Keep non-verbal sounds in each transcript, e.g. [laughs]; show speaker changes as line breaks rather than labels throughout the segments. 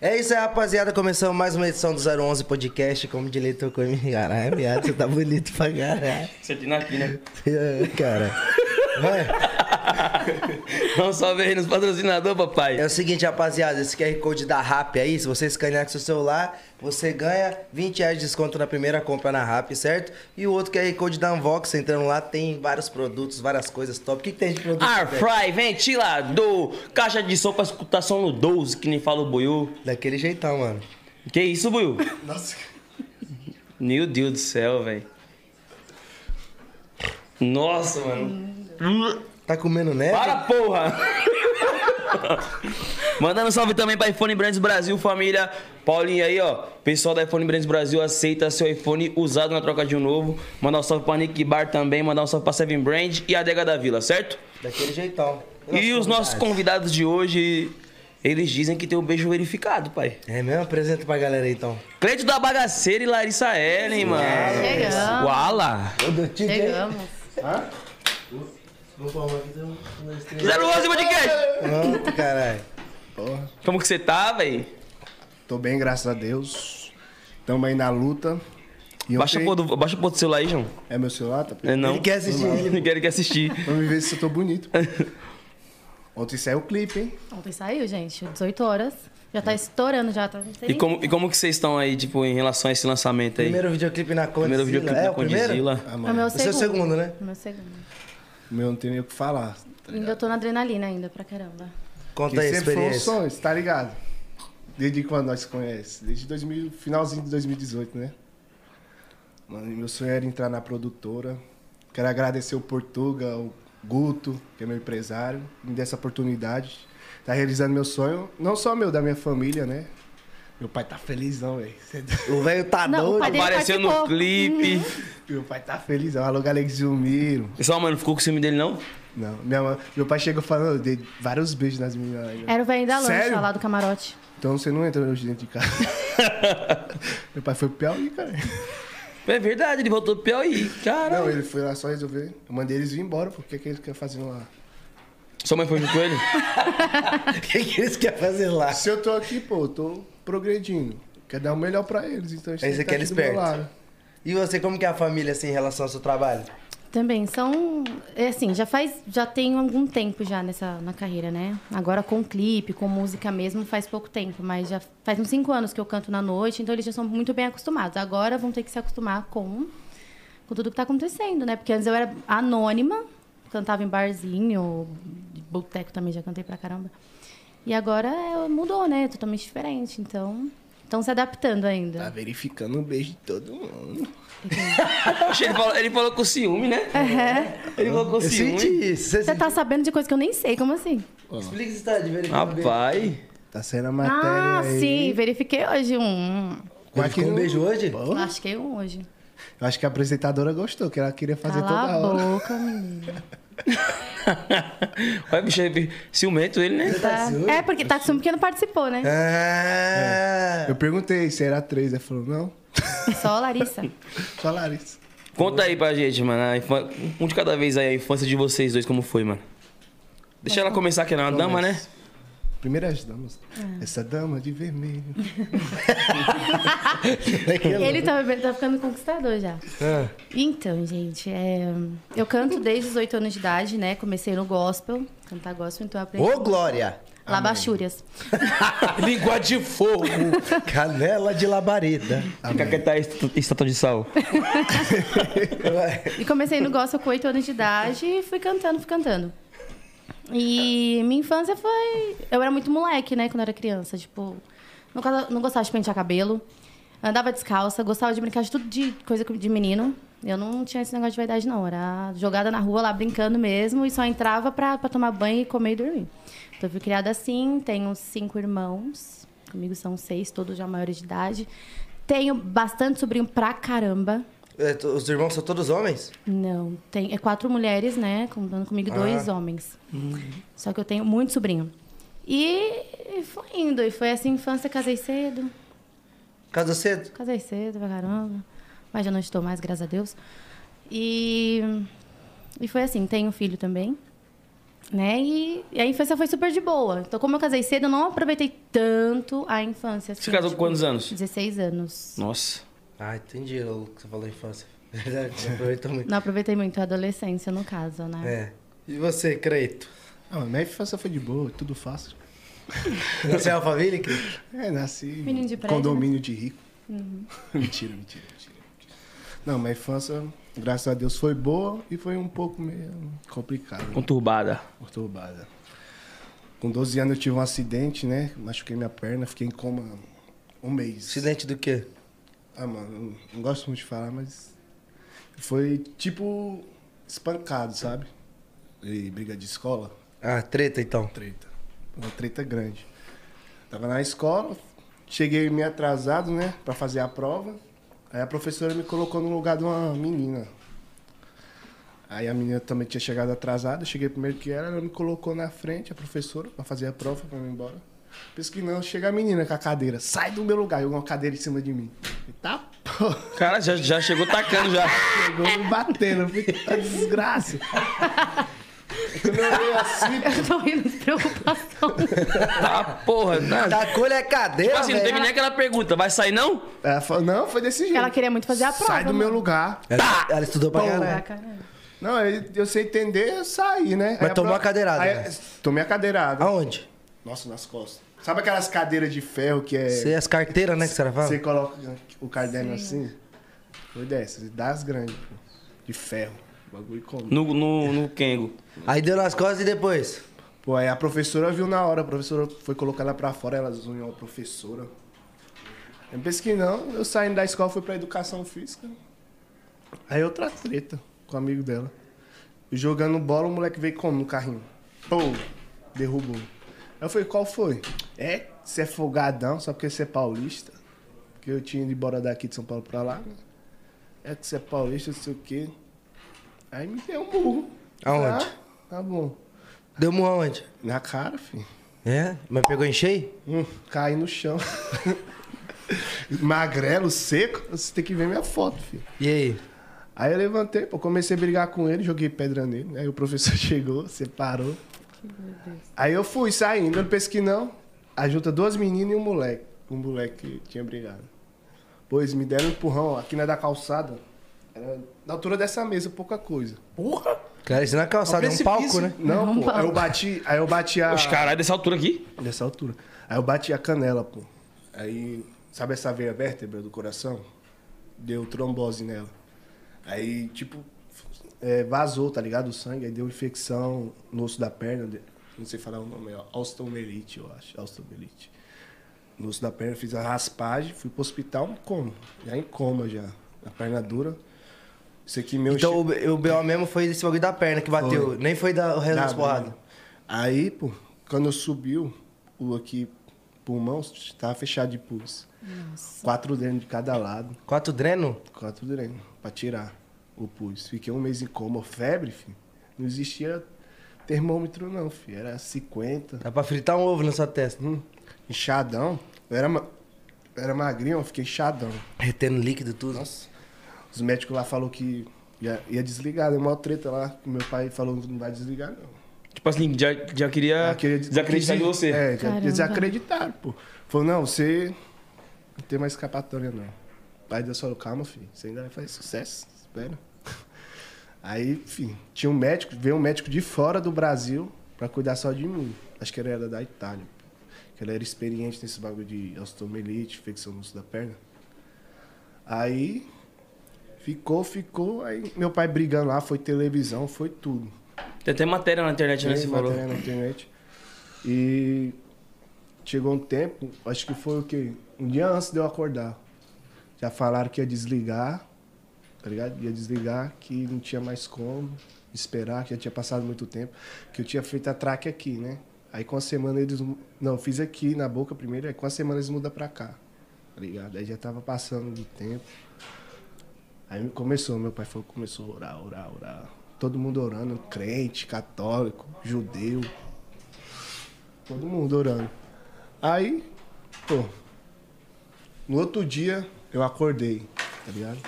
É isso aí, rapaziada. Começamos mais uma edição do 011 Podcast, como de leitor com ele. Caralho, viado, você tá bonito pra caralho. [laughs]
Você tem aqui, né?
É, Cara. Vai.
Não salve aí nos patrocinadores, papai.
É o seguinte, rapaziada, esse QR Code da RAP aí, se você escanear com seu celular, você ganha 20 reais de desconto na primeira compra na RAP, certo? E o outro QR Code da Unbox, entrando lá, tem vários produtos, várias coisas top. O que, que tem de produto?
Air
Pepe?
fry, ventilador, caixa de som pra escutar som no 12, que nem fala o Buiu.
Daquele jeitão, mano.
Que isso, Buiu?
Nossa.
Meu Deus do céu, velho. Nossa, mano.
Tá comendo neve?
Para, porra! [laughs] Mandando um salve também pra iPhone Brands Brasil, família. Paulinho aí, ó. Pessoal da iPhone Brands Brasil aceita seu iPhone usado na troca de um novo. Mandar um salve pra Nick Bar também. Mandar um salve pra Seven Brand e a Adega da Vila, certo?
Daquele jeitão.
E os nossos convidados de hoje, eles dizem que tem o beijo verificado, pai.
É mesmo? Apresenta pra galera aí, então.
Cleide da Bagaceira e Larissa Ellen, mano.
É
Chegamos.
Uala!
Todo dia.
Chegamos.
Vou formar aqui, tem um, dois, três.
011 Podcast!
Pronto, caralho.
Porra.
Como que você tá, véi?
Tô bem, graças a Deus. Tamo aí na luta. E
Baixa,
ontem-
o pôr do- baixa o pôr do celular aí, João.
É meu celular, tá?
É, não. [laughs]
Ele quer assistir.
Ele quer, ele quer assistir.
Vamos ver se eu
[laughs]
tô bonito. ontem saiu o clipe, hein?
Ontem saiu, gente. 18 horas. Já tá estourando, já. Tá
E como, e como que vocês estão aí, tipo, em relação a esse lançamento aí?
Primeiro videoclipe na Condzilla.
Primeiro videoclipe
é,
da
o primeiro?
Condizila.
Ah,
É o meu
mano.
Esse é o
segundo.
segundo, né?
É o meu segundo.
O meu não tem nem o que falar.
Ainda tô na adrenalina ainda, pra caramba.
Conta aí
Porque
a
sempre foi um
experiência.
sonho, cê tá ligado? Desde quando nós se conhece? Desde 2000, finalzinho de 2018, né? Mano, meu sonho era entrar na produtora. Quero agradecer o Portuga, o Guto, que é meu empresário, me deu essa oportunidade. Tá realizando meu sonho, não só meu, da minha família, né? Meu pai tá felizão, velho. Cê é doido?
O velho tá
Não, o
doido.
pai dele-
Apareceu no
participou.
clipe.
Uhum.
Meu pai tá felizão. Alô, Alex Zumiro.
Pessoal, mano, ficou com o ciúme dele, não?
Não, minha mãe- meu pai chegou falando, eu dei vários beijos nas meninas. aí, né?
Era o velho da lancha
Sério?
lá do camarote.
Então você não entra hoje dentro de casa. Meu pai foi pro Piauí, cara.
É verdade, ele voltou pro Piauí.
Não,
Caralho.
ele foi lá só resolver. Eu mandei eles ir embora, porque o que eles querem fazer lá?
Sua mãe foi junto
[laughs]
com ele?
[laughs] O que, que eles querem fazer lá?
Se eu tô aqui, pô, eu tô progredindo. Quer dar o melhor pra eles, então eles
Aí você quer
têm que tá aqui
eles
do meu
perto.
lado.
E você, como que é a família, assim, em relação ao seu trabalho?
Também são. É assim, já faz. Já tem algum tempo já nessa, na carreira, né? Agora com clipe, com música mesmo, faz pouco tempo, mas já faz uns 5 anos que eu canto na noite, então eles já são muito bem acostumados. Agora vão ter que se acostumar com, com tudo que tá acontecendo, né? Porque antes eu era anônima, cantava em barzinho, de boteco também já cantei pra caramba. E agora é, mudou, né? Totalmente diferente. Então, estão se adaptando
Tá
ainda.
verificando o beijo de todo mundo.
Oxe, ele, falou, ele falou com ciúme, né? Ele falou com
É. Eu
ciúme.
senti isso. Você
[laughs] Você tá sabendo de coisa que eu nem sei, como assim?
Explica se tá de verificação.
Rapaz.
Tá saindo a matéria.
Ah,
aí.
sim, verifiquei hoje um.
Vai
Aqui
com um
no-
beijo hoje?
Pô,
Acho que um hoje.
Eu acho que a apresentadora gostou, que ela queria fazer
Cala a
toda hora.
boca, menino.
Olha, bicho, é ciumento ele, né?
Tá- É, porque tá com ciúme porque não participou, né?
Ah,
Eu perguntei se era três, ela falou, não, É.
Só a
[laughs]
Larissa.
só Larissa.
Conta aí pra gente, mano. a infa- Um de cada vez aí, a infância de vocês dois, como foi, mano? Deixa ela começar aqui, na dama, né? [laughs]
Primeiras é damas. Essa dama de vermelho.
Ele tá, ele tá ficando conquistador já.
É.
Ah.
Então, gente, é, eu canto desde os 18 anos de idade, né? Comecei no gospel, cantar gospel, então eu aprendi.
Ô, Glória!
Labachúrias.
Língua de fogo.
Canela de labareda.
Fica que tá a esta- estátua de sal.
E comecei no gospel com 8 anos de idade e fui cantando, fui cantando. E minha infância foi. Eu era muito moleque, né, quando eu era criança. Tipo, não, gosta- não gostava de pentear cabelo, andava descalça, gostava de brincar de tudo de coisa de menino. Eu não tinha esse negócio de vaidade, não. Era jogada na rua lá brincando mesmo e só entrava pra, pra tomar banho e comer e dormir. Então eu fui criada assim, tenho cinco irmãos, comigo são seis, todos já maiores de idade. Tenho bastante sobrinho pra caramba.
É, t- Os irmãos são todos homens?
Não, tem é quatro mulheres, né? Contando comigo
Ah.
dois homens.
Uhum.
Só que eu tenho muito sobrinho. E foi indo, e foi assim, infância, casei cedo,
Casa cedo?
casei cedo pra caramba. Mas já não estou mais, graças a Deus. E, e foi assim, tenho um filho também. Né? E, e a infância foi super de boa. Então, como eu casei cedo, eu não aproveitei tanto a infância.
Você casou com quantos anos?
16 anos.
Nossa.
Ah, entendi o que você falou infância. [laughs] Verdade, não aproveitou muito.
Não aproveitei muito a adolescência, no caso, né?
É. E você, Creito?
Ah, mas minha infância foi de boa, tudo fácil.
Você é alfavilic?
É, nasci
Menino de
em
prédio, né? Uhum.
condomínio de rico. [laughs] mentira, mentira, mentira, mentira. Não, minha infância, graças a Deus, foi boa e foi um pouco meio complicada, né?
Conturbada.
conturbada. Com 12 anos eu tive um acidente, né? Machuquei minha perna, fiquei em coma um mês.
Acidente do quê?
Ah, mano, eu não gosto muito de falar, mas. Foi tipo espancado, sabe? E briga de escola,
Ah, treta então.
treta. Uma treta grande. Tava na escola, cheguei meio atrasado, né? Pra fazer a prova. Aí a professora me colocou no lugar de uma menina. Aí a menina também tinha chegado atrasada, eu cheguei primeiro que ela, ela me colocou na frente, a professora, pra fazer a prova, pra eu ir embora. Penso que não, chega a menina com a cadeira, sai do meu lugar, e uma cadeira em cima de mim. tá Eita porra!
Cara, já, já chegou tacando [laughs] já.
Chegou me batendo, eu falei, "Tá desgraça. Aí Quando eu olhei assim,
[laughs] Eu tô rindo de preocupação.
Tá, porra. Tá.
Da colha é
Tipo
cadeira,
assim, não teve
velho.
nem aquela pergunta. Vai sair não?
ela falou, não, foi desse jeito.
Ela queria muito fazer a prova.
Sai do meu
mano.
lugar.
Ela, ela estudou pra
Ah,
caralho.
caralho.
Não, eu, eu sei entender, eu saí, né?
Mas tomou a cadeirada,
aí- é,
né?
Tomei a cadeirada.
Aonde?
Nossa, nas costas. Sabe aquelas cadeiras de ferro que é.
Você, as carteiras, né, que você fala?
Você coloca o caderno assim? Foi dessas, das grandes, pô. De ferro. O bagulho como.
No, no, no Kengo.
Aí deu nas costas e depois?
Pô, aí a professora viu na hora, a professora foi colocar ela pra fora, ela zunhou a professora. Eu pensei que não, eu saindo da escola fui pra educação física. Aí outra treta com o amigo dela. E jogando bola, o moleque veio como no carrinho? Pô, derrubou. Aí eu falei, qual foi? É, você é folgadão, só porque você é paulista. Porque eu tinha ido embora daqui de São Paulo pra lá. né? É que você é paulista, não sei o quê. Aí me deu um burro.
Aonde?
Ah, tá bom.
Deu um aonde?
Na cara, filho.
É? Mas pegou em cheio?
Hum, caí no chão. [laughs] Magrelo, seco. Você tem que ver minha foto, filho.
E aí?
Aí eu levantei, pô, comecei a brigar com ele, joguei pedra nele. Aí o professor [laughs] chegou, separou. Aí eu fui saindo, eu não pensei que não. Aí junta duas meninas e um moleque. Um moleque que tinha brigado. Pois me deram um empurrão aqui na da calçada. Era na altura dessa mesa, pouca coisa.
Porra.
Cara, isso não é calçada, é um palco, né?
Não, pô. Aí eu bati, aí eu bati a.
Os caralho dessa altura aqui.
Dessa altura. Aí eu bati a canela, pô. Aí, sabe essa veia vértebra do coração? Deu trombose nela. Aí, tipo, é, vazou, tá ligado? O sangue, aí deu infecção no osso da perna. de- Não sei falar o nome, é osteomelite, eu acho. Osteomelite. No osso da perna, fiz a raspagem, fui pro hospital, como? Já em coma, já. A perna dura. Isso aqui, meu...
Então o, B- o BO mesmo foi desse bagulho da perna que bateu.
Foi.
Nem foi da, o resto das
Nada,
porradas.
nada. Aí, pô, quando subiu o aqui pulmão, tava fechado de pus. Quatro drenos de cada lado,
Quatro dreno?
quatro drenos pra tirar o pus. Fiquei um mês em coma, febre, filho. Não existia termômetro não, filho. Era 50,
Dá pra fritar um ovo na sua testa.
hum, inchadão. Eu era, ma- eu era magrinho, eu fiquei inchadão.
Retendo líquido tudo. Nossa.
Os médicos lá falaram que ia, ia desligar, deu uma treta lá. Meu pai falou que não vai desligar não.
Tipo assim, já, já queria
Aquele-
desacreditar de você.
É, já-
Caramba.
desacreditaram, pô. Falou, não, você não tem mais escapatória, não. Pai Deus falou, calma, filho, você ainda vai fazer sucesso, espera. [laughs] Aí, enfim, tinha um médico, veio um médico de fora do Brasil pra cuidar só de mim. Acho que ele era da Itália. pô. Que ele era experiente nesse bagulho de osteomelite, infecção no osso da perna. Aí, ficou, ficou, aí meu pai brigando lá, foi televisão, foi tudo.
Tem até matéria na internet, né?
Tem
Você falou.
matéria na internet. E chegou um tempo, acho que foi o quê? Um dia antes de eu acordar. Já falaram que ia desligar, tá ligado? Ia desligar, que não tinha mais como esperar, que já tinha passado muito tempo, que eu tinha feito a traque aqui, né? Aí com a semana eles. mu- Não, eu fiz aqui na boca primeiro, aí com a semana eles mudam pra cá, tá ligado? Aí já tava passando do tempo. Aí começou, meu pai falou, começou a orar, orar, orar. Todo mundo orando, crente, católico, judeu. Todo mundo orando. Aí, pô, no outro dia eu acordei, tá ligado?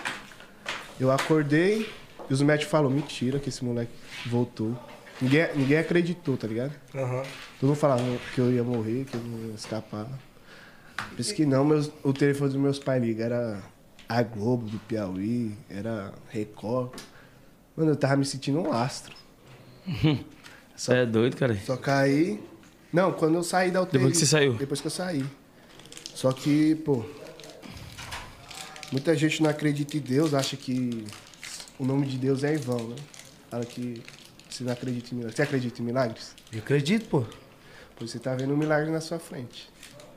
Eu acordei e os médicos falaram, mentira que esse moleque voltou. Ninguém, ninguém acreditou, tá ligado? Todo mundo falava que eu ia morrer, que eu não ia escapar. Por isso que não, meus, o telefone dos meus pais liga era a Globo do Piauí, era Record. Mano, eu tava me sentindo um astro.
Você é doido, cara.
Só caí. Não, quando eu saí da UTI.
Depois que você saiu?
Depois que eu saí. Só que, pô. Muita gente não acredita em Deus, acha que o nome de Deus é em vão, né? Fala que você não acredita em milagres. Você acredita em milagres?
Eu acredito, pô.
Pois você tá vendo um milagre na sua frente.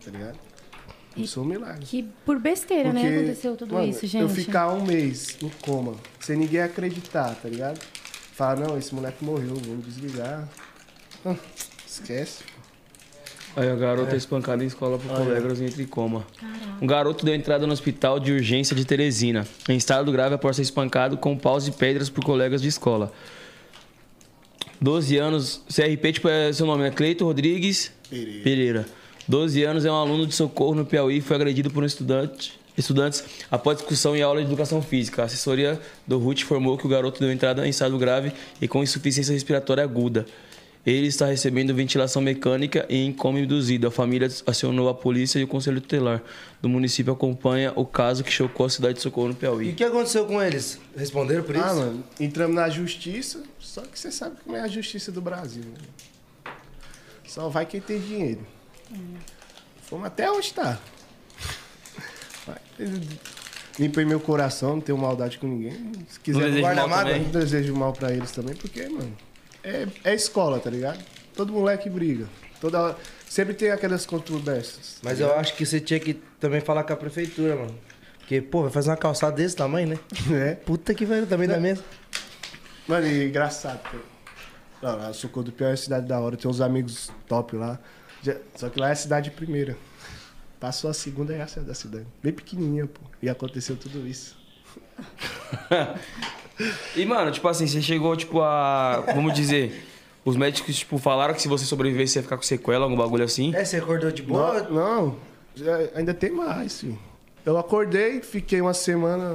Tá ligado? Eu sou um milagre.
Que por besteira, né?
Porque,
Aconteceu tudo
mano,
isso, gente.
Eu ficar um mês em coma, sem ninguém acreditar, tá ligado? Falar, não, esse moleque morreu, vou me desligar. Ah, esquece.
Aí a garota é. espancada em escola por colegas entre coma. Um garoto deu entrada no hospital de urgência de Teresina, em estado grave após ser espancado com paus e pedras por colegas de escola. 12 anos, CRP, tipo, é seu nome, né? Cleito Rodrigues Pereira. 12 anos, é um aluno de socorro no Piauí e foi agredido por um estudante. Estudantes, após discussão em aula de educação física, a assessoria do RUT informou que o garoto deu entrada em estado grave e com insuficiência respiratória aguda. Ele está recebendo ventilação mecânica e em coma induzido. A família acionou a polícia e o conselho tutelar do município acompanha o caso que chocou a cidade de Socorro no Piauí.
E o que aconteceu com eles? Responderam por isso?
Ah, mano, entramos na justiça, só que você sabe como é a justiça do Brasil. Né? Só vai quem tem dinheiro. Fomos até onde tá. [laughs] Mas, Limpei meu coração, não tenho maldade com ninguém. Se
Não
quiser,
desejo
guarda
mal
mal,
também.
não desejo mal pra eles também, porque, mano, é, é escola, tá ligado? Todo moleque briga. Toda hora. Sempre tem aquelas controvérsias.
Mas eu acho que você tinha que também falar com a prefeitura, mano. Porque, pô, vai fazer uma calçada desse tamanho, né?
né?
Puta que vai também da mesa.
Mano, e engraçado. pô. Não, lá, Socorro do Pior é a cidade da hora, tem uns amigos top lá. Já- Só que lá é a cidade primeira. Passou a segunda e essa é da cidade. Bem pequenininha, pô. E aconteceu tudo isso.
E, mano, tipo assim, você chegou, tipo, a. Vamos dizer. Os médicos, tipo, falaram que se você sobreviver, você ia ficar com sequela, algum bagulho assim.
É, você acordou de boa?
Não, não, já- ainda tem mais, filho. Eu acordei, fiquei uma semana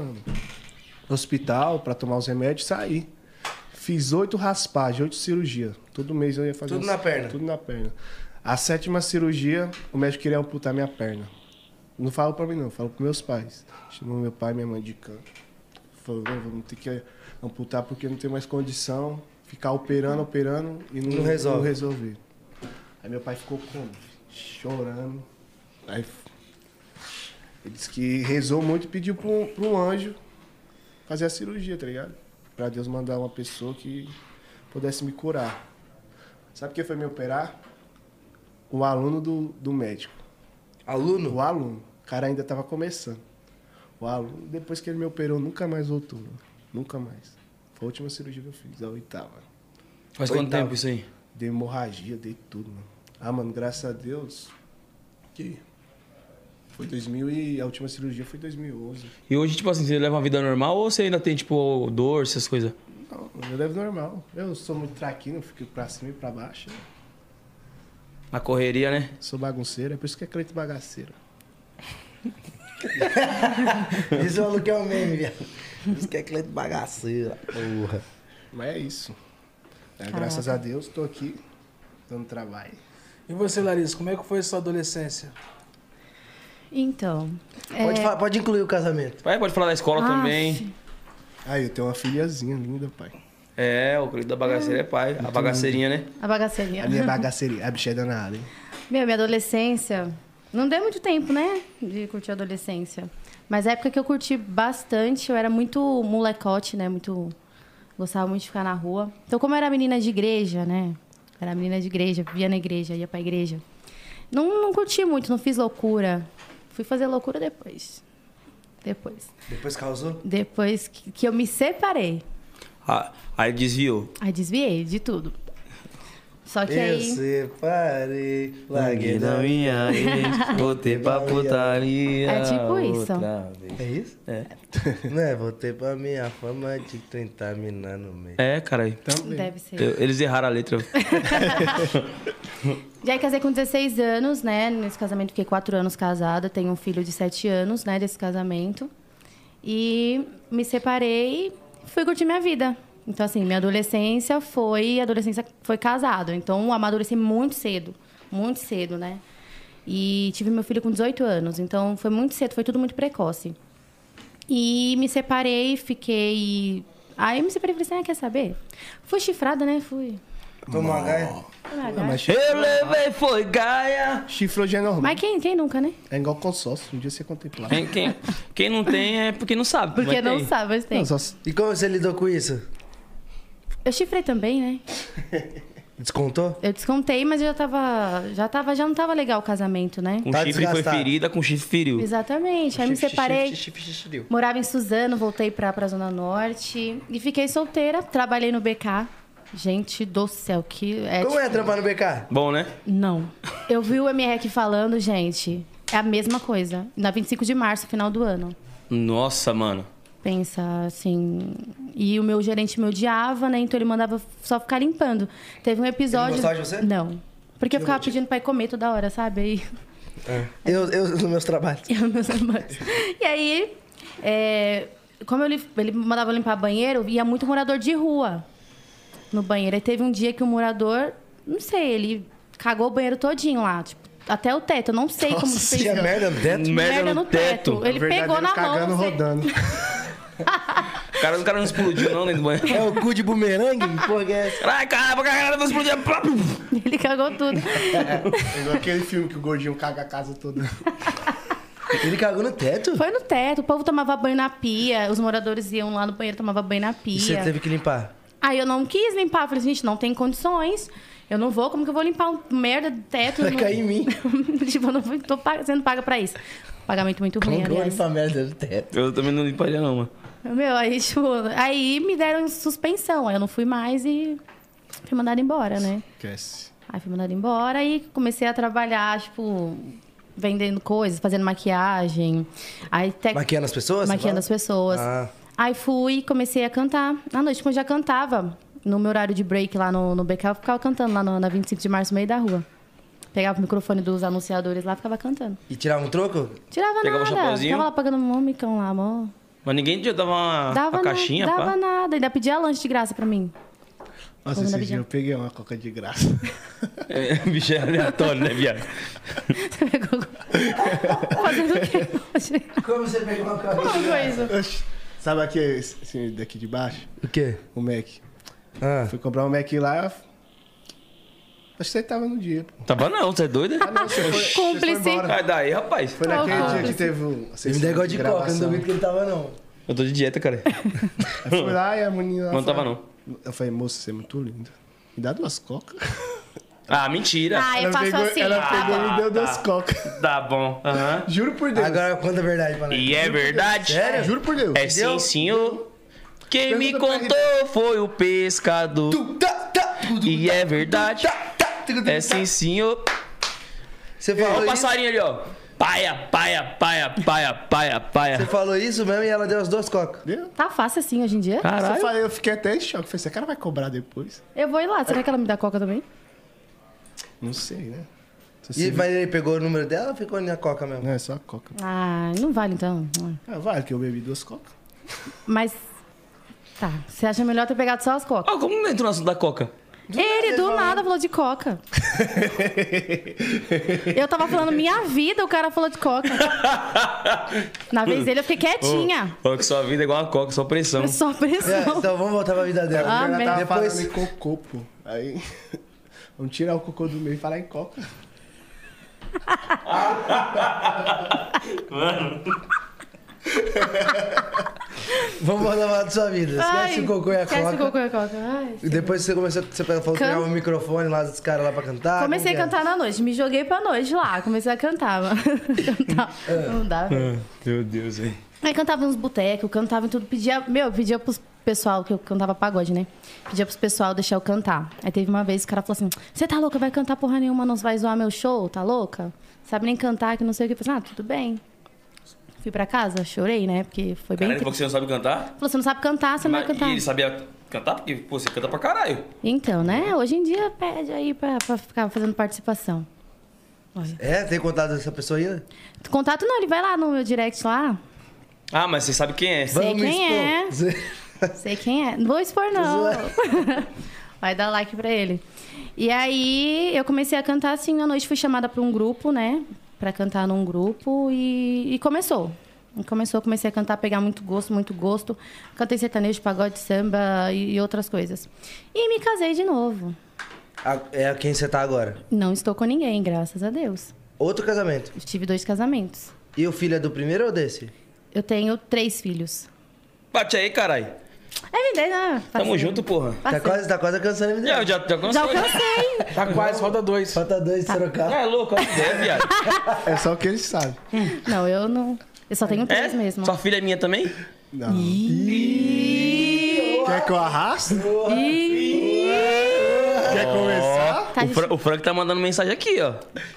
no hospital pra tomar os remédios e saí. Fiz oito raspagens, oito cirurgias. Todo mês eu ia fazer.
Tudo
um-
na perna?
Tudo na perna. A sétima cirurgia, o médico queria amputar minha perna. Não falo pra mim, não, falo pros meus pais. Chamou meu pai e minha mãe de canto. Falou, "Não, vamos ter que amputar porque não tem mais condição. Ficar operando, operando e não,
Não resolve.
não resolver. Aí meu pai ficou como? Chorando. Aí f- ele disse que rezou muito e pediu pra um, pra um anjo fazer a cirurgia, tá ligado? Pra Deus mandar uma pessoa que pudesse me curar. Sabe quem foi me operar? O aluno do, do médico.
Aluno?
O aluno. O cara ainda tava começando. O aluno, depois que ele me operou, nunca mais voltou. mano. Nunca mais. Foi a última cirurgia que eu fiz, a oitava.
Faz quanto
Oitava.
tempo isso aí?
Dei hemorragia, dei tudo, mano. Ah, mano, graças a Deus. Que? Foi 2000 e a última cirurgia foi 2011.
E hoje, tipo assim, você leva uma vida normal ou você ainda tem, tipo, dor, essas coisas?
Não, eu levo normal. Eu sou muito traquino, eu fico pra cima e pra baixo. né?
Na correria, né?
Sou bagunceiro, é por isso que é crente bagaceiro.
Isso é o que é o meme, viado. Isso que é cliente bagaceira. Porra.
Mas é isso. É, graças a Deus, tô aqui, dando trabalho.
E você, Larissa, como é que foi a sua adolescência?
Então.
Pode, falar- pode incluir o casamento.
Vai, Tipo, pode falar da escola
Ah,
também.
sim.
Aí, eu tenho uma filhazinha linda, pai.
É, o cliente da bagaceira é pai. A bagaceirinha, né?
A bagaceira.
A minha bagaceira, a bicha é danada, hein?
Meu, minha adolescência. Não deu muito tempo, né? De curtir a adolescência. Mas a época que eu curti bastante, eu era muito molecote, né? Muito. Gostava muito de ficar na rua. Então, como eu era menina de igreja, né? Era menina de igreja, vivia na igreja, ia pra igreja. Não, não curti muito, não fiz loucura. Fui fazer loucura depois. Depois.
Depois causou?
Depois que, que eu me separei.
Ah, aí desviou.
Aí desviei de tudo. Só que
Eu
aí.
separei, larguei da minha.
minha ex, [laughs] voltei pra putaria.
É tipo isso.
outra vez.
É isso?
É.
Não é, voltei pra minha fama de tentar minar no meio.
É, caralho.
Deve ser.
Eu- Eles erraram a letra.
E aí é casei com 16 anos, né? Nesse casamento fiquei 4 anos casada, tenho um filho de 7 anos, né, desse casamento. E me separei, fui curtir minha vida. Então, assim, minha adolescência foi. Adolescência foi casado. Então, amadureci muito cedo. Muito cedo, né? E tive meu filho com 18 anos. Então, foi muito cedo, foi tudo muito precoce. E me separei, fiquei. Aí me separei e falei assim: ah, quer saber? Fui chifrada, né? Fui.
Tomou uma gaia.
Ah, mas chi-
Eu levei, foi Gaia.
chifre hoje é normal.
Mas quem, quem nunca, né?
É igual consórcio, um dia você contemplar.
Quem, quem, quem não tem é porque não sabe.
Porque
mas
não
tem.
sabe, mas tem.
Não, só-
E como você lidou com isso?
Eu chifrei também, né?
Descontou?
Eu descontei, mas eu já tava. Já tava, já não tava legal o casamento, né?
Com
Tá
chifre
desgastado.
foi ferida, com chifre feriu.
Exatamente. Aí me separei.
Chifre, chifre, chifre, chifre.
Morava em Suzano, voltei pra, pra Zona Norte. E fiquei solteira, trabalhei no BK. Gente do céu, que. É,
Como é
tipo,
trampar no BK?
Bom, né?
Não. Eu vi o MR aqui falando, gente. É a mesma coisa. Na 25 de março, final do ano.
Nossa, mano.
Pensa, assim. E o meu gerente me odiava, né? Então ele mandava só ficar limpando. Teve um episódio.
gostava de você?
Não. Porque eu ficava pedindo pra ir comer toda hora, sabe? Aí. [laughs]
Eu, eu, nos meus trabalhos.
Eu, meus irmãos. E aí, é, como eu li- ele mandava eu limpar banheiro, ia muito morador de rua no banheiro. Aí teve um dia que o morador, não sei, ele cagou o banheiro todinho lá, tipo, até o teto. Eu não sei como que
Tinha
fez.
é merda no teto?
Merda no teto.
Ele pegou na mão. assim.
cagando
não sei.
rodando.
O cara, o cara não explodiu, não, dentro do banheiro.
É o cu de bumerangue? Que Porra, que é essa?
Ai, caramba, caramba, não explodiu. Plá, plum.
[laughs] Ele cagou
[laughs]
tudo.
É [laughs] igual aquele filme que o gordinho caga a casa toda.
Ele cagou no teto?
Foi no teto, o povo tomava banho na pia, os moradores iam lá no banheiro, tomava banho na pia.
E você teve que limpar?
Aí eu não quis limpar. Falei, gente, não tem condições. Eu não vou, como que eu vou limpar um merda do teto?
Vai
Não-
cair em mim.
[laughs] tipo, eu não vou- tô pa- sendo paga pra isso. Pagamento muito ruim,
Como que eu vou
aliás.
limpar merda no teto?
Eu também não limparia, não, mano.
Meu, aí, tipo, aí me deram suspensão. Aí eu não fui mais e fui mandada embora, né?
Esquece.
Aí fui mandada embora e comecei a trabalhar, tipo, vendendo coisas, fazendo maquiagem. Aí até
Maquiando as pessoas? você
É maquiando as
fala?
pessoas.
Ah.
Aí fui e comecei a cantar. À noite, como eu já cantava, no meu horário de break lá no, no BK, eu ficava cantando lá no- na 25 de março, no meio da rua. Pegava o microfone dos anunciadores lá, ficava cantando.
E tirar um troco?
Tirava
Pegava o
nada.
chapeuzinho?
Ficava lá pagando um micão lá, amor.
Mas ninguém já dava uma,
Dava
uma
nada,
Ah, caixinha,
Dava
pá.
nada. Ainda pedia lanche de graça pra mim. [laughs]
Nossa,
Vamos na
esse dia
Bijão.
eu peguei uma coca de graça. [laughs]
É, [laughs] bicho é aleatório, né, viado?
Você pegou... Fazendo o quê?
Como você pegou uma
Como foi isso?
Oxi. Sabe aqui, esse esse daqui de baixo?
O quê?
O Mac.
Ah.
Fui comprar um Mac lá. Acho que você tava no dia. pô.
Tava não, você é doido?
Não, Ah, você foi- você foi
Cúmplice.
embora.
Sai daí, rapaz.
Foi naquele
Ah,
dia que
sim.
teve um- o. a
Ele me
sessão
deu igual de coca, eu não
gravação.
duvido que ele tava, não.
Eu tô de dieta, cara.
Aí fui lá e a menina. lá
Não tava,
falou- Eu falei, moça, você é muito linda. Me dá duas cocas.
Ah, mentira.
Ah, eu
ela
faço
pegou,
assim.
ela
tá
pegou e
bom.
me deu duas cocas.
Tá bom. Aham.
[laughs] Juro por Deus.
Agora conta a verdade pra nós.
E é verdade.
Sério?
Juro por Deus.
É sim, senhor. Quem me
Pergunta pra
contou foi o pescador.
Tu, tá, tá, tu, tu,
E é verdade.
tá, tá, tu, tu,
É
tá.
sim, senhor.
Você
Olha
falou
o
isso?
passarinho ali, ó. Paia, paia, paia, paia, paia, paia.
Você falou isso mesmo e ela deu as duas cocas.
Deu.
Tá fácil assim hoje em dia?
Eu,
Caralho.
falei, eu fiquei até em choque. Falei, esse cara vai cobrar depois?
Eu vou ir lá. Será que ela me dá coca também?
Não sei, né? Se você-
E, mas ele pegou o número dela ou ficou na coca mesmo?
Não, é só a coca.
Ah, não vale então.
Ah, vale que eu bebi duas cocas.
Mas... Tá. Você acha melhor ter pegado só as cocas?
Ó, como não entrou no assunto da coca?
Ele, do nada, falou de coca. eu tava falando minha vida, o cara falou de coca. Na vez dele, eu fiquei quietinha.
Falou que sua vida é igual a coca, só pressão.
Eu só
É,
pressão.
então vamos voltar pra vida dela.
Ah,
Ela
Amém.
tava
Depois-
falando em cocô, pô. Aí. [laughs] Vamos tirar o cocô do meio e falar em coca.
Vamos voltar pra falar da sua vida. Esquece
Ai,
o cocô e a
esquece
coca.
o cocô e a coca. Ai,
E depois você começou, você falou que
Can-
pegava o microfone lá dos caras lá pra cantar.
Comecei a
como que é?
cantar na noite, me joguei pra noite lá, comecei a cantar. mano. [laughs] Cantar,
Ah.
Não dá.
Ah, Meu Deus, hein.
Aí cantava nos botecos, cantava em tudo, pedia, meu, pedia pros pessoal, que eu cantava pagode, né? Pedia pros pessoal deixar eu cantar. Aí teve uma vez que o cara falou assim: Você tá louca? Vai cantar porra nenhuma, não vai zoar meu show, tá louca? Sabe nem cantar, que não sei o que. Eu falei, ah, tudo bem. Fui pra casa, chorei, né? Porque foi bem.
Caralho, ele
triste.
falou que você não sabe cantar?
Falou, você não sabe cantar, você não vai
Mas-
cantar.
E ele sabia cantar? Porque, pô, você canta pra caralho.
Então, né? Hoje em dia pede aí pra, pra ficar fazendo participação. Olha.
É, tem contato dessa pessoa ainda?
Contato não, ele vai lá no meu direct lá.
Ah, mas você sabe quem é.
Sei
Vamos
quem
expor.
Sei quem é. Não vou expor, não. [laughs] Vai dar like pra ele. E aí, eu comecei a cantar assim, à noite fui chamada pra um grupo, né? Pra cantar num grupo e, e começou. E Começou, comecei a cantar, pegar muito gosto, muito gosto. Cantei sertanejo, pagode, samba e, e outras coisas. E me casei de novo.
[laughs] A- É quem você tá agora.
Não estou com ninguém, graças a Deus.
Outro casamento.
Eu tive dois casamentos.
E o filho é do primeiro ou desse?
Eu tenho três filhos.
Bate aí, caralho.
É verdade, né?
Tamo junto, porra.
Tá
Parceiro.
quase, tá quase alcançando a MD.
Já, já, já
Já
cansou.
alcancei.
Tá quase, falta dois.
Falta dois
Tá.
de Sorocaba.
É louco, é ideia,
[laughs]
viado.
É só o que eles sabem.
Não, eu não. Eu só tenho três
É?
mesmo.
Sua filha é minha também?
Não. Quer que eu arraste? Quer começar?
Tá
o, Fra- o Frank tá mandando mensagem aqui, ó.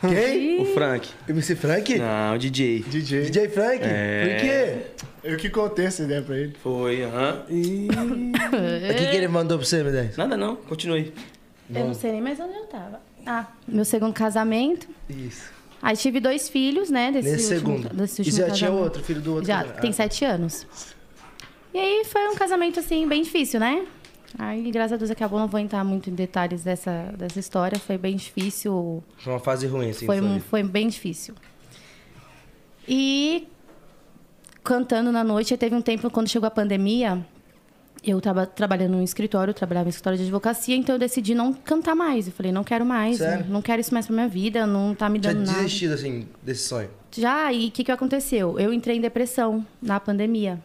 Quem?
O Frank.
MC Frank?
Não, o DJ.
DJ.
DJ Frank?
É.
Por quê?
Eu que contei essa ideia pra ele.
Foi, aham.
É.
O que, que ele mandou pra você, MD?
Nada não, continue.
Eu não sei nem mais onde eu tava. Ah, meu segundo casamento.
Isso.
Aí tive dois filhos, né? Desse
Nesse
último,
segundo.
Desse
E
último
já tinha
casamento.
outro, filho do outro
Já,
também?
tem
Ah.
sete anos. E aí foi um casamento, assim, bem difícil, né? Aí, graças a Deus, acabou. Não vou entrar muito em detalhes dessa, dessa história. Foi bem difícil.
Foi uma fase ruim, assim.
Foi,
da sua
um-
vida.
foi bem difícil. E cantando na noite, teve um tempo quando chegou a pandemia, eu tava trabalhando num escritório, eu trabalhava em escritório de advocacia, então eu decidi não cantar mais. Eu falei, não quero mais,
Sério?
não, não quero isso mais pra minha vida, não tá me
Tinha
dando nada.
desistido, assim, desse sonho.
Já, e o que, que aconteceu? Eu entrei em depressão na pandemia.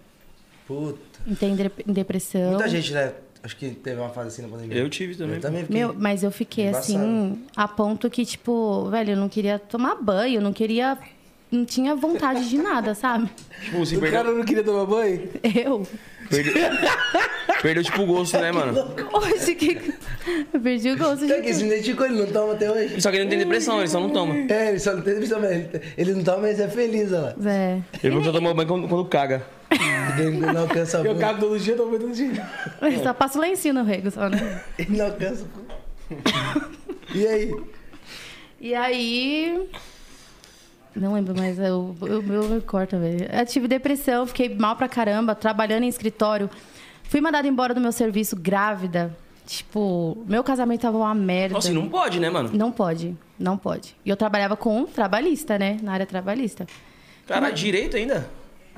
Puta.
Entrei em, dep- em depressão.
Muita gente, né? Acho que teve uma fase assim na pandemia.
Eu tive também,
Eu também fiquei.
Meu, mas eu fiquei
Embaçado.
assim, a ponto que, tipo, velho, eu não queria tomar banho, eu não queria. Não tinha vontade de nada, sabe?
Tipo, você
O cara
perdeu,
não queria tomar banho?
Eu?
perdeu,
[laughs]
perdeu tipo o gosto, né, mano?
Hoje que. [laughs] Eu perdi o gosto
Sabe que esse
de.
identificou? Ele não toma até hoje.
Só que ele não tem depressão, ele só não toma.
É, ele só não tem visão, mas ele, ele não toma, mas é feliz, olha lá.
É.
Ele só toma banho quando, quando caga.
Ele não alcança a
Eu
bunda.
cago todo dia, tô todo dia.
Eu só passo lencinho no rego, só, né?
Ele não alcança a bunda. E aí?
E aí. Não lembro, mas eu, eu, eu, eu corto, velho. Eu tive depressão, fiquei mal pra caramba, trabalhando em escritório. Fui mandada embora do meu serviço grávida. Tipo, meu casamento tava uma merda.
Nossa, e não pode, né, mano?
Não pode, não pode. E eu trabalhava com um trabalhista, né? Na área trabalhista.
Caralho, direito ainda.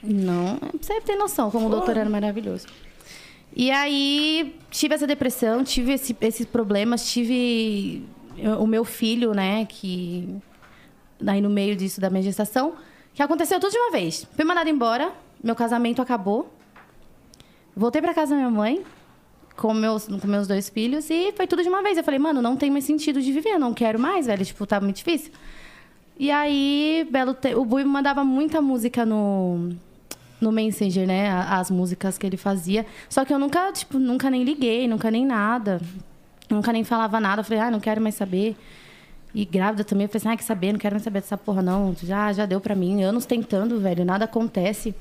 Não, pra você ter noção, como o doutor era maravilhoso. E aí, tive essa depressão, tive esse- esses problemas, tive eh, o meu filho, né, que... Aí, no meio disso, da minha gestação, que aconteceu tudo de uma vez. Fui mandada embora, meu casamento acabou. Voltei pra casa da minha mãe, com meus, com meus dois filhos, e foi tudo de uma vez. Eu falei, mano, não tem mais sentido de viver, eu não quero mais, velho. Tipo, tá muito difícil. E aí, Belo Te- o Bui me mandava muita música no, no Messenger, né? A- As músicas que ele fazia. Só que eu nunca, tipo, nunca nem liguei, nunca nem nada. Nunca nem falava nada. Eu falei, ah, não quero mais saber. E grávida também, eu falei assim, ah, quer saber? Não quero mais saber dessa porra, não. Já, já deu pra mim. Anos tentando, velho. Nada acontece.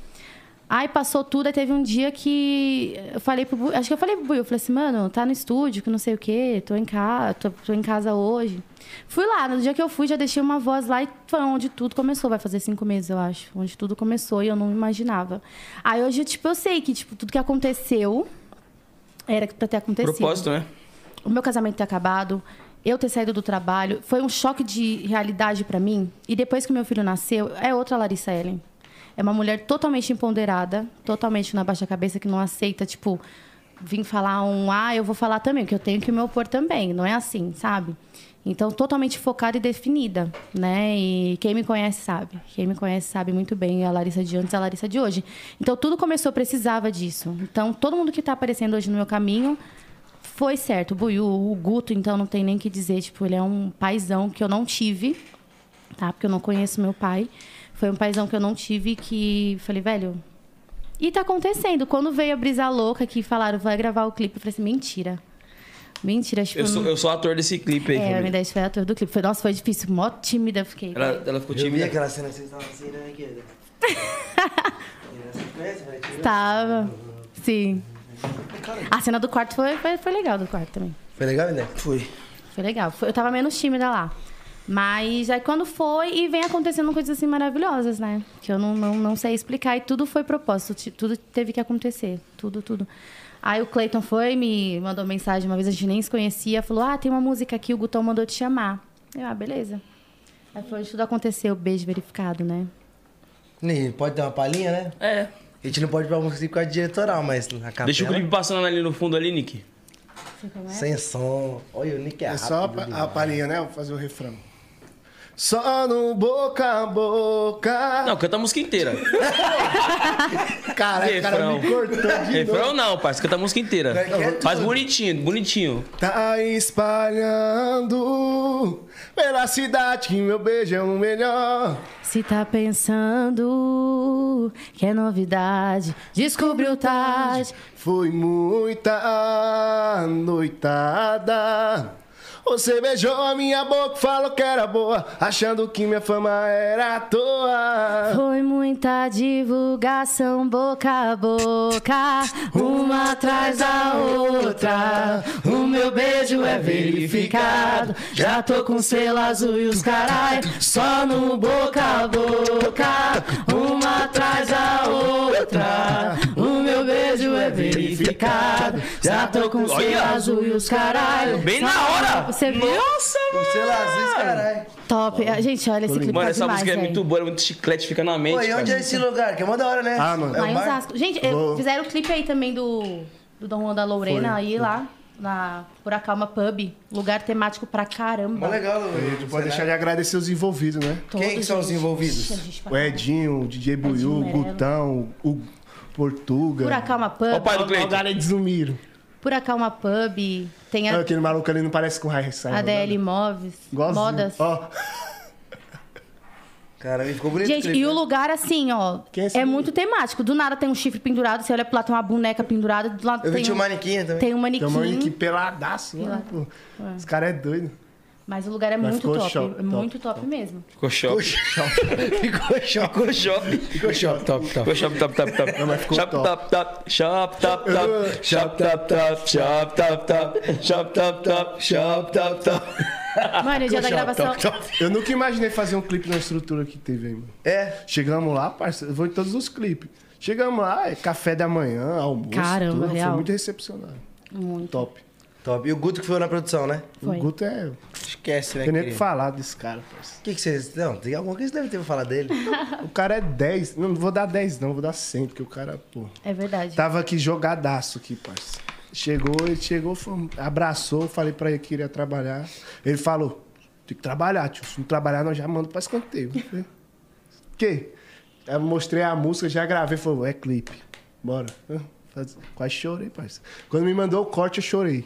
Aí passou tudo, aí teve um dia que eu falei pro Bui, acho que eu falei pro Bui, eu falei assim, mano, tá no estúdio, que não sei o quê, tô em casa, tô, tô em casa hoje. Fui lá, no dia que eu fui, já deixei uma voz lá e foi onde tudo começou, vai fazer cinco meses, eu acho, onde tudo começou e eu não imaginava. Aí hoje, tipo, eu sei que, tipo, tudo que aconteceu era pra ter acontecido
Propósito, né?
o meu casamento ter acabado, eu ter saído do trabalho, foi um choque de realidade pra mim. E depois que meu filho nasceu, é outra Larissa Ellen. É uma mulher totalmente empoderada, totalmente na baixa cabeça, que não aceita, tipo, vim falar um ah, eu vou falar também, que eu tenho que me opor também. Não é assim, sabe? Então, totalmente focada e definida, né? E quem me conhece sabe. Quem me conhece sabe muito bem a Larissa de antes e a Larissa de hoje. Então, tudo começou, precisava disso. Então, todo mundo que tá aparecendo hoje no meu caminho foi certo. O Buiu, o Guto, então, não tem nem o que dizer. Tipo, ele é um paizão que eu não tive, tá? Porque eu não conheço meu pai. Foi um paizão que eu não tive que... Falei, velho... E tá acontecendo. Quando veio a brisa louca que falaram, vai gravar o clipe, eu falei assim, mentira. Mentira, tipo...
Eu sou,
não-
eu sou ator desse clipe aí.
É, a
família.
minha ideia foi a ator do clipe. Foi, nossa, foi difícil. Mó tímida eu fiquei.
ela, ela ficou
Eu vi
tímida.
aquela cena que vocês estavam assim, né, querida? né, tipo-
Tava. Sim. A cena do quarto foi, foi, foi legal do quarto também.
Foi legal, né?
Foi.
Foi legal. Foi- eu tava menos tímida lá. Mas aí quando foi, e vem acontecendo coisas assim maravilhosas, né? Que eu não, não, não sei explicar, e tudo foi propósito, ti- tudo teve que acontecer, tudo, tudo. Aí o Clayton foi, me mandou mensagem uma vez, a gente nem se conhecia, falou: Ah, tem uma música aqui, o Gutão mandou te chamar. Eu, ah, beleza. Aí foi onde tudo aconteceu, beijo verificado, né?
Ih, Pode dar uma palhinha, né?
É.
A gente não pode ir pra música assim por causa de diretoral, mas na capela...
Deixa o clipe passando ali no fundo ali, Nick.
Sei como é.
Sem som. Olha, o Nick é
É
rápido.
só a, pa- a palhinha, né? Vou fazer o refrão. Só no boca a boca.
Não, canta a música
[laughs]
inteira.
Cara, o cara
refrão.
me cortou de novo.
Refrão É, não, parça, canta a música inteira.
Quer
Faz
tudo.
bonitinho, bonitinho.
Tá espalhando pela cidade que meu beijo é o melhor.
Se tá pensando que é novidade, descobriu tarde.
Foi muita noitada. Você beijou a minha boca, falou que era boa, achando que minha fama era à toa.
Foi muita divulgação boca a boca, uma atrás da outra. O meu beijo é verificado, já tô com selo azul e os carai, só no boca a boca, uma atrás da outra. O meu beijo é verificado, já tô com selo
Olha!
azul e os carai.
Bem na hora!
Você viu?
Nossa, mano!
Sei lá, às vezes, é. caralho.
Top. Gente, olha esse clipe
Mano,
tá
essa
demais,
música é
velho.
muito boa, é muito chiclete, fica na mente.
Pô, e onde é
cara.
esse lugar? Que é mó da hora, né?
Ah, mano.
É
Lá
o
em
bar?
Osasco. Gente, eu-
Vou-
fizeram o clipe aí também do, do Dom Juan da Lorena, aí lá, na Puracalma Pub. Lugar temático pra caramba.
Mó legal, Lu.
A gente pode deixar de agradecer os envolvidos, né?
Todos,
Quem que são os
gente.
envolvidos?
Ixi, gente, pra
O Edinho, o DJ Buiu, o
Merelo.
Gutão, o Portuga.
Puracalma
Ó o
Pub.
pai do
O
Cleiton.
cara é desumiro.
Puracalma Pub. Tem a
Aquele maluco ali não parece com o Rai
ADL Imóveis. Modas.
Ó,
Caramba, ficou bonito
Gente,
o clipe,
e o
né?
lugar assim, ó,
Quem é esse
é
menino?
muito temático. Do nada tem um chifre pendurado, você olha pro lado, tem uma boneca pendurada, do lado
Eu vi
tem
tinha
um,
um manequim também.
tem um
tem um
manequim.
mano que peladaço lá, pô. Os caras é doido.
Mas o lugar é
Mas
muito
ficou
top,
show,
é
top,
muito top, mesmo.
Ficou
Ficou
shopping.
shopping. [laughs] Ficou shopping.
Ficou shopping.
Ficou top, top, top.
Ficou shop, top, top, top.
mas ficou
shop,
top.
top, top. Shop, top, top. Shop, top, top. Shop, top, top. Shop, top, top. Shop, top, top.
Mano, o dia da gravação.
Eu nunca imaginei fazer um clipe na estrutura que teve aí, mano.
É.
Chegamos lá, parceiro, eu vou em todos os clipes. Chegamos lá, é café da manhã, almoço,
Caramba,
tudo. Foi
real.
muito recepcionado.
Muito.
Top.
Top. E o Guto que foi na produção, né?
Foi.
O Guto é...
Esquece, né,
Tem nem o que
querido?
falar desse cara, parceiro.
O que que vocês... Não, tem alguma coisa que vocês devem ter pra falar
[laughs]
dele.
O cara é 10. Não, não vou dar 10 não, vou dar 100, porque o cara, pô...
É verdade.
Tava aqui jogadaço aqui, parceiro. Chegou, ele chegou, foi- um, abraçou, falei pra ele que iria trabalhar. Ele falou, tem que trabalhar, tio. Se não trabalhar, nós já mando pra escanteio. Eu falei, Que? Eu mostrei a música, já gravei, falou, é clipe. Bora. Eu faz- Quase chorei, parceiro. Quando me mandou o corte, eu chorei.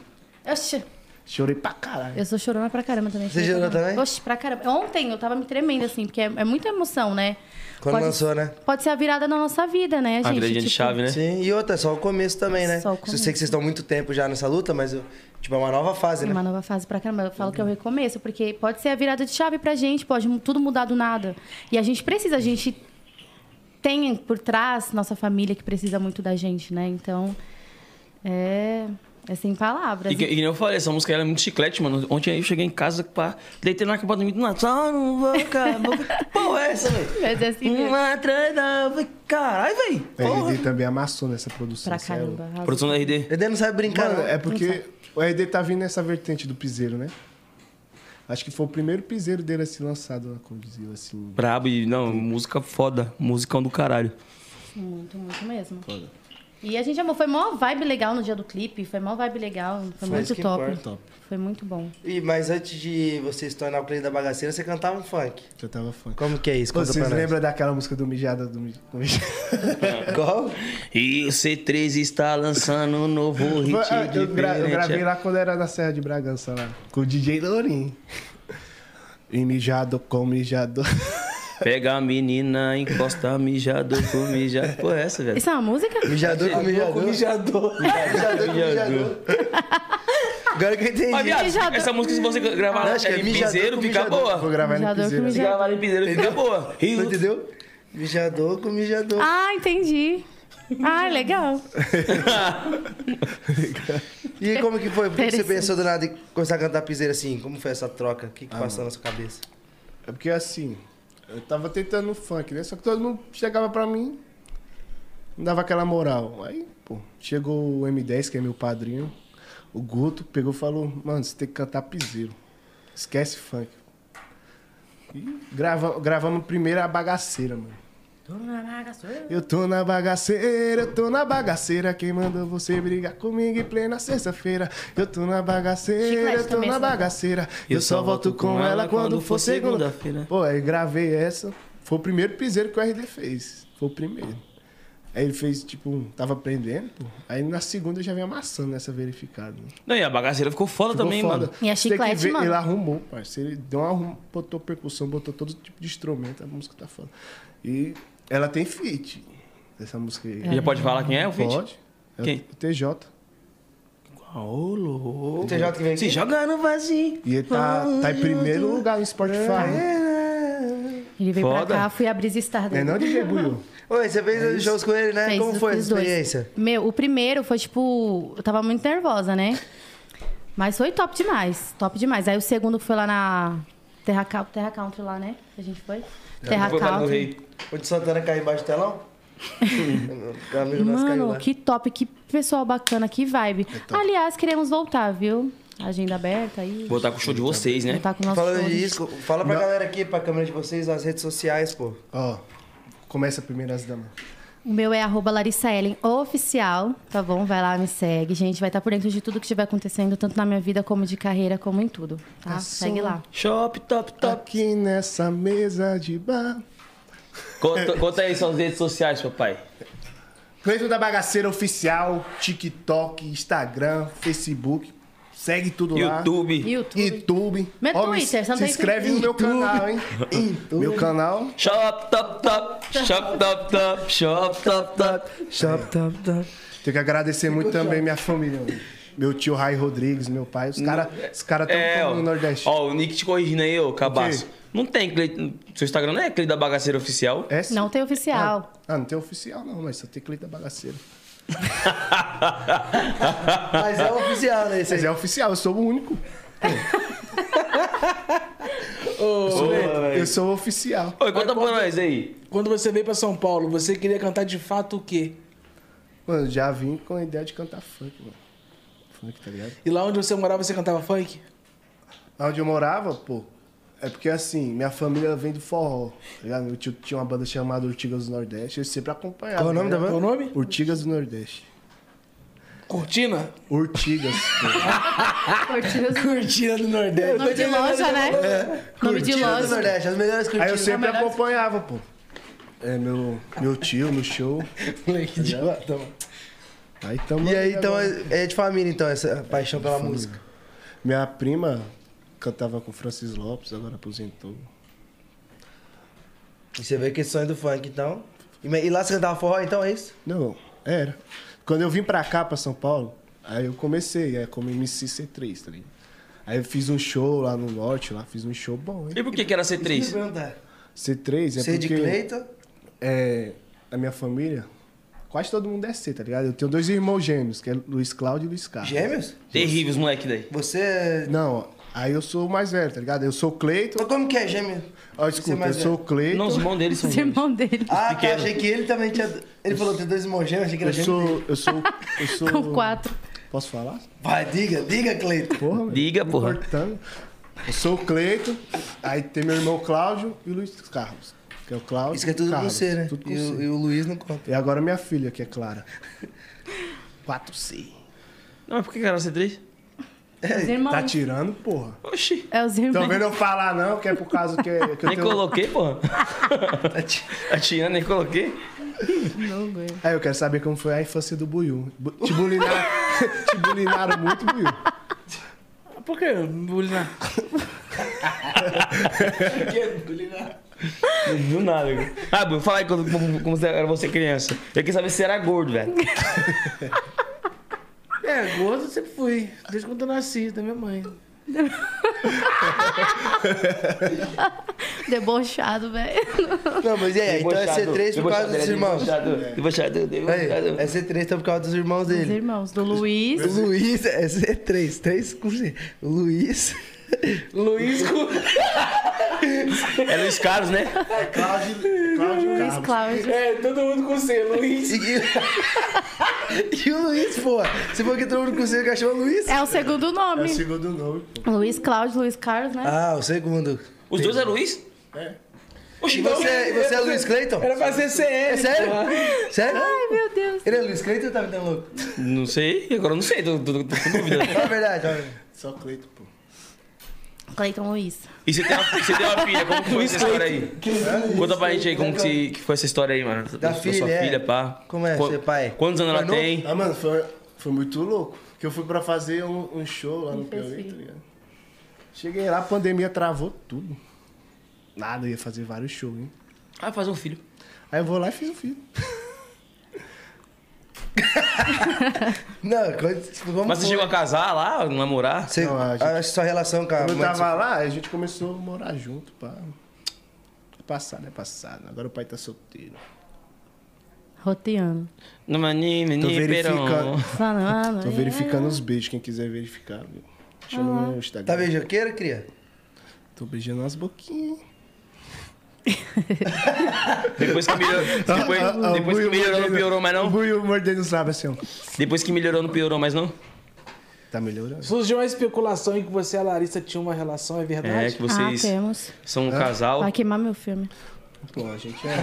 Oxi,
Chorei pra caralho.
eu sou chorona pra caramba também.
Você
chorei pra
chorou
caramba.
também?
Oxi, pra caramba. Ontem eu tava me tremendo, assim, porque é, é muita emoção, né?
Quando lançou, né?
Pode ser a virada da nossa vida, né, gente?
A grande
Tipo,
chave, né?
Sim, e outra, só o começo também, né?
Só o
Eu
começo.
sei que vocês estão muito tempo já nessa luta, mas eu- tipo, é uma nova fase, né?
Uma nova fase pra caramba. Eu falo que é o recomeço, porque pode ser a virada de chave pra gente, pode mu- tudo mudar do nada. E a gente precisa, a gente tem por trás nossa família que precisa muito da gente, né? Então, é, é sem palavras.
E que, e que nem eu falei, essa música ela é muito chiclete, mano. Ontem eu cheguei em casa, pá, deitei na cama dormindo, não, só não vou acabar. [laughs] Que porra é essa, velho?
[laughs] Mas é assim mesmo.
Uma atrás da outra. Caralho, velho.
O
Porra.
RD também amassou nessa produção.
Pra
cê é louco.
caramba. arrasou.
Produção da RD.
Ele não sabe brincar, né?
Mano,
não.
é porque o RD tá vindo nessa vertente do piseiro, né? Acho que foi o primeiro piseiro dele, assim, lançado na Condizil, assim.
Brabo e, não, música foda. Musicão do caralho.
Muito, muito mesmo. E a gente amou. Foi mó vibe legal no dia do clipe. Foi mó vibe legal. Foi,
isso
muito
que
top.
importa.
Foi muito bom.
E, mas antes de você se tornar o cliente da bagaceira, você cantava um funk.
Que eu tava fã.
Como que é isso? Conta
Vocês
pra nós.
lembram daquela música do Mijada do Mi- do Mijada?
Qual?
E o C3 está lançando um novo
[laughs]
hit
[laughs] eu, gra- eu
diferente.
gravei lá quando era na Serra de Bragança, lá. Com o DJ Lourinho. E mijado com mijado.
Pega a menina, encosta, mijador com mijador. Pô, é essa, velho.
Isso é uma música?
Mijador com mijador.
Mijador.
Mijador com mijador. Agora que eu
Mas,
entendi.
viado,
Mijador.
essa música, se você gravar
Acho que é
em
mijador
piseiro,
com
fica
mijador.
Vou
boa.
gravar no
Mijador com
piseiro.
Se
mijador.
gravar em piseiro, fica boa.
Entendeu? Mijador com mijador.
Ah, entendi. Ah, legal.
E como que foi? Por que que você
Interessante.
pensou do nada em começar a cantar piseira assim? Como foi essa troca? O que, que passou na sua cabeça?
É porque assim, eu tava tentando funk, né? Só que todo mundo chegava pra mim, não dava aquela moral. Aí, pô, chegou o M10, que é meu padrinho, o Guto, pegou e falou, mano, você tem que cantar piseiro. Esquece funk. E grava, gravamos primeiro a bagaceira, mano. Eu tô na bagaceira, eu tô na bagaceira. Quem mandou você brigar comigo em plena sexta-feira? Eu tô na bagaceira,
Chiclete
eu tô
também,
na
sabe?
bagaceira. Eu só volto com ela quando for segunda-feira. Pô, aí gravei essa. Foi o primeiro piseiro que o RD fez. Foi o primeiro. Aí ele fez, tipo, tava aprendendo, pô. Aí na segunda eu já vim amassando essa verificada. né?
Não, e a bagaceira ficou foda
Ficou
também,
foda.
mano.
E a
Você tem que
chiclete,
ver,
mano.
Ele arrumou, parceiro. Ele deu uma arrum... botou percussão, botou todo tipo de instrumento. A música tá foda. E ela tem feat. Essa música aí.
Já pode falar quem é o feat?
Pode. É o
Quem?
TJ.
Ô, louco.
O TJ que vem
Se
aqui?
joga no vazio.
E ele tá, tá em primeiro lugar no Spotify. Não
Ele veio
Foda.
pra cá, fui a Brisa Star
é
dele.
não, DJ Buiu?
Oi, você fez os shows com ele, né?
Fez-
Como foi
fiz
essa
dois.
experiência?
Meu, o primeiro foi tipo. Eu tava muito nervosa, né? Mas foi top demais. Top demais. Aí o segundo que foi lá na. Terra, Ca- Terra Country lá, né? Que a gente foi. Terra
Foi o cara do
Country.
rei.
O de Santana caiu embaixo do telão?
[laughs]
o amigo nosso caiu
Mano,
lá.
que top, que pessoal bacana, que vibe. Aliás, queremos voltar, viu? Agenda aberta aí.
Vou estar com o show de vocês, né?
Voltar com o nosso
Falando
show.
disso, fala pra galera aqui, pra câmera de vocês, nas redes sociais, pô.
Ó, começa primeiro as damas.
O meu é arroba Larissa Ellen oficial, tá bom? Vai lá, me segue, gente. Vai estar por dentro de tudo que estiver acontecendo, tanto na minha vida, como de carreira, como em tudo, tá? segue lá.
Shop, top,
Tá
top.
aqui nessa mesa de bar.
Conta, conta aí suas redes sociais, papai.
Cleiton da Bagaceira Oficial, TikTok, Instagram, Facebook. Segue tudo
YouTube.
lá.
YouTube.
YouTube.
Meu
Ó,
Twitter, você
se,
não tá
se
tem
inscreve no
[laughs]
meu canal, hein? Meu canal.
Shop, top, top. Shop, top, top. Shop, top, top. Shop, top, top.
Tenho que agradecer muito também minha família. Meu tio Rai Rodrigues, meu pai. Os caras os cara tão
É, ó.
no Nordeste.
Ó, o Nick te corrigindo aí, ô, cabaço.
quê?
Não tem, Cle- seu Instagram não é aquele da bagaceira oficial?
É, sim.
Não tem oficial.
Ah, não tem oficial não, mas só tem Cleiton da Bagaceira.
Mas é oficial, né? Esse
Mas
aí.
é oficial, eu sou o
[laughs]
único.
Ô,
Eu sou o oficial.
Oi, conta pra nós aí.
quando você veio pra São Paulo, você queria cantar de fato o quê?
Mano, eu já vim com a ideia de cantar funk, mano. Funk, tá ligado?
E lá onde você morava, você cantava funk?
Lá onde eu morava, pô, é porque assim, minha família vem do forró, tá ligado? Meu tio tinha uma banda chamada Urtigas do Nordeste, eu sempre acompanhava.
Qual o nome
né?
da banda?
Qual o nome?
Urtigas do Nordeste.
Cortina?
Urtigas. pô.
Curtidas.
[laughs] Cortina do Nordeste.
Nome de loja, né? Nome de
Tira do
loja.
Nordeste, as melhores
Aí eu
curtidas.
sempre acompanhava, pô. É, meu, meu tio no show.
Moleque de lata, mano.
Aí tamo
E aí, então,
agora.
é é de família, então, essa paixão pela música.
Minha prima cantava com Francis Lopes, agora aposentou.
E você vê que esse sonho do funk, então. E me- E lá você cantava forró, então, é isso?
Não, era. Quando eu vim pra cá, pra São Paulo, aí eu comecei, é como MC C3, tá ligado? Aí eu fiz um show lá no norte, lá fiz um show bom, hein?
E por que que era C3?
C3 é
Você de
porque
Cleiton?
é, a minha família, quase todo mundo é C, tá ligado? Eu tenho dois irmãos gêmeos, que é Luiz Cláudio e Luiz Carlos.
Gêmeos?
Terríveis, moleque daí.
Você é.
Não, aí eu sou o mais velho, tá ligado? Eu sou o Cleiton.
Então, como que é gêmeo?
Ó,
Você é
escuta, eu
mais
sou o Cleiton.
Não, os irmãos dele são
[laughs] Os
gêmeos.
irmãos dele.
Ah, tá, achei que ele também tinha. Ele falou, tem dois irmãos gêmeos, achei que era
eu
gêmeo.
sou. Eu sou.
[laughs]
Eu sou.
Com quatro.
Posso falar?
Vai, diga, diga, Cleiton.
Porra, velho.
Diga,
Me
porra.
cortando. Eu sou o Cleiton, aí tem meu irmão Cláudio e o Luiz Carlos. Que é o Cláudio.
Isso que é tudo com
Carlos,
você, né?
Tudo com
E
C.
o, e o Luiz não conta.
E agora minha filha, que
[laughs]
é Clara. 4C.
Não, mas por que que era C3?
Os irmãos.
Tá tirando, porra.
Oxi.
É os
Tão
irmãos.
vendo eu falar não, que é por causa que, que eu
Nem
tenho... um
coloquei,
[laughs]
porra.
Tá te-
A Tiana nem coloquei.
Não, velho.
Aí É, eu quero saber como foi a infância do Buiu. Bu- Te bulinaram, [laughs] te bulinaram muito, Buiu.
Por que né? bulinar? Por que bulinar?
Não viu nada, cara. Ah, vou falar aí quando- como, como você era você criança. Eu queria saber se você era gordo, velho.
É, gordo eu sempre fui. Desde quando eu nasci, da minha mãe.
Debochado, velho.
Não, mas e aí? Então é
Debochado,
C3 por causa
debochado,
dos
ele é
irmãos.
Debochado, debochado,
Aí,
debochado.
é C3 então por causa dos irmãos
Os
dele.
irmãos do Luiz.
O Luiz é C3, 3 com C. Luiz.
Luiz com...
É Luiz Carlos, né?
Cláudio, Cláudio
Luiz
Carlos.
Cláudio.
É, todo mundo com C, Luiz.
E, e- e o Luiz, pô. Se for que todo mundo conseguiu que achou o Luiz.
É o segundo
É o
nome.
segundo nome, pô.
Luiz Cláudio, Luiz Carlos, né?
Ah, o segundo.
Os dois é Luiz?
É.
Oxi,
E
então-
você, e você é Luiz Cleiton?
Era pra ser CL.
É sério?
porra.
Sério?
Ai, meu Deus.
Ele é Luiz Cleiton ou tá me dando louco?
Não sei, agora eu não sei, tô, tô, tô com dúvida.
Fala a verdade, fala a verdade.
Só Cleito, pô.
Cleiton Luiz.
E você tem uma, você tem uma filha, como que foi essa história aí? Conta pra gente aí como que, se- que foi essa história aí, mano. Da,
filha,
sua
é.
filha, pá.
Como é
Qu-
ser pai?
Quantos anos
Foi
ela
novo?
tem?
Ah, mano, foi, foi muito louco. Que eu fui pra fazer um, um show lá no
fez
Piauí, tá
rir.
ligado? Cheguei lá, a pandemia travou tudo. Nada, eu ia fazer vários shows, hein?
Ah, fazer um filho.
Aí eu vou lá e fiz o filho.
Não, quando- como
Mas você
foi?
chegou a casar lá, namorar?
Você,
Não, a gente-
a sua relação com a
Quando eu
mãe do seu-
tava lá, a gente começou a morar junto, pá. Passado é passado. Agora o pai tá solteiro.
Roteando.
No mani, mani, perão.
verificando.
Falando. ah,
Tô verificando os beijos, quem quiser verificar, viu? Deixa no
Ah.
meu Instagram.
Tá beijoqueira, cria?
Tô beijando umas boquinhas.
Depois que
[laughs]
melhorou,
Ah,
Ah,
depois, depois que melhorou, não piorou mais
O
não?
Buiu mordendo os lábios assim, ó.
Depois que melhorou, não piorou mais não?
Tá melhorando.
Surgiu uma especulação em que você e a Larissa tinham uma relação, é
É,
verdade?
que vocês
Ah, temos.
são um casal.
ah,
Vai queimar meu filme.
Pô, a gente é...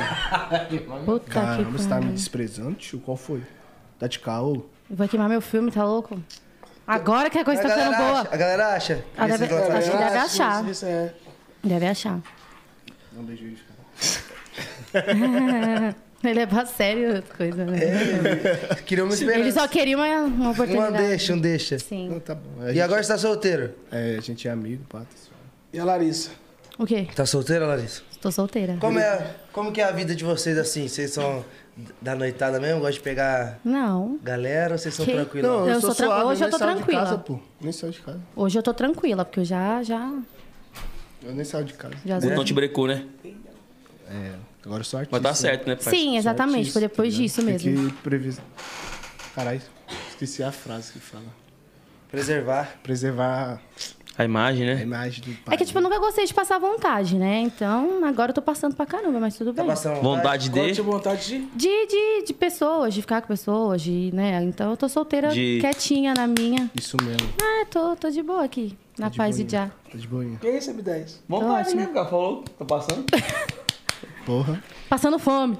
Puta que
Caramba, você tá me
pariu.
desprezando, tio? Qual foi? Tá de caô?
Vai queimar meu filme, tá louco? Agora que a coisa
a,
tá
galera
ficando boa.
acha, a galera acha.
Ah,
Esses
deve-
lançamentos.
acho que deve achar.
Isso, isso é.
Deve achar.
Não beijo verificado.
Ele é pra sério as coisas,
É,
né?
Queria uma
Ele
esperança.
só queria uma, uma
Uma
oportunidade.
deixa, um deixa.
Sim.
Não, tá bom.
E agora você tá solteiro?
É, a gente é amigo, pá. tá suave.
E a Larissa?
O quê?
Tá solteira, Larissa?
Tô solteira.
Como, é, como que é a vida de vocês assim? Vocês são da noitada mesmo? Gostam de pegar
Não.
galera ou vocês são
Que-
tranquilos?
Não. Eu sou tran- hoje
nem
eu tô
saio de
tranquila.
casa, pô. Nem saio de casa.
Hoje eu tô tranquila, porque eu já. já,
Eu nem saio de casa.
já
O Tom te brecou, né?
É, agora eu sou artista.
Mas tá certo, né, pai?
Sim, exatamente. Foi
Artista,
depois
tá
disso
ligado? Tem
mesmo.
Que previs... Caralho, esqueci a frase que fala.
Preservar.
Preservar
A imagem,
a
né?
imagem do pai.
É que, tipo, eu nunca gostei de passar vontade, né? Então, agora eu tô passando pra caramba, mas tudo
Tá
bem.
passando
Vontade
Qual tinha
de...
vontade de...
De, de, de pessoas, de ficar com pessoas, de, né? Então eu tô solteira,
De-
quietinha na minha.
Isso mesmo.
Ah, tô, tô de boa aqui, na
de
paz e
boinha.
já.
Tá de boinha.
Quem é recebe 10?
Vontade,
Ótimo.
né, cara? Falou, tá passando.
Porra.
Passando fome.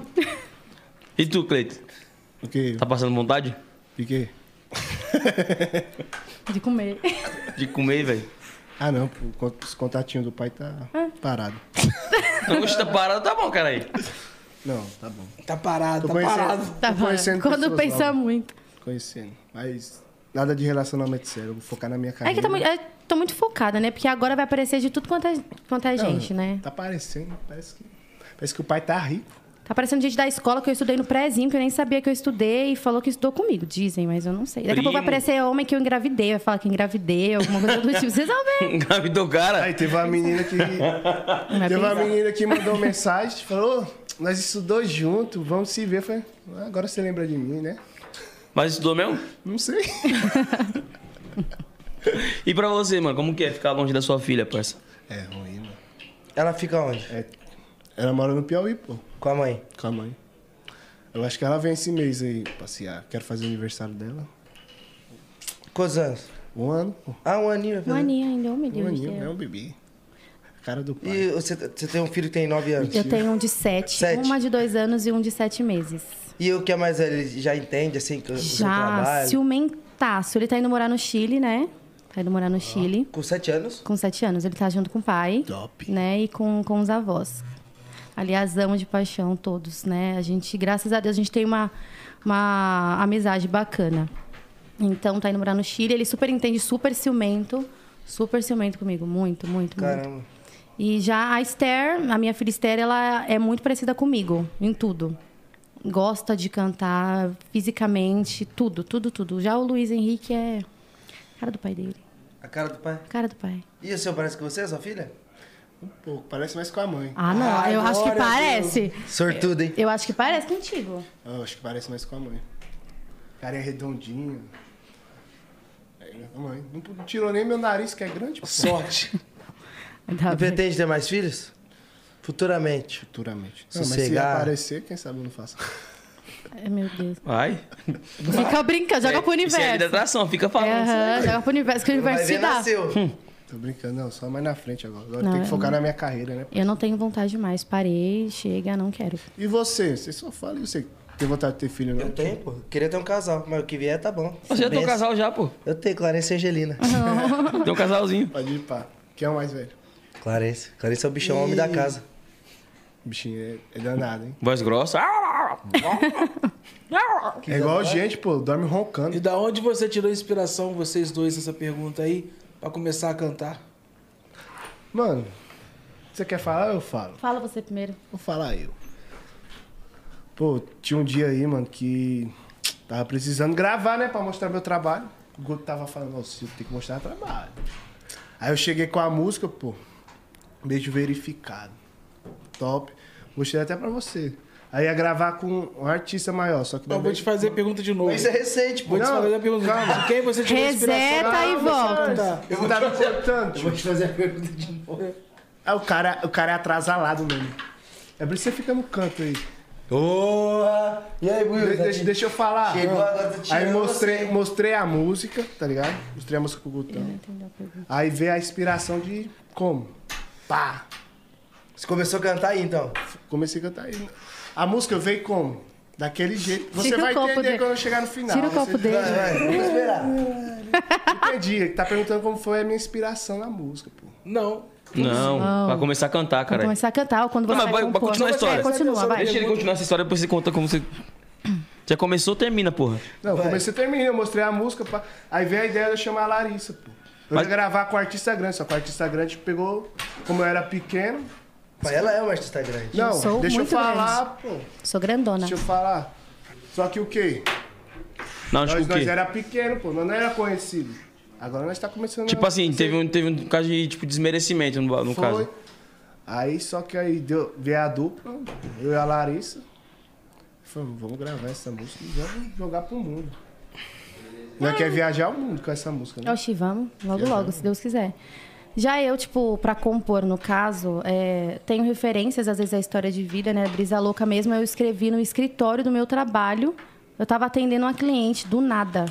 E tu, Cleito?
O quê?
Tá passando vontade?
Fiquei.
De
[laughs]
comer.
De comer, velho.
Ah, não. pô, con- Os contatinhos do pai tá
Ah.
parado.
Não gosta da parada, tá bom,
[laughs]
cara aí.
Não, tá bom.
Tá parado,
Tô
tá
conhecendo-
parado.
Tá
tô
bom.
conhecendo
Quando
pessoas
pensa
novas.
muito.
Conhecendo. Mas nada de relacionamento sério. Eu vou focar na minha
É
carreira.
que tá muito, é, tô muito focada, né? Porque agora vai aparecer de tudo quanto é, quanto é
Não,
gente, né?
Tá parecendo. Parece que, parece que o pai tá rico.
Tá aparecendo gente da escola que eu estudei no prézinho, que eu nem sabia que eu estudei e falou que estudou comigo, dizem, mas eu não sei. Daqui a pouco vai
Primo.
aparecer homem que eu engravidei, vai falar que engravidei, alguma coisa do tipo. Vocês vão ver.
Engravidou, cara.
Aí teve uma menina
[laughs]
que.
Vai
teve uma
pensar.
menina que mandou mensagem, falou, "Ô, nós estudou junto, vamos se ver. Eu Falei, "Ah, agora você lembra de mim, né?
Mas estudou mesmo?
Não sei.
E pra você, mano, como que é ficar longe da sua filha, parça?
É ruim, mano.
Ela fica onde?
É, ela mora no Piauí, pô,
Com a mãe.
com a mãe. Eu acho que ela vem esse mês aí passear. Quero fazer o aniversário dela.
Quantos anos?
Um ano, pô.
Ah, um aninho. vai fazer.
Um aninho ainda, oh meu
Um
Deus do
aninho, é
céu.
um bebê. A cara do pai.
E você, você tem um filho que tem nove anos.
Eu tenho um de sete,
Sete.
uma de dois anos e um de sete meses.
E o que é mais velho? Ele já entende, assim, o seu
Já,
trabalho?
ciumentaço. Ele tá indo morar no Chile, né? Tá indo morar no Chile.
Com sete anos?
Com sete anos. Ele tá junto com o pai.
Top.
Né? E com, com os avós. Aliás, amo de paixão todos, né? A gente, graças a Deus, a gente tem uma, uma amizade bacana. Então, tá indo morar no Chile. Ele super entende, super ciumento. Super ciumento comigo. Muito, muito, muito.
Caramba.
E já a Esther, a minha filha Esther, ela é muito parecida comigo em tudo. Gosta de cantar fisicamente, tudo, tudo, tudo. Já o Luiz Henrique é cara do pai dele.
A cara do pai.
Cara do pai.
E o seu parece com você, sua filha?
Um pouco, parece mais com a mãe.
Ah, não.
Ah,
eu acho que
glória a
parece.
Sortudo, hein?
Eu acho que parece contigo.
Eu acho que parece mais com a mãe. O cara é redondinho. É, minha mãe. Não p- tirou nem meu nariz, que é grande. pô.
Sorte.
Tá
E
bem.
pretende ter mais filhos? Futuramente.
Futuramente.
Não, mas se
mas se
Sossegar.
aparecer, quem sabe eu não faço. [laughs]
Ai, Meu Deus.
Vai.
Fica brincando, joga pro
Isso é vida
universo.
atração, fica
É,
falando.
aham, joga pro universo que o
Vai
universo
ver,
te dá.
nasceu.
Hum.
Tô brincando, não, só mais na frente agora. Agora
Não,
tem que
eu
focar na minha carreira, né?
Eu não tenho vontade mais. Parei, chega, não quero.
E você? Você só fala e você tem vontade de ter filho, não?
Eu tenho, pô. Queria ter um casal, mas o que vier tá bom.
Você já tem um
Benção.
casal já, pô.
Eu tenho Clarence e Angelina.
Tem um casalzinho.
Pode ir pá. Quem é o mais velho?
Clarence. Clarence é o bichão homem da casa.
O bichinho é, é danado, hein?
Voz grossa. Ah!
é igual gente, pô, dorme
E
roncando.
da onde você tirou inspiração, vocês dois, essa pergunta aí, pra começar a cantar?
Mano, você quer falar eu falo?
Fala você primeiro.
Vou falar eu. Pô, tinha um dia aí, mano, que tava precisando gravar, né, pra mostrar meu trabalho. O Guto tava falando, ó, Silvio, tem que mostrar trabalho. Aí eu cheguei com a música, pô, beijo verificado. Top. Mostrei até pra você. Aí ia gravar com um artista maior, só que...
Eu vou te fazer a pergunta de novo.
Isso é recente, pô.
Vou te
Não,
fazer a pergunta de novo. De quem você tirou inspiração?
Reseta e É,
Ah,
volta.
Tá.
Eu vou dar me contando.
Vou te fazer a pergunta de novo.
Aí o cara, o cara é atrasalado mesmo. É por isso que você fica no canto aí.
Porra! E aí, Will?
De- deixa, deixa eu falar.
Chegou agora, tá tirando
Aí mostrei,
você.
mostrei a música, tá ligado? Mostrei a música pro Gutão.
É.
Aí veio a inspiração de como? Pá!
Você começou a cantar aí, então?
Comecei a cantar aí. A música veio como? Daquele jeito. Você
Tira o
vai
copo
entender
dele.
quando eu chegar no final.
Tira o
Você
copo dele.
Vai, vai. Vamos esperar.
Entendi. Tá perguntando como foi a minha inspiração na música, pô.
Não.
Não,
Não.
pra começar a cantar,
Quando
cara.
começar a cantar ou quando você
Não, mas
vai
vai- vai
compor.
continuar a história.
É, continua, vai.
Deixa ele continuar essa história, depois você conta como você... Já começou, termina, porra.
Não, comecei a terminar, eu mostrei a música, pá. aí veio a ideia de eu chamar a Larissa, pô. Eu
Mas-
ia gravar com o artista grande, só que o artista grande pegou, como eu era pequeno.
Mas ela é uma artista grande.
Não,
sou
deixa eu
muito
falar, pô.
Sou grandona.
Deixa eu falar. Só que o quê?
Não, acho que
Nós,
o quê?
nós era pequeno, pô, nós não era conhecido. Agora nós tá começando
Tipo
a-
assim, teve um, teve um caso de tipo, desmerecimento no, no
Foi.
caso.
Aí só que aí deu, veio a dupla, eu e a Larissa. Falamos, vamos gravar essa música e vamos jogar pro mundo. Nós quer viajar o mundo com essa música, né?
Oxi, vamos. Logo, logo, se Deus quiser. Já eu, tipo, pra compor, no caso, é, tenho referências, às vezes, à história de vida, né? Brisa Louca mesmo, eu escrevi no escritório do meu trabalho. Eu tava atendendo uma cliente, do nada.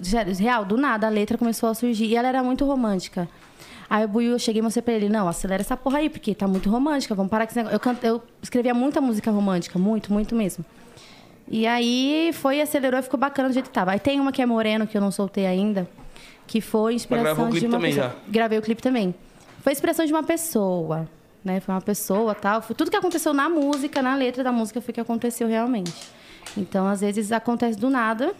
Sério, Real, do nada, a letra começou a surgir. E ela era muito romântica. Aí o Buiu, eu cheguei e mostrei pra ele, não, acelera essa porra aí, porque tá muito romântica, vamos parar com esse negócio. Eu, canto, eu escrevia muita música romântica, muito, muito mesmo. E aí foi, acelerou e ficou bacana do jeito que tava. Aí tem uma que é moreno, que eu não soltei ainda, que foi inspiração
gravou o
de
clipe
uma
também
pessoa.
já.
Gravei o clipe também. Foi inspiração de uma pessoa, né? Foi uma pessoa tal. Foi tudo que aconteceu na música, na letra da música, foi o que aconteceu realmente. Então, às vezes, acontece do nada.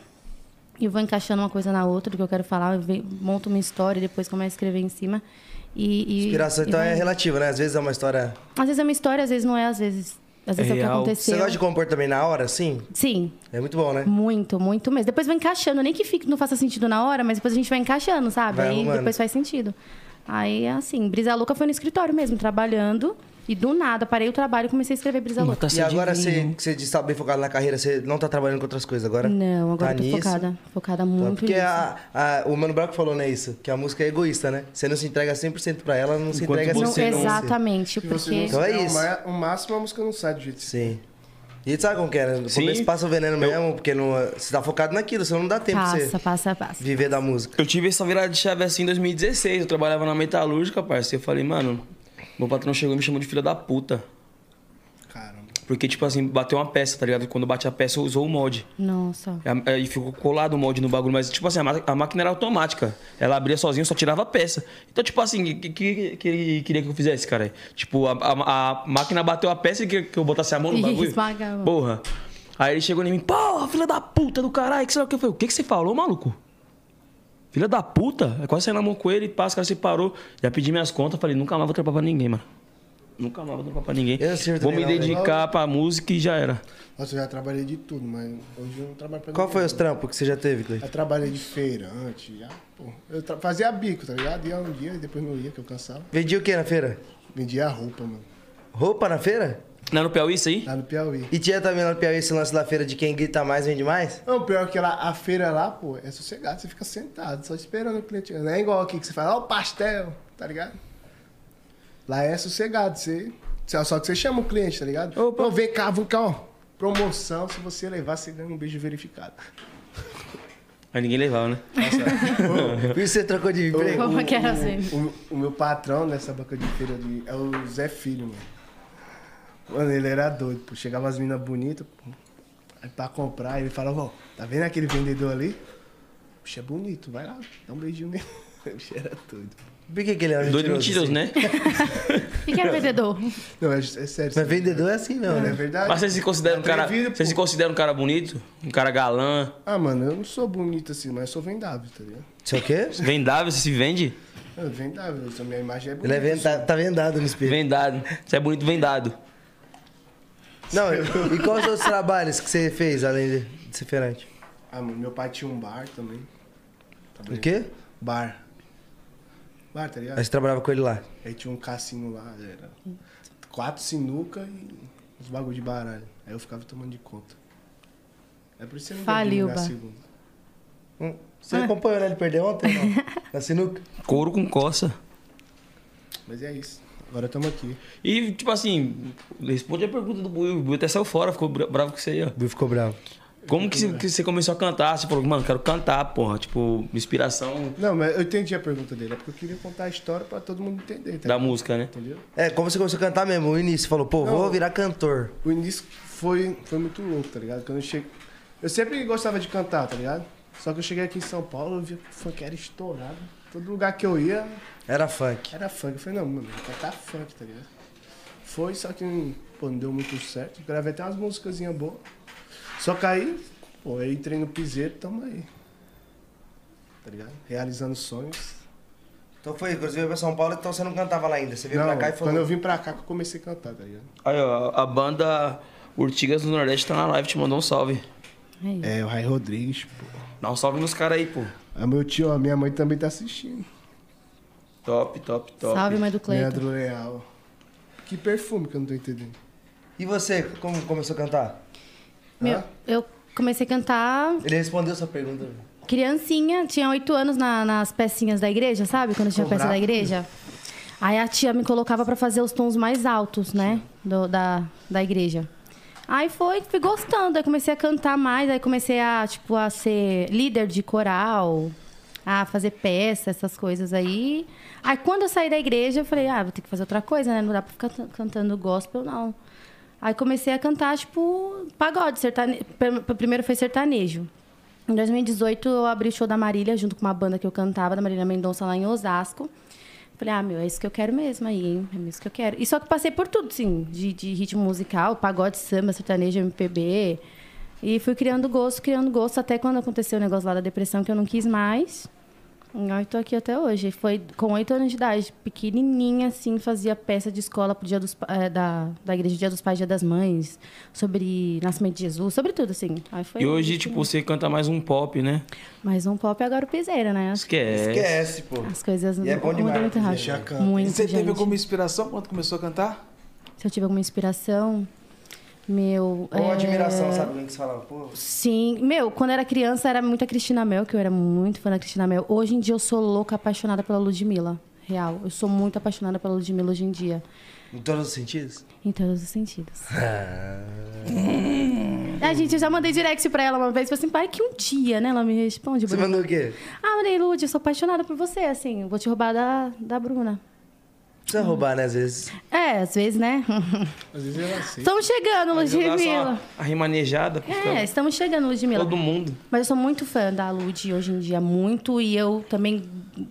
E eu vou encaixando uma coisa na outra do que eu quero falar. Eu ve- monto uma história e depois começo a escrever em cima. E, e-
Inspiração,
e
então,
vai
é
indo.
relativa, né? Às vezes é uma história...
Às vezes é uma história, às vezes não é. Às vezes, às vezes é, o que
Real.
Você
aconteceu.
gosta de compor também na hora, sim?
Sim,
É muito bom, né?
muito, muito mesmo. Depois vai encaixando, nem que fique, não faça sentido na hora, mas depois a gente vai encaixando, sabe?
Vai
Aí
arrumando.
depois faz sentido. Aí, assim, Brisa Louca foi no escritório mesmo, trabalhando. E do nada, parei o trabalho e comecei a escrever Brisa Louca.
E agora você, você de estar bem focado na carreira, você não tá trabalhando com outras coisas agora?
Não, agora
tá
eu tô
nisso?
focada. Focada
Tá,
muito
porque
nisso.
a- a- o Mano Brown que falou, né, isso? Que a música é egoísta, né? Você não se entrega 100% pra ela, não se
Enquanto
entrega 100%
Não,
você
pra
não-
exatamente,
Se você
porque...
não
Então é
der o
isso.
ma- O máximo a música não sai do jeito que
Sim. E sabe como que é, né? No
Sim.
começo passa o veneno mesmo, porque não, você tá focado naquilo, senão não dá tempo pra
Passa,
você
passa, passa.
viver da música.
Eu tive essa virada de chave assim em 2016. Eu trabalhava na metalúrgica, parceiro. Eu falei, mano, meu patrão chegou e me chamou de filha da puta.
é. Caramba.
Porque, tipo assim, bateu uma peça, tá ligado? Quando bate a peça, usou o molde.
Nossa.
A- a- É, E ficou colado o molde no bagulho, mas tipo assim, a, ma- a máquina era automática. Ela abria sozinha, só tirava a peça. Então, tipo assim, o que, que, que ele queria que eu fizesse, cara? Tipo, a, a- a máquina bateu a peça e que, que eu botasse a mão no
Ih,
bagulho.
esmagava.
Porra. Aí ele chegou em mim, porra, filha da puta do caralho, que sei lá o que. Eu falei, o que, que você falou, maluco? Filha da puta? Eu quase saí na mão com ele, pá, os caras se parou. Já pedi minhas contas, falei, nunca mais vou trampar pra ninguém, mano. Nunca mais vou tocar pra ninguém.
Eu sei
Vou
também
me
não, né? velho.
dedicar pra música e já era.
Nossa, eu já trabalhei de tudo, mas hoje eu não trabalho pra
Qual
ninguém,
foi
não.
os trampos que você já teve, Cleiton?
Eu trabalhei de feirante, já, pô. Eu tra- fazia bico, tá ligado? Ia um dia e depois não ia, que eu cansava.
Vendia o que na feira?
Vendia roupa, mano.
Roupa na feira?
Não é no Piauí isso aí?
Lá no Piauí.
E tinha também lá no Piauí esse lance da feira de quem grita mais vende
[laughs]
mais?
Não, pior é que lá, a feira lá, pô, é sossegado. Você fica sentado, só esperando o cliente. Não é igual aqui que você fala, ó, o pastel, tá ligado? Lá é sossegado, você. só- Só que você chama o cliente, tá ligado?
Opa.
Não, vem cá, vem cá, ó. Promoção, se você levar, você ganha um beijo verificado.
Aí ninguém levava, né?
Por isso você trocou de emprego?
Como que era assim?
O, o meu patrão nessa banca de feira de- é o Zé Filho, mano. Mano, ele era doido, pô. Chegava as minas bonitas, pô. Aí pra comprar, ele falava, ó, tá vendo aquele vendedor ali? O bicho é bonito, vai lá, dá um beijinho nele. [laughs] O bicho era doido.
Por que, que ele era
Doido mentiroso,
mentiroso? assim?
né?
O que que é vendedor?
Não, é, é sério.
Mas vendedor é assim, não,
Mano, é
né?
verdade.
Mas você se considera um cara.
Atrevido,
Você se
pô.
considera um cara bonito? Um cara galã?
Ah, mano, eu não sou bonito assim, mas eu sou vendável, tá ligado?
Isso é o quê?
Vendável, você se vende?
Eu vendável, eu sou- minha imagem é
Ele
bonita.
é vendado, tá vendado no espelho.
Vendado. Você é bonito vendado.
Não, e e quais os outros trabalhos que você fez além de, de ser feirante?
Ah, mano, meu pai tinha um bar também.
O quê?
Bar. Bar, tá ligado?
Aí você trabalhava com ele lá.
Aí tinha um cassino lá, era quatro sinuca e uns bagulho de baralho. Aí eu ficava tomando de conta. É por isso que eu não
Faliu,
ganhei na
bar.
segunda.
Hum, Você
É.
acompanhou, né? Ele perdeu ontem, não? [laughs] Na sinuca?
Couro com coça.
Mas é isso. Agora estamos aqui.
E, tipo assim, responde a pergunta do Buiu. O Buiu até saiu fora, ficou bra- bravo com isso aí, ó.
O Bill ficou bravo.
Como que, você- que você começou a cantar? Você falou, mano, quero cantar, porra. Tipo, inspiração
Não, mas eu entendi a pergunta dele. É porque eu queria contar a história pra todo mundo entender, tá
da
ligado?
música, né?
Entendeu?
É, como você começou a cantar mesmo, o início. Falou, pô, vou
Não.
virar cantor.
O início foi, foi muito louco, tá ligado? Quando eu cheguei. Eu sempre gostava de cantar, tá ligado? Só que eu cheguei aqui em São Paulo, eu vi que o funk era estourado. Todo lugar que eu ia,
Era funk.
Era funk. Eu falei, não, mano, vai cantar funk, tá ligado? Foi, só que pô, não deu muito certo. Gravei até umas músicas boas. Só que aí, pô, eu entrei no piseiro, tamo aí. Tá ligado? Realizando sonhos.
Então foi, quando você veio pra São Paulo, então você não cantava lá ainda. Você veio
Não,
pra cá e falou.
quando eu vim pra cá que eu comecei a cantar, tá ligado?
Aí, ó, a banda Urtigas do Nordeste tá na live, te mandou um salve.
Aí.
[laughs]
É, o Ray Rodrigues, pô.
Dá um salve nos caras aí, pô.
É meu tio, a minha mãe também tá assistindo.
Top, top, top.
Salve, mãe do Cleiton.
Leandro Leal. Que perfume que eu não tô entendendo.
E você, como começou a cantar?
Meu, eu comecei a cantar
Ele respondeu sua pergunta.
Criancinha, tinha oito anos na- nas pecinhas da igreja, sabe? Quando tinha peça da igreja. Aí a tia me colocava pra fazer os tons mais altos, né? Do- da, da igreja. Aí foi, fui gostando. Aí comecei a cantar mais. Aí comecei a, tipo, a ser líder de coral. A fazer peça, essas coisas aí. Aí quando eu saí da igreja, eu falei, ah, vou ter que fazer outra coisa, né? Não dá pra ficar tan- cantando gospel, não. Aí comecei a cantar, tipo, pagode. Sertane... pr- pr- Primeiro foi sertanejo. Em 2018, eu abri o show da Marília, junto com uma banda que eu cantava, da Marília Mendonça, lá em Osasco. Falei, ah, meu, é isso que eu quero mesmo aí, hein? É isso que eu quero. E só que passei por tudo, sim, de, de ritmo musical, pagode, samba, sertanejo, MPB. E fui criando gosto, criando gosto, até quando aconteceu o negócio lá da depressão, que eu não quis mais. Aí tô aqui até hoje. Foi com oito anos de idade, pequenininha, assim, fazia peça de escola pro dia dos, Pa- eh, da, da igreja Dia dos Pais, Dia das Mães, sobre Nascimento de Jesus, sobre tudo, assim. Aí foi
E hoje,
isso,
tipo,
né?
você canta mais um pop, né?
Mas um pop é agora o piseira, né? Acho que
Esquece.
Esquece, pô.
as coisas
E é bom
mudam
demais,
muito
Piseira,
já
rápido.
canta.
E
Muito,
você teve
gente.
alguma inspiração quando começou a cantar?
Se eu tive alguma inspiração, meu...
Ou
é,
admiração, sabe? Quando você falava, pô.
Sim. Meu, quando era criança, era muito a Cristina Mel, que eu era muito fã da Cristina Mel. Hoje em dia, eu sou louca, apaixonada pela Ludmilla. Real. Eu sou muito apaixonada pela Ludmilla hoje em dia.
Em todos os sentidos?
Em todos
[laughs]
os sentidos. Ah, gente, eu já mandei direct pra ela uma vez. Falei assim, pai, que um dia, né? Ela me responde.
Você
bonita.
mandou o quê?
Ah, Maria Lud, eu sou apaixonada por você, assim. Vou te roubar da, da Bruna.
Precisa roubar, né, às vezes.
É, às vezes, né? [laughs]
Às vezes eu aceito.
Estamos chegando,
Mas eu dava só
Ludmilla.
A remanejada. pô,
É, estamos chegando, Ludmilla.
Todo mundo.
Mas eu sou muito fã da Lud hoje em dia, muito. E eu também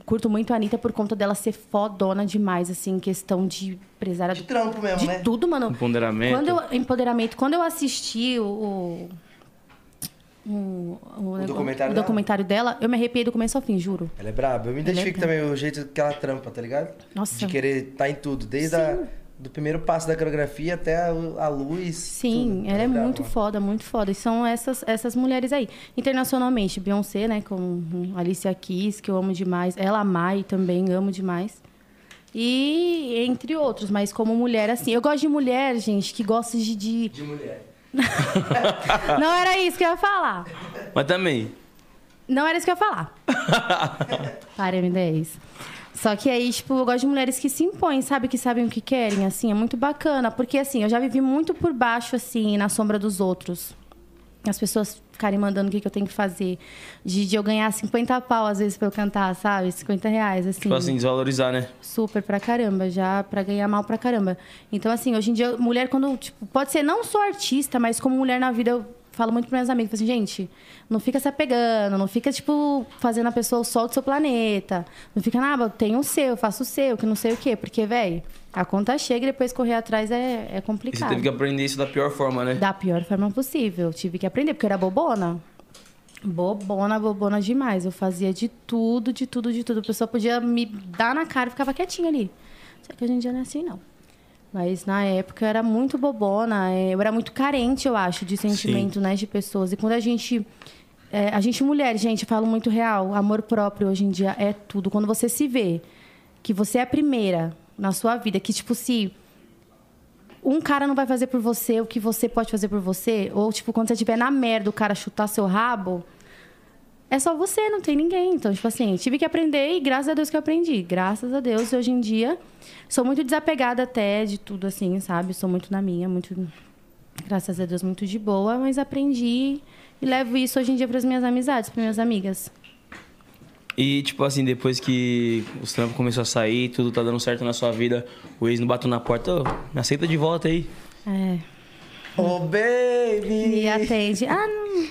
curto muito a Anitta por conta dela ser fodona demais, assim, em questão de
Tá
empresária
De
do-
trampo mesmo,
de
né?
tudo, mano.
Empoderamento.
Quando eu, empoderamento. Quando eu assisti o. o, o- o
documentário dela?
o documentário dela. eu me arrepiei do começo ao fim, juro.
Ela é braba. Eu me identifico também o jeito que ela trampa, tá ligado?
é Nossa.
De querer estar em tudo. Desde a do primeiro passo da coreografia até a, a luz.
Sim,
tudo.
ela é
Legal, [laughs]
muito
mano.
foda, muito foda. E são essas, essas mulheres aí. Internacionalmente, Beyoncé, né? Com Alicia Keys, que eu amo demais. Ela Mai também, amo demais. E entre outros, mas como mulher, assim. Eu gosto de mulher, gente, que gosta de. de-
De mulher.
[laughs] Não era isso que eu ia falar.
Mas também.
Não era isso que
[laughs]
eu ia falar. Para, M10. Só que aí, tipo, eu gosto de mulheres que se impõem, sabe? Que sabem o que querem, assim. É muito bacana. Porque, assim, eu já vivi muito por baixo, assim, na sombra dos outros. As pessoas ficarem mandando o que, que eu tenho que fazer. De, de eu ganhar 50 pau, às vezes, pra eu cantar, sabe? 50 reais, assim.
Tipo assim, desvalorizar, né?
Super pra caramba, já pra ganhar mal pra caramba. Então, assim, hoje em dia, mulher, quando. Tipo, pode ser não só artista, mas como mulher na vida, eu falo muito pros meus amigos, falo assim, gente, não fica se apegando, não fica, tipo, fazendo a pessoa o sol do seu planeta. Não fica, ah, eu tenho o seu, eu faço o seu, que não sei o quê. Porque, velho, a conta chega e depois correr atrás é, é
E você
complicado.
teve que aprender isso da pior forma, né?
Da pior forma possível. Tive que aprender, porque eu era bobona. Bobona, bobona demais. Eu fazia de tudo, de tudo, de tudo. A pessoa podia me dar na cara e ficava quietinha ali. Só que hoje em dia não é assim, não. Mas na época eu era muito bobona. eh, Eu era muito carente, eu acho, de sentimento, né? De pessoas. E quando a gente. eh, a gente, mulher, gente, eu falo muito real. Amor próprio hoje em dia é tudo. Quando você se vê que você é a primeira na sua vida, que, tipo, se um cara não vai fazer por você o que você pode fazer por você, ou tipo, quando você estiver na merda, o cara chutar seu rabo, é só você, não tem ninguém. Então, tipo assim, tive que aprender e graças a Deus que eu aprendi. Graças a Deus, hoje em dia, sou muito desapegada até de tudo, assim, sabe? Sou muito na minha, muito. Graças a Deus, muito de boa, mas aprendi e levo isso hoje em dia para minhas amizades, para minhas amigas.
E, tipo assim, depois que os trampos começaram a sair, tudo tá dando certo na sua vida, o ex não bateu na porta, ô, me aceita de volta aí.
É.
Oh, baby!
Me atende. Ah, não.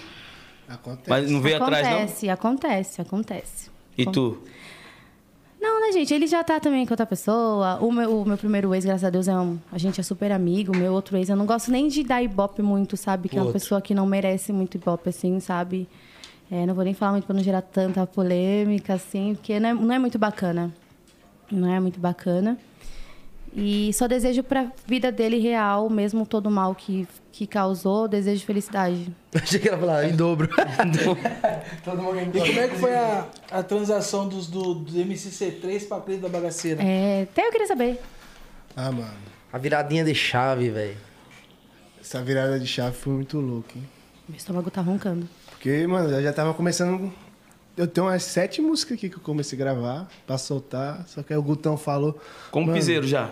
Acontece.
Mas não veio
acontece,
atrás, não?
acontece, acontece.
E tu?
Não, né, gente? Ele já tá também com outra pessoa. O meu, o meu primeiro ex, graças a Deus, é um, a gente é super amigo. O meu outro ex, eu não gosto nem de dar ibope muito, sabe? Que é uma pessoa que não merece muito ibope, assim, sabe? É, não vou nem falar muito pra não gerar tanta polêmica, assim, porque não é, não é muito bacana. Não é muito bacana. E só desejo pra vida dele real, mesmo todo o mal que, que causou, desejo felicidade.
Achei que ela falava em dobro.
Todo mundo e como é que foi a, a transação dos, do, do MCC3 pra Cleide da Bagaceira?
É, até eu queria saber.
Ah, mano.
A viradinha de chave, velho.
Essa virada de chave foi muito louca, hein?
Meu estômago tá roncando.
Porque, mano, eu já tava começando. Eu tenho umas sete músicas aqui que eu comecei a gravar pra soltar. Só que aí o Gutão falou.
Como
mano,
piseiro já?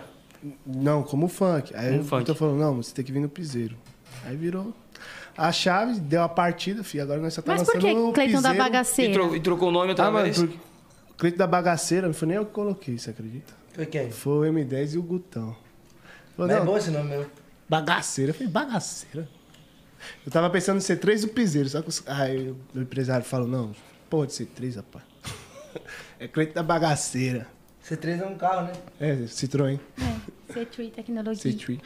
Não, como funk. Aí
Como
o
funk.
Gutão falou, não, você tem que vir no piseiro. Aí virou. A chave deu a partida, filho. Agora nós só tá
Mas por
lançando
que
o
Cleiton da
piseiro.
E,
Bagaceira?
tro- e trocou o nome outra
Ah, mano,
vez?
porque... o clipe da bagaceira, não foi nem eu que coloquei, você acredita?
É.
Foi quem?
Foi o M10 e o Gutão. Falou,
Mas é
não,
bom esse nome meu.
Bagaceira, eu falei, bagaceira. Eu tava pensando em ser três do piseiro, só que os... aí o empresário falou, não, pode ser três, rapaz. [laughs] É cliente da bagaceira.
C3 é um carro, né?
É, Citroën,
É, C3 Tecnologia.
C3.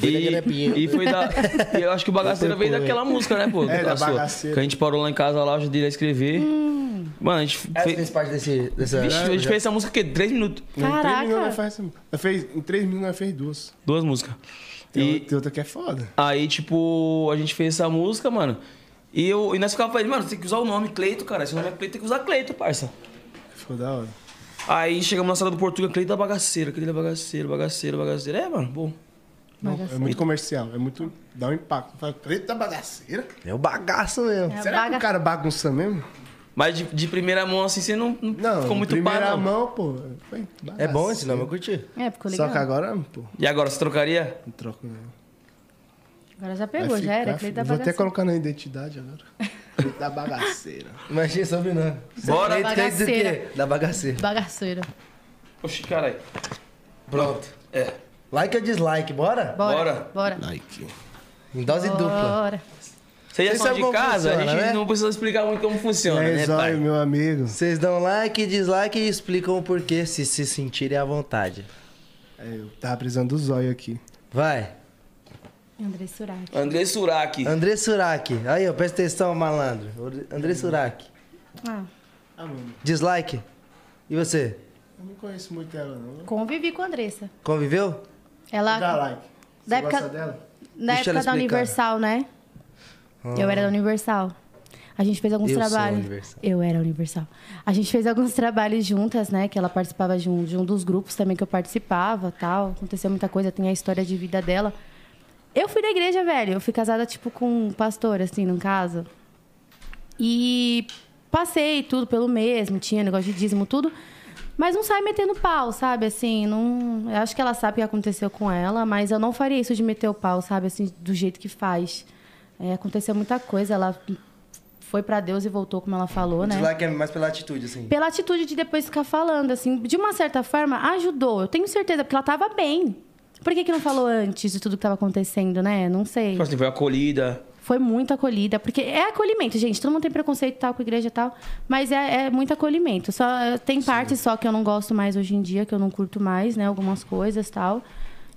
E, e foi
[laughs]
da. e eu acho que o bagaceiro veio daquela música, né, pô?
É, da
A sua.
Bagaceira.
Que a gente parou lá em casa, lá, eu ajudei ele a escrever.
Hum.
Mano, a gente,
Essa
é
fez,
fez parte desse. Dessa... né?
Vixe, a gente fez essa música o quê? Três minutos.
Em três minutos
Caraca.
nós faz essa- nós fez, em três minutos nós fez duas.
Duas músicas.
Tem,
E
outra- tem outra que é foda.
aí, tipo, a gente fez essa música, mano. E, eu, e nós ficava falando, mano, tem que usar o nome Cleito, cara. Se o nome é Cleito, tem que usar Cleito, parça.
Ficou da hora.
Aí chegamos na sala do Portuga, Cleito da bagaceira, Cleito da bagaceira, bagaceira, bagaceira. É, mano, bom.
Não, é muito comercial, é muito. dá um impacto. Fala, cliente da bagaceira?
É o bagaço mesmo.
É,
Será que
baga-
o cara bagunça mesmo?
Mas de, de primeira mão, assim, você não, não
Não,
ficou muito
primeira
pá, não.
mão, pô. foi
É bom esse
bagaceira.
nome, eu curti.
É, ficou legal.
Só que agora, pô,
E agora, você trocaria?
não troco né? não.
Agora já
Vai
pegou, já
ficar,
era. tá
filho.
Cleito da
Vou até
bagaceira.
colocar na identidade agora. Cliente da bagaceira.
Imagina sobre nome. Cleito,
Bora,
Cleito do
bagaceira.
quê? Da bagaceira.
Bagaceira.
Oxi, caralho.
Pronto.
É.
Like ou dislike, bora?
Bora. Bora.
Like.
Em dose dupla.
Bora.
Vocês já
Vocês
são
sabem
de
como
casa, a
funciona,
gente
né?
não precisa explicar muito como funciona,
É
né,
isso aí,
pai?
meu amigo.
Vocês dão like, dislike e explicam o porquê se se sentirem à vontade.
É, eu tava precisando do zóio aqui.
Vai.
André Suraki.
André Suraki.
André Suraki. Aí, ó, presta atenção, malandro. André Suraki.
Ah,
Ah, mano.
Dislike. E você?
Eu não conheço muito ela, não.
Convivi com a Andressa.
Conviveu?
Ela.
Dá like. Você
Da época-
gosta dela?
Na
Deixa ela
época
explicar. Ah.
da Universal, né? Eu era da Universal. A gente fez alguns
Eu sou
trabalhos.
Universal.
Eu era Universal. A gente fez alguns trabalhos juntas, né? Que ela participava de um, de um dos grupos também que eu participava tal. Aconteceu muita coisa, tem a história de vida dela. Eu fui da igreja, velho. Eu fui casada, tipo, com um pastor, assim, num caso. E passei tudo pelo mesmo, tinha negócio de dízimo, tudo. Mas não sai metendo pau, sabe? Assim, não. Eu acho que ela sabe o que aconteceu com ela, mas eu não faria isso de meter o pau, sabe? Assim, do jeito que faz. É, aconteceu muita coisa. Ela foi pra Deus e voltou, como ela falou, né?
Dislike é mais pela atitude, assim.
Pela atitude de depois ficar falando, assim, de uma certa forma, ajudou. Eu tenho certeza, porque ela tava bem. Por que, que não falou antes de tudo que tava acontecendo, né? Não sei.
Tipo assim, foi acolhida.
Foi muito acolhida, porque é acolhimento, gente. Todo mundo tem preconceito e tal com igreja e tal, mas é, é muito acolhimento. Só eh, tem parte só que eu não gosto mais hoje em dia, que eu não curto mais, né? Algumas coisas e tal.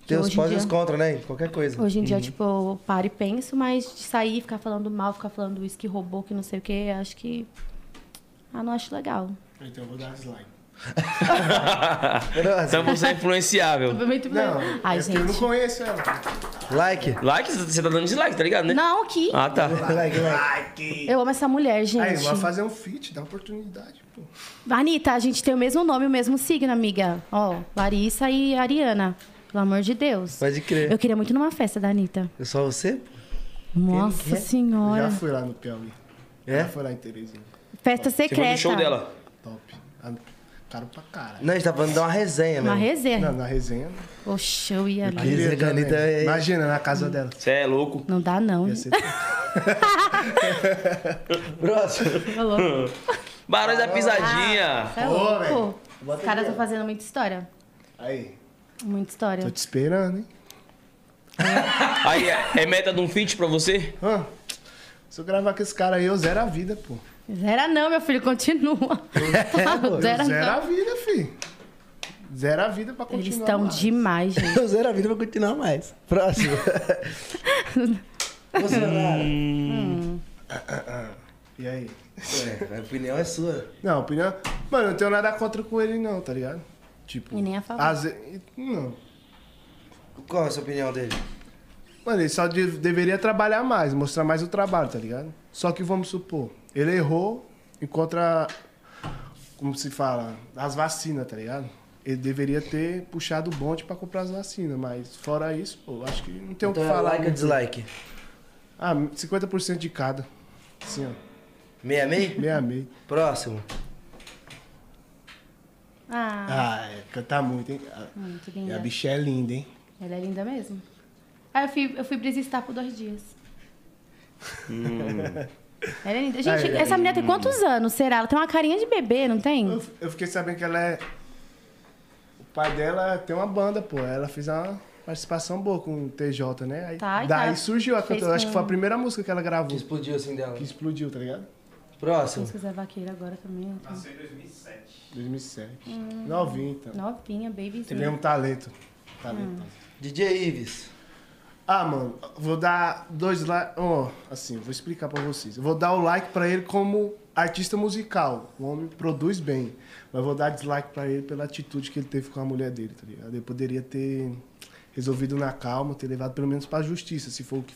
que
Tem os
hoje em
pós e
dia-
os contra, né? Qualquer coisa.
Hoje em dia,
Uhum.
tipo, eu paro e penso, mas de sair, ficar falando mal, ficar falando isso que roubou, que não sei o quê, acho que. Ah, não acho legal.
Então eu vou dar dislike.
assim,
Então você é influenciável.
Muito bem.
Não,
Ai,
é porque eu não
gente.
conheço ela.
Like.
Like, você tá dando dislike, tá ligado, né?
Não, que.
Ah, tá.
Like, like.
Eu amo essa mulher, gente.
Aí, vai fazer um feat, dá oportunidade, pô.
Anitta, a gente tem o mesmo nome, o mesmo signo, amiga. Ó, Larissa e Ariana. Pelo amor de Deus.
Pode crer.
Eu queria muito numa festa da Anitta.
É só você?
Nossa
Eu
senhora.
já fui lá no Piauí.
É?
Já fui lá em Teresina.
Festa
Você foi
secreta.
no show dela.
Top. Ah, Caro pra caralho.
Não, a gente tá falando de uma resenha,
Uma
mesmo.
resenha.
Não, na resenha. não.
Oxe, eu ia. lá.
Resenha
Queria
com a Anitta
também.
é-
Imagina, na casa dela.
Você é louco.
Não dá, não.
Ia
hein?
ser...
Próximo.
Tá louco.
Barões da pisadinha.
Tá
Ô,
louco.
velho.
Os caras estão fazendo muita história.
Aí,
Muita história.
tô te esperando, hein?
Aí, é meta de um feat pra você?
Hã? se eu gravar com esse cara aí, eu zero a vida, pô.
Zera não, meu filho, continua.
Eu
[laughs] Zera
zero
não.
a vida, fi. Zero a vida pra continuar.
Eles estão
lá.
demais, gente.
Eu zero a vida pra continuar mais. Próximo. Bolsonaro.
E aí?
Ué, a opinião [laughs] é sua.
Não, opinião. Mano, eu não tenho nada contra com ele, não, tá ligado? Tipo.
E nem a favor.
às ve- Não.
Qual é a sua opinião dele?
Mano, ele só de- deveria trabalhar mais, mostrar mais o trabalho, tá ligado? Só que vamos supor, ele errou encontra como se fala, as vacinas, tá ligado? Ele deveria ter puxado o bonde pra comprar as vacinas, mas fora isso, pô, acho que não tem o
Então
que
é
falar. né?
like ou
muito.
dislike?
Ah, 50% de cada. Assim, ó,
Meia meia?
meia meia.
Próximo.
Ah,
Ah, é, canta muito, hein? Ah,
muito
e a
linda.
bicha é linda, hein?
Ela é linda mesmo. Ah, eu fui, eu fui brisistar por dois dias.
Hum.
Ela é
Ah,
linda. Gente,
Ai, ai,
essa menina tem quantos anos, será? Ela tem uma carinha de bebê, não tem?
Eu, eu fiquei sabendo que ela é. O pai dela tem uma banda, pô. Ela fez uma participação boa com o TJ, né? Aí,
Tá, e
daí
tá.
surgiu a
Fez
cantora. Acho que foi a
com-
primeira música que ela
Que
gravou,
explodiu assim dela.
que explodiu, tá ligado?
Próximo.
Se quiser vaqueira agora também. eu tô
2007.
Hum.
Novinha, então.
Novinha,
Tem
babyzinha.
um talento. Talento.
Hum.
DJ Ives.
Ah, mano, vou dar dois likes. Ó, assim, vou explicar pra vocês. Eu vou dar o like pra ele como artista musical. O homem produz bem. Mas vou dar dislike pra ele pela atitude que ele teve com a mulher dele, tá ligado? Ele poderia ter resolvido na calma, ter levado pelo menos pra justiça, se for o que,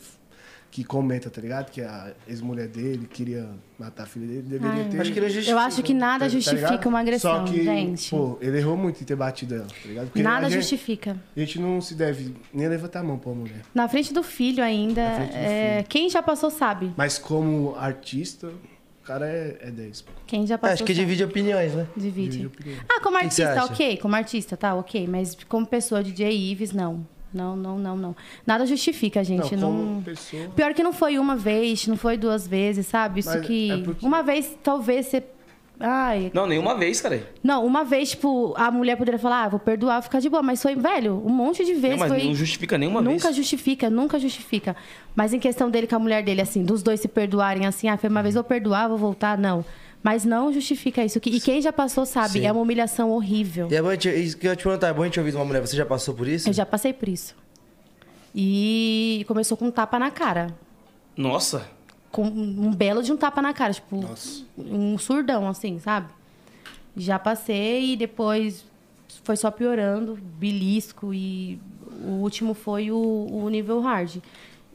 que comenta, tá ligado? Que a ex-mulher dele queria matar a filha dele, deveria
Ai.
ter.
Acho que ele
Eu acho que nada
tá- tá
justifica
ligado?
uma agressão,
Só que,
gente.
pô, ele errou muito em ter batido ela, tá ligado? Porque
Nada
a gente,
justifica.
A gente não se deve nem levantar a mão pra uma mulher.
Na frente do filho ainda.
frente do
é, Quem já passou sabe.
Mas como artista, o cara é, é 10. pô.
Quem já passou
Acho que
sabe.
divide opiniões, né?
Divide.
Divide opinião.
Ah, como
que que você
artista,
acha?
ok. Como artista, tá, ok. Mas como pessoa, DJ Ives, não. Não, não, não, não. Nada justifica, gente.
não,
Não,
como pessoa.
Pior que não foi uma vez, não foi duas vezes, sabe? Isso
Mas
que.
é porque-
Uma vez, talvez você. Ai.
Não, nenhuma vez, cara.
Não, uma vez, tipo, a mulher poderia falar, ah, vou perdoar, ficar de boa. Mas foi, velho, um monte de
Não,
vezes.
mas
foi...
não justifica nenhuma vez.
Nunca justifica, nunca justifica. Mas em questão dele com a mulher dele, assim, dos dois se perdoarem, assim, ah, foi uma vez, vou perdoar, vou voltar, não. Mas não justifica isso. Que- E quem já passou sabe,
Sim.
é uma humilhação horrível.
E é bom a gente, isso que eu ia te perguntar, é bom a gente ouvir de uma mulher. Você já passou por isso?
Eu já passei por isso. E começou com um tapa na cara.
Nossa.
Com um belo de um tapa na cara, tipo, um surdão, assim, sabe? Já passei e depois foi só piorando, bilisco e o último foi o, o nível hard.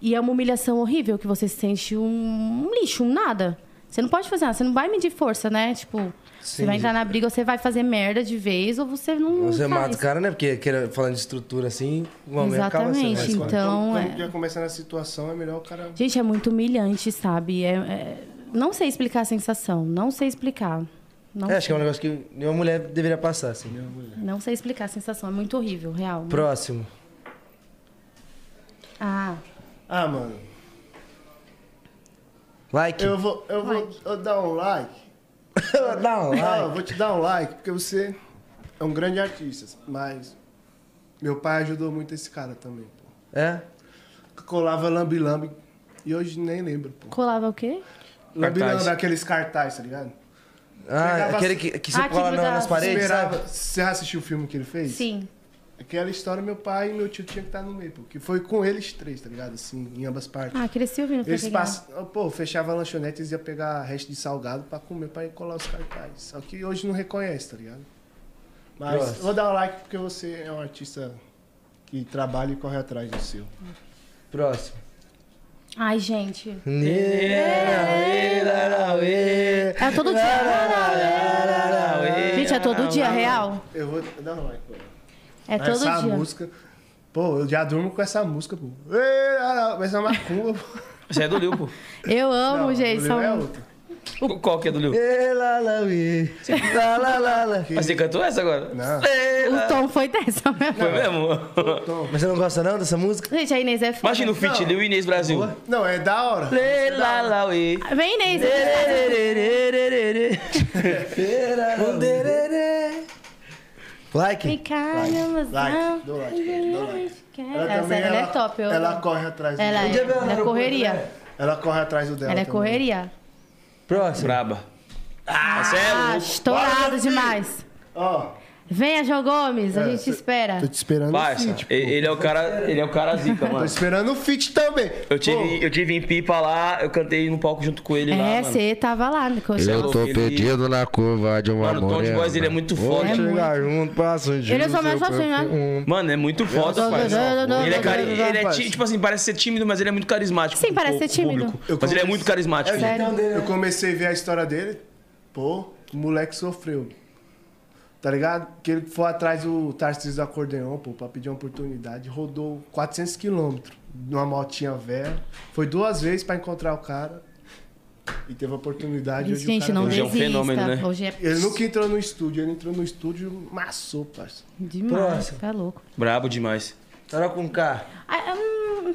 E é uma humilhação horrível que você se sente um, um lixo, um nada. Você não pode fazer nada, você não vai medir força, né? Tipo, você
Sim.
vai entrar na briga, ou você vai fazer merda de vez, ou você não.
Você
faz.
mata o cara, né? Porque queira- falando de estrutura assim, o homem acaba sendo.
Exatamente.
mais forte.
Então,
quando,
é.
quando já começa na situação, é melhor o cara.
Gente, é muito humilhante, sabe? É- é- Não sei explicar a sensação, não sei explicar. Não,
É, acho que é um negócio que nenhuma mulher deveria passar, assim.
não sei explicar a sensação, é muito horrível, real.
Próximo.
Ah,
Ah, mano,
Like.
eu vou, eu vou eu dar um like.
[laughs] Dá um
Ah,
like.
eu vou te dar um like, porque você é um grande artista, mas meu pai ajudou muito esse cara também, pô.
É?
Colava lambi-lambi e hoje nem lembro, pô.
colava o quê?
Lambi-lambi,
Cartaz.
aqueles cartazes, tá ligado?
Ah,
Pegava
aquele
as-
que, que se
Ah, que
cola na-
grudava.
nas paredes,
Esperava-
sabe?
Você já assistiu o filme que ele fez?
Sim.
Aquela história, meu pai e meu tio tinha que estar no meio, porque foi com eles três, tá ligado? Assim, em ambas partes.
Ah, cresci ouvindo
Eles
Frank Aguiar.
passam, oh, pô, fechava a lanchonete, eles iam pegar resto de salgado pra comer, pra ir colar os cartazes. Só que hoje não reconhece, tá ligado? Mas
Nossa.
vou dar um like porque você é um artista que trabalha e corre atrás do seu.
[laughs] Próximo.
Ai, gente.
Nê,
É todo dia. Gente, é todo dia, real.
Eu vou dar um like, pô.
É todo
essa
dia.
música. Pô, eu já durmo com essa música, pô. Ei, lá, lá, Mas é uma macumba, pô.
Você é do Lil, pô.
Eu amo,
Não,
gente. um-
o
São...
livro é outra.
Qual que é do Lil?
ê, lá, lá, uê. Lá, lá, lá, lá.
Mas você cantou essa agora?
Não.
É,
O tom foi dessa mesmo.
Foi mesmo?
Mas você não gosta não dessa música?
Gente, a Inês é foda.
Imagina o feat, Lil e Inês Brasil.
Não, é da hora.
Lê, lá, lá, uê.
Vem, Inês.
Bandeirê.
Me
Like.
calma,
Like, dou like, dou like.
Ela, Ah. essa, ela, é top. Eu...
Ela corre atrás do
Ela
dela.
é, ela é correria.
Ela corre atrás do dela.
Ela é
também.
correria.
Próximo.
Braba. Ah, você é
Ah,
louco.
estourado demais.
Ó,
Venha, João Gomes, a
É,
gente
cê-
espera.
tô te esperando o
Parça,
feat.
e- ele é o cara, ele é o cara zica,
Tô
mano.
esperando o feat também.
Eu tive, eu tive em Pipa lá, eu cantei no palco junto com ele lá,
É,
mano.
você tava lá, né, Nicolas.
é
Eu tô
Ele-
perdido na curva de uma
Mano, o tom de
morena.
voz dele é muito
Vou
forte.
chegar junto, passa um dia
Ele é só
no
mais
seu
jovem, né?
perfil.
Mano, é muito foda, parça. Ele é, cari... ele é ti- tipo assim, parece ser tímido, mas ele é muito carismático.
Sim,
com o
parece
povo-
ser tímido.
público. Mas ele é muito carismático.
Sério.
Então, né?
Eu comecei a ver a história dele. Pô, o moleque sofreu. Tá ligado? Que ele foi atrás do Tarcísio do Acordeon, pô, pra pedir uma oportunidade. Rodou 400 quilômetros numa motinha velha. Foi duas vezes pra encontrar o cara. E teve a oportunidade. hoje o
Gente,
cara
não
Hoje é um
desista.
fenômeno, né?
Hoje é
Ele nunca entrou no estúdio. Ele entrou no estúdio e maçou, parça.
demais, tá louco.
Brabo demais.
Troca com K.
Ah, hum,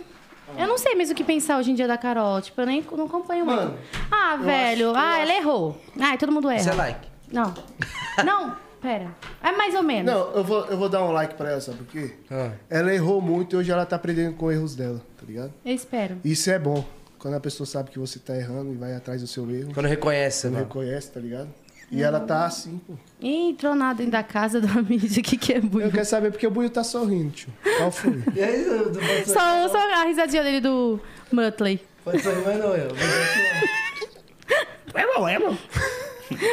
eu não sei mesmo o que pensar hoje em dia da Carol. Tipo, eu nem não acompanho
Mano,
muito. Ah, velho. Ah, ela errou. Ah, todo mundo
Isso é
erra.
like.
Não. Não, pera. É mais ou menos.
Não, eu vou, eu vou dar um like pra ela, sabe por quê?
Ah.
Ela errou muito e hoje ela tá aprendendo com erros dela, tá ligado?
Eu espero.
Isso é bom. Quando a pessoa sabe que você tá errando e vai atrás do seu erro,
Quando reconhece, né?
reconhece, tá ligado? E ela tá assim, pô.
Ih, entrou nada ainda da casa do amigo [laughs] que que é
Eu
muito.
quero saber porque o Buio tá sorrindo, tio. Qual foi?
E aí, do, do,
Só, só a risadinha dele do Muttley.
pode sair mais não, eu.
[laughs]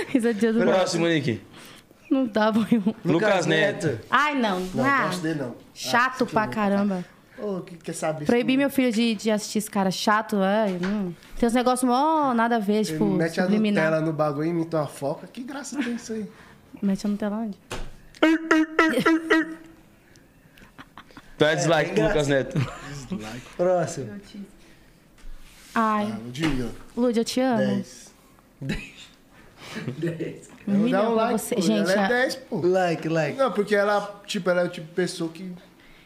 Risadinha do Muttley.
Próximo, Nick.
Não dá bom.
Lucas Neto.
Ai, não.
[laughs] Não,
ah,
não gosto dele, Ah, não.
chato pra caramba.
Ô, que quer saber?
Proibir meu filho de, de assistir esse cara chato, ai, hum. Tem uns negócios mó nada a ver,
Ele
tipo,
mete a
subliminar.
Nutella no bagulho e imita uma foca. Que graça tem isso aí?
Mete a Nutella onde?
Tu é dislike pro Lucas Neto.
Próximo.
Ai,
Ah, O dia,
Lud, eu te amo.
10.
Um
Eu vou
milhão
dar um
pra
like,
você.
pô.
Gente,
ela
a-
é 10, pô.
Like, like.
Não, porque ela, tipo, ela é o tipo de pessoa que...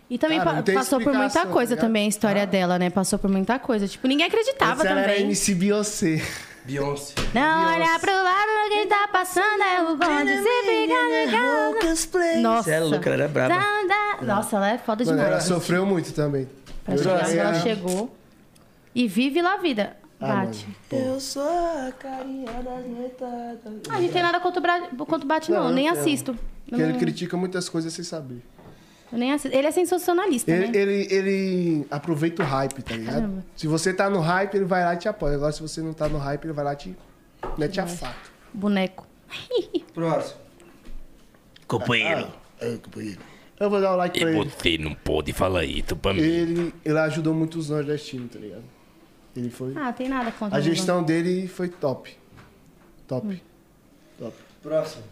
e também
Cara,
pa-
não tem
passou por muita
explicação,
coisa
tá ligado?
também a história dela, né? Passou por muita coisa. Tipo, ninguém acreditava
Antes ela era
também.
MC Beyoncé.
Beyoncé.
Não olha pro lado quem tá passando, é o bonde se fica no carro. Nossa.
Você é louca, ela é braba.
Dá, dá. Nossa, ela é foda
Mano, ela
demais.
sofreu muito também.
Pra chegar onde
Eu-
ela chegou. E vive lá a vida.
Ah,
Bate.
Eu sou a carinha das noitadas.
Ah, a gente tem nada contra o, Bra... contra o Bate, não.
Não,
nem
não.
assisto. Eu
Porque
não-
ele critica muitas coisas sem saber.
eu nem assisto. Ele é sensacionalista,
Ele,
né?
ele, ele aproveita o hype, tá ligado?
Caramba.
Se você tá no hype, ele vai lá e te apoia. Agora, se você não tá no hype, ele vai lá e te mete a faca.
Boneco.
Próximo.
Companheiro.
Aí, companheiro. Eu vou dar um like pra
E
ele.
você não pode falar isso
um
pra mim.
ele. Ele ajudou muito os nordestinos, tá ligado? Ele foi.
Ah, tem nada contra
A
o
gestão dele foi top. Top.
Hum.
Top.
Próximo.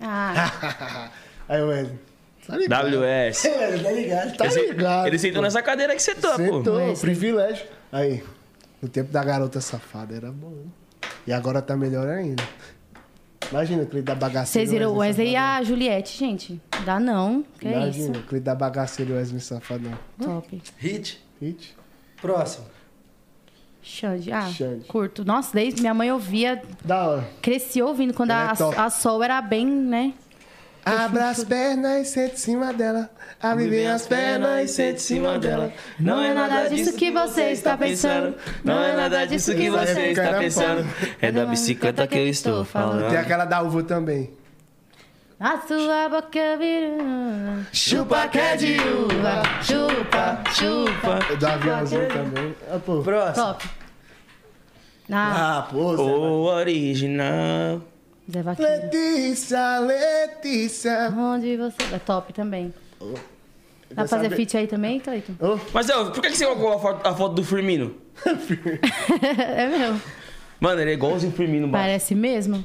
Lula.
[laughs]
Ah,
[laughs] Aí o Wesley. Tá ligado?
WS.
Mano, tá ligado?
Tá ligado.
Ele sentou
pô.
nessa cadeira que você tá, pô.
Sentou,
Wesley.
privilégio. Aí, no tempo da garota safada era bom. E agora tá melhor ainda. Imagina o clipe da bagaceira.
vocês viram o Wesley e
Safadão.
a Juliette, gente. Dá não. Que é isso.
Imagina o clipe da bagaceira e o Wesley Safadão.
Top.
Hit.
Hit.
Próximo.
Xande. Ah,
Xande.
curto. Nossa, desde minha mãe ouvia,
Da hora.
cresci ouvindo quando
Ela é
a,
top.
a Sol era bem, né?
Abra as pernas e sente em cima dela. Abre bem as pernas e sente em cima dela.
Não é nada disso que você está pensando. Não é nada disso que
Essa
você
época
está
era
pensando.
foda.
É da bicicleta que eu estou falando.
Tem aquela da uva também.
A sua boca virou.
Chupa que é de
Chupa, chupa, chupa.
Do aviãozinho também. Ah, pô.
Próximo.
Top. Ah,
Ah, pô. Zé.
O original.
Zé Vaqueiro.
Letícia, Letícia.
Onde você. É top também. Dá pra
Quer
fazer
saber?
feat aí também, Cleiton?
Ô,
Mas, ó, por que que você colocou a foto, a foto do Firmino?
é mesmo.
Mano, ele é igualzinho o Firmino, mano.
Parece mesmo.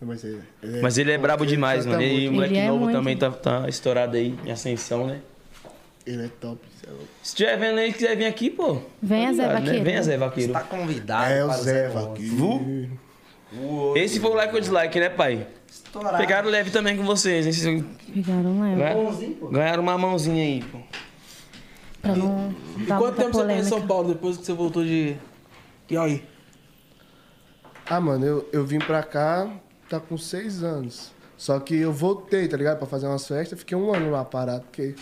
Mas ele,
Mas ele é brabo demais,
Ele
mano.
tá
E
muito.
o moleque
Ele é
novo
muito.
também tá, tá estourado aí, em ascensão, né?
ele é top. cê é louco.
Se tiver vendo aí, quiser vir aqui, pô. Ah,
Venha, Zé
Obrigado,
Vaqueiro.
Venha, Zé Vaqueiro.
Tá convidado.
É o
para o
Zé
Vaqueiro.
Vaqueiro.
Esse foi o like ou dislike, né, pai?
Estourado.
Pegaram leve também com vocês, hein? Vocês
Pegaram leve.
né?
Bonzinho, pô.
ganharam uma mãozinha aí, pô.
Pra não
E
dar muita
quanto tempo você tá em
polêmica.
São Paulo depois que você voltou de. E aí?
Ah, mano, eu, eu vim pra cá, tá com seis anos. Só que eu voltei, tá ligado? Pra fazer umas festas. Fiquei um ano lá parado, porque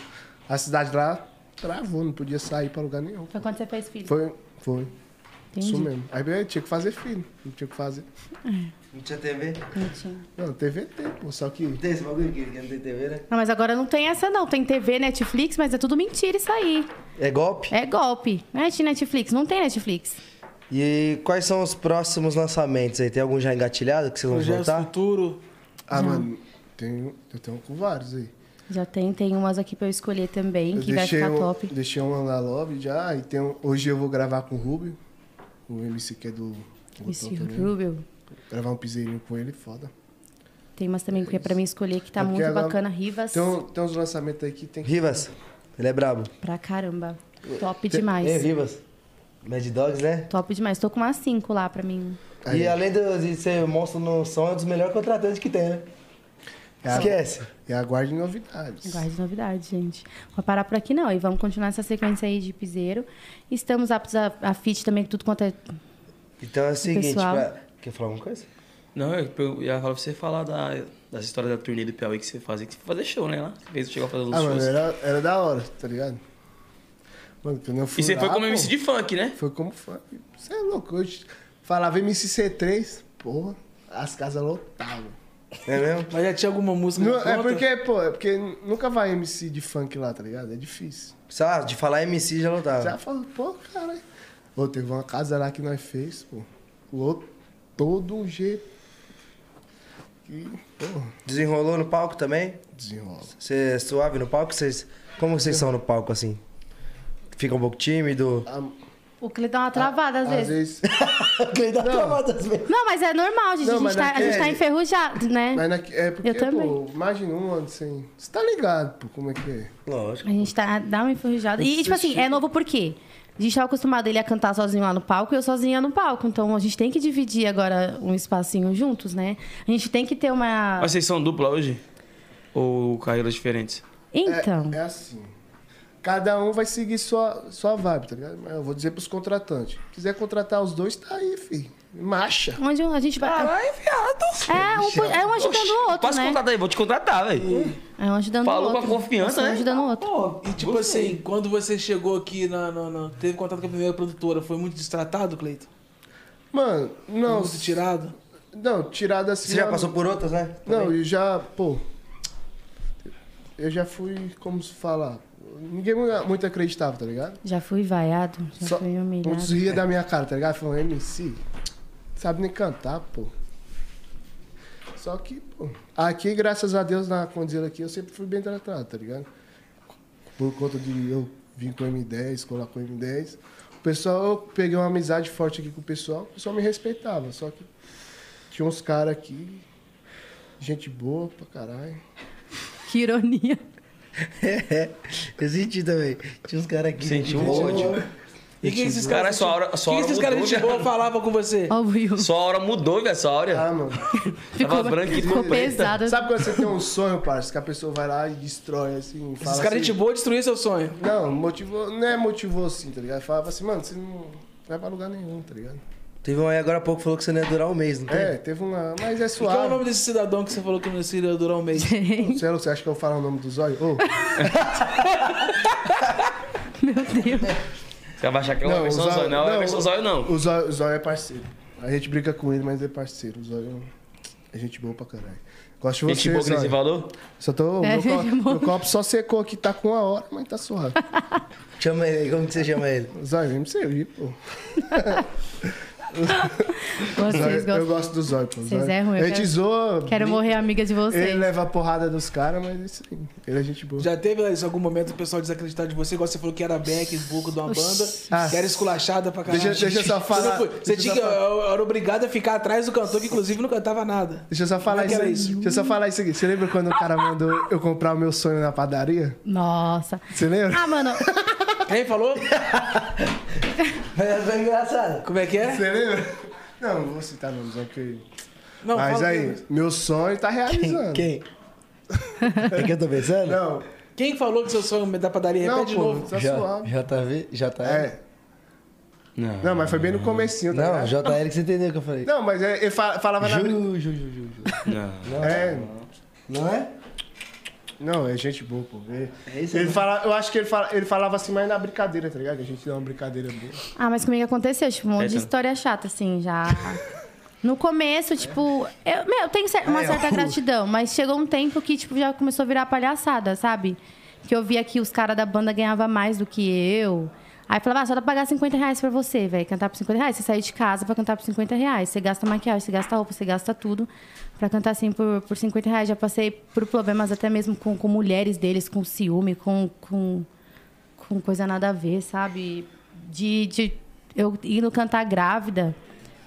a cidade lá travou, não podia sair pra lugar nenhum.
Foi quando você fez filho.
Foi, foi. Isso
Entendi.
mesmo. Aí eu tinha que fazer filho, não tinha o que fazer.
Não tinha TV?
Bonitinho.
Não, TVT, pô, só que.
Não tem esse bagulho aqui, que não tem TV, né?
Não, mas agora não tem essa não. Tem TV, Netflix, mas é tudo mentira isso aí.
É golpe?
É golpe. Não é de Netflix. Não tem Netflix.
E quais são os próximos lançamentos aí? Tem algum já engatilhado que vocês vão
Projetos
soltar?
futuro.
Ah, mano, tenho, eu tenho com vários aí.
Já tem, tem umas aqui pra eu escolher também,
Eu
que vai ficar
um,
top.
Deixei uma na lobby já, e tem um- hoje eu vou gravar com o Rubio, o MC que é do. do
Esse
Tom também.
Rubio.
Gravar um piseirinho com ele, foda.
Tem umas também que é pra mim escolher, que tá
É porque
muito
ela-
bacana. Rivas,
Tem, um- tem uns lançamentos aí que tem que.
Rivas. Ele é brabo.
pra caramba. Top
É,
demais.
Rivas. Mad Dogs, né?
Top demais. Tô com umas 5 lá pra mim.
E além do- de ser monstro no som, é um dos melhores contratantes que tem, né?
Cara.
Esquece.
E aguarde novidades.
Aguarde novidades, gente. Vou parar por aqui não. E vamos continuar essa sequência aí de piseiro. Estamos aptos a, a fit também, tudo quanto é.
Então é o seguinte,
pessoal.
pra... quer falar alguma coisa?
Não, eu, eu ia falar pra você falar da, das histórias da turnê do Piauí que você fazia, que você fazia show, né? Lá. Você fez- chegou a fazer uns
Ah, mano,
shows.
era, era da hora, tá ligado? Mano, quando eu fui
E você
lá,
foi como
pô,
MC de funk, né?
Foi como fã. Você é louco. Eu te- falava MC C3, porra, as casas lotavam.
É mesmo?
Mas já tinha alguma música
Não, é
pronta?
porque, pô, é porque nunca vai MC de funk lá, tá ligado? É difícil.
Sei lá, de falar MC já
Ah.
Você
lotava.
já falou, pô, cara. Ô, teve uma casa lá que nós fez, pô. Lotou de um jeito. E, pô,
Desenrolou no palco também?
desenrola.
Você é suave no palco? Vocês... Como vocês são no palco, assim? Fica um pouco
[laughs]
tímido?
Ah,
O que dá uma travada às, vezes. [laughs]
Dá travadas mesmo.
Não, mas é normal, gente.
Não,
a, gente
mas
tá, a gente
naquele-
tá enferrujado, né?
Mas na, é porque,
Eu também.
pô, imagina um ano sem. Você tá ligado, pô, como é que é?
Lógico.
A gente tá, dá uma enferrujada. E, tipo assim, é novo por quê? A gente tava acostumado ele a cantar sozinho lá no palco e eu sozinha no palco. Então a gente tem que dividir agora um espacinho juntos, né? A gente tem que ter uma.
Mas vocês são dupla hoje? Ou carreiras diferentes?
É-
Então.
É, assim. Cada um vai seguir sua, sua vibe, tá ligado? Mas eu vou dizer pros contratantes. Quiser contratar os dois, tá aí, filho. Marcha.
Onde a gente Ah, vai.
Ah,
Caralho, viado! É um, pu- é um ajudando o outro,
Posso
né?
contratar aí? Vou te contratar, velho.
É um ajudando o
Falou
outro.
com a confiança,
É um
né?
ajudando o outro.
Pô, e tipo assim, quando você chegou aqui na, na- na- Teve contato com a primeira produtora, foi muito destratado, Cleiton?
Mano, não.
Foi muito tirado?
Não, tirada assim.
Você já
não-
passou por outras, né?
Não, eu já, pô. Eu já fui, como se fala. Ninguém mu- muito acreditava, tá ligado?
Já fui vaiado, já
Só-
fui humilhado.
Muitos ria da minha cara, tá ligado? Falando, MC, sabe nem cantar, pô. Só que, pô, aqui, graças a Deus, na Condizela aqui, eu sempre fui bem tratado, tá ligado? Por conta de eu vir com M10, colar com M10. O pessoal, eu peguei uma amizade forte aqui com o pessoal, o pessoal me respeitava. Só que tinha uns caras aqui, gente boa pra caralho.
Que ironia.
É, [laughs] eu senti também. Tinha uns caras aqui.
Sentiu um
ódio.
E quem esses
Cara,
caras.
sua hora- sua
quem
hora
esses caras
mudou,
de
cara.
boa falavam com você?
Ó, o Will.
Sua aura mudou, velho, sua aura.
Ah, mano.
Ficou,
Tava branca e
ficou
preta.
pesada.
Sabe quando você tem um sonho, parça, que a pessoa vai lá e destrói, assim, fala
Esses é caras
assim,
de boa destruíram seu sonho.
Não, motivou, não é motivou assim, tá ligado? Falava assim, mano, você não vai pra lugar nenhum, tá ligado?
Teve um aí agora há pouco que falou que você não ia durar um mês, não tem?
É, teve uma. Mas é
E qual é o
suave.
nome desse cidadão que você falou que não iria durar um mês?
Sei lá, Você acha que eu falo o nome do zóio? Ô,
Meu Deus.
Você vai achar que é uma
Não,
versão
o Zóio-
zóio. Não, é uma
não,
versão zóio, não.
o zóio, o zóio é parceiro. A gente brinca com ele, mas é parceiro. O zóio é gente boa pra caralho. Gosto de você,
Gente boa que nem se
Zóio.
falou.
Só tô.
É,
meu, co-
gente boa.
meu copo só secou aqui, tá com uma hora, mas tá suave.
Chama ele aí, como que você chama
[laughs]
ele?
Zóio, vem me servir, pô.
Vocês
Zóio, eu
gostam.
gosto do zóio, pô.
Vocês
Zóio-
erram, eu
A gente
quero-
zoa.
Quero
ele-
morrer amiga de vocês.
é-
Ele leva a porrada dos caras, mas é isso aí. Ele é gente boa.
Já teve Laís, algum momento o pessoal desacreditar de você, igual você falou que era back, buco de uma banda,
Ah.
que era esculachada pra caralho.
Deixa- deixa eu só
Você,
falar-
não foi- você
deixa eu
tinha
só
que, eu, eu era obrigado a ficar atrás do cantor, que inclusive não cantava nada.
Deixa eu só
Como
falar
é que
isso.
era isso?
Deixa eu só falar isso aqui. Você lembra quando o cara mandou eu comprar o meu sonho na padaria?
Nossa.
Você lembra?
Ah, mano,
Quem falou?
É,
Mas foi engraçado.
Como é que é?
Você lembra? Não, não vou citar nomes, ok.
Não,
Mas
fala é.
aí,
Quem,
meu sonho tá realizando.
[laughs] Quem? Quem que eu tô pensando?
Não,
quem falou que seu sonho da padaria?
não,
Repete de
pô,
novo.
tá suave.
JV? JL?
É.
Não.
Não, mas foi bem no comecinho, tá
Não,
ligado?
JL que você entendeu o que eu falei.
Não, mas é- ele fa- falava na brin-
Ju, ju, ju, ju, ju.
É,
Não é?
não, é gente boa, pô. Ele,
É isso
ele
aí.
fala, eu acho que ele, fala- ele falava assim, mas na brincadeira, tá ligado? A gente deu uma brincadeira boa.
Ah, mas comigo aconteceu, tipo, um monte de
Essa.
história chata, assim, já. No começo, tipo, eu, meu, eu tenho cer- uma certa gratidão, mas chegou um tempo que, tipo, já começou a virar palhaçada, sabe? Que eu via que os caras da banda ganhavam mais do que eu. Aí eu falava, ah, só dá pra pagar 50 reais pra você, velho. Cantar por 50 reais. Você sair de casa pra cantar por 50 reais. Você gasta maquiagem, você gasta roupa, você gasta tudo pra cantar assim por, por 50 reais. Já passei por problemas até mesmo com, com mulheres deles, com ciúme, com- com com coisa nada a ver, sabe? De, de eu indo cantar grávida,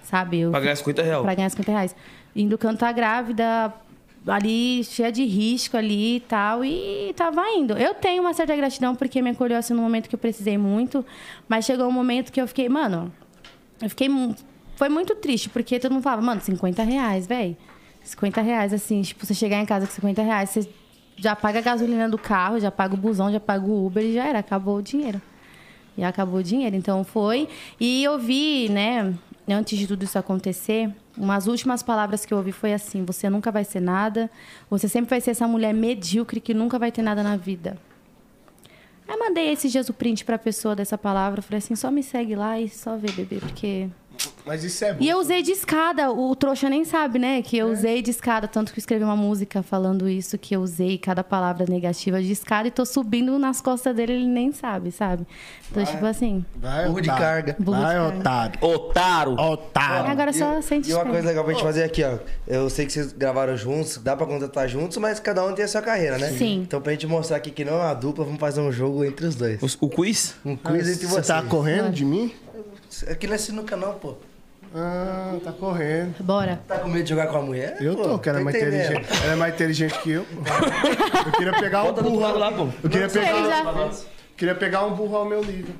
sabe? Eu,
Pagar 50 real.
pra ganhar 50 reais. Indo cantar grávida, ali, cheia de risco ali e tal, e tava indo. Eu tenho uma certa gratidão porque me acolheu assim no momento que eu precisei muito, mas chegou um momento que eu fiquei, mano, eu fiquei. mu- Foi muito triste, porque todo mundo falava, mano, 50 reais, velho. 50 reais, assim, tipo, você chegar em casa com 50 reais, você já paga a gasolina do carro, já paga o busão, já paga o Uber e já era, acabou o dinheiro. E acabou o dinheiro, então foi. E eu vi, né, antes de tudo isso acontecer, umas últimas palavras que eu ouvi foi assim: você nunca vai ser nada, você sempre vai ser essa mulher medíocre que nunca vai ter nada na vida. Aí mandei esses dias o print pra pessoa dessa palavra, falei assim: só me segue lá e só vê, bebê, porque
Mas isso é bom.
e eu usei de escada, o trouxa nem sabe, né? Que eu usei de escada, tanto que eu escrevi uma música falando isso, que eu usei cada palavra negativa de escada e tô subindo nas costas dele, ele nem sabe, sabe? Então, tipo assim.
Vai,
Burro de
otário.
carga.
burro
Vai,
de
otário.
Otaro.
Otário.
Agora só sente
E uma
espera.
coisa legal pra gente fazer aqui, ó. Eu sei que vocês gravaram juntos, dá pra contratar juntos, mas cada um tem a sua carreira, né?
Sim.
Então pra gente mostrar aqui que não é uma dupla, vamos fazer um jogo entre os dois.
Os- O quiz?
Um quiz entre
Você
vocês.
tá correndo de mim?
Aqui não é sinuca não, pô.
Ah, tá correndo.
Bora.
Tá com medo de jogar com a mulher?
Eu tô, que ela é mais
entendendo.
inteligente. Ela é mais inteligente que eu. pô. Eu queria pegar um
Bota do outro lado
burro.
lá, pô.
Eu queria
Ele
pegar,
já...
queria pegar um burro ao meu nível.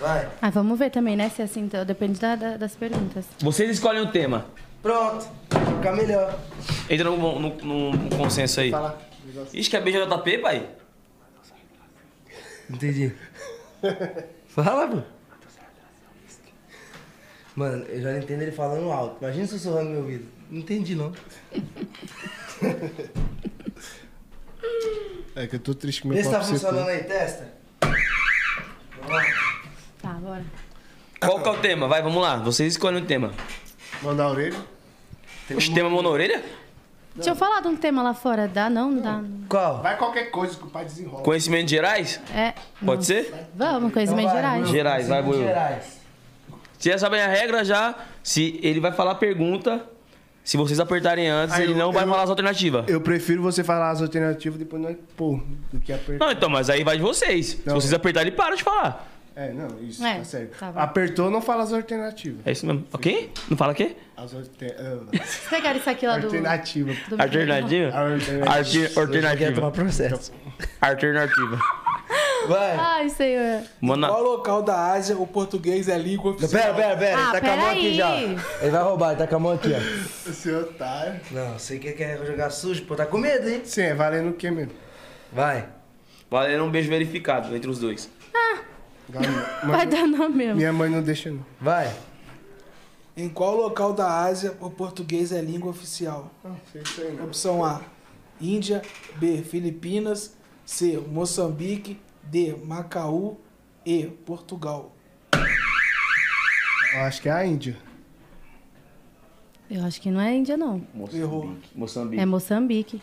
Vai.
Ah, vamos ver também, né? Se é assim, então, depende da- da- das perguntas.
Vocês escolhem o tema.
Pronto. Vai ficar melhor.
Entra num, num- num- num consenso aí.
Fala.
Ixi, que é BJP, pai?
Entendi. Fala, pô. Mano, eu já entendo ele falando alto. Imagina sussurrando no meu ouvido. Não entendi, não.
É que eu tô triste com meu
Vê se tá
copo secou.
é.
funcionando aí, testa.
Tá, bora.
Qual que é o tema? Vai, vamos lá. Vocês escolhem o tema.
Mandar a orelha.
Oxe, tema mão na orelha?
Tinha eu falado um tema lá fora. Dá? Não, não dá.
Qual?
Vai qualquer coisa que o pai desenrola.
Conhecimento de gerais?
É.
Pode
não.
ser?
Vamos,
Então
coisas meio gerais.
Gerais, vai, Buiu.
Gerais.
Vocês já sabem a regra já. Se ele vai falar a pergunta, Se vocês apertarem antes,
Aí
ele
eu-
não vai
eu-
falar as alternativas.
Eu prefiro você falar as alternativas depois nós pôr do que apertar.
Não, então, mas aí vai de vocês. Se
Não.
vocês apertarem, ele para de falar.
É, não, isso,
É,
tá sério.
tá bom.
Apertou, não fala as alternativas.
É isso mesmo. Ok? Não fala o quê?
As alter... ah,
Vocês pegaram isso aqui lá Tá do...
alternativas.
do-
Alternativa? Alter-
Quer tomar
Alternativa.
processo.
Alternativa.
Vai.
Ai, senhor.
Mano,
Qual local da Ásia o português é língua
Não, Pera,
oficial?
pera, pera.
Ah,
ele tá com a mão
pera
aqui
aí.
já. Ele vai roubar, ele tá com a mão aqui, ó.
Seu otário.
Não, sei que quer jogar sujo, pô. Tá com medo, hein?
Sim, é valendo o quê mesmo?
Vai.
valendo um beijo verificado entre os dois.
Galera,
Vai
mãe-
dar não mesmo.
Minha mãe não deixa, não.
Vai.
Em qual local da Ásia o português é língua oficial? Opção A: Índia, B: Filipinas, C: Moçambique, D: Macau, E: Portugal.
Eu acho que é a Índia.
Eu acho que não é Índia, não.
Errou.
Moçambique.
É Moçambique.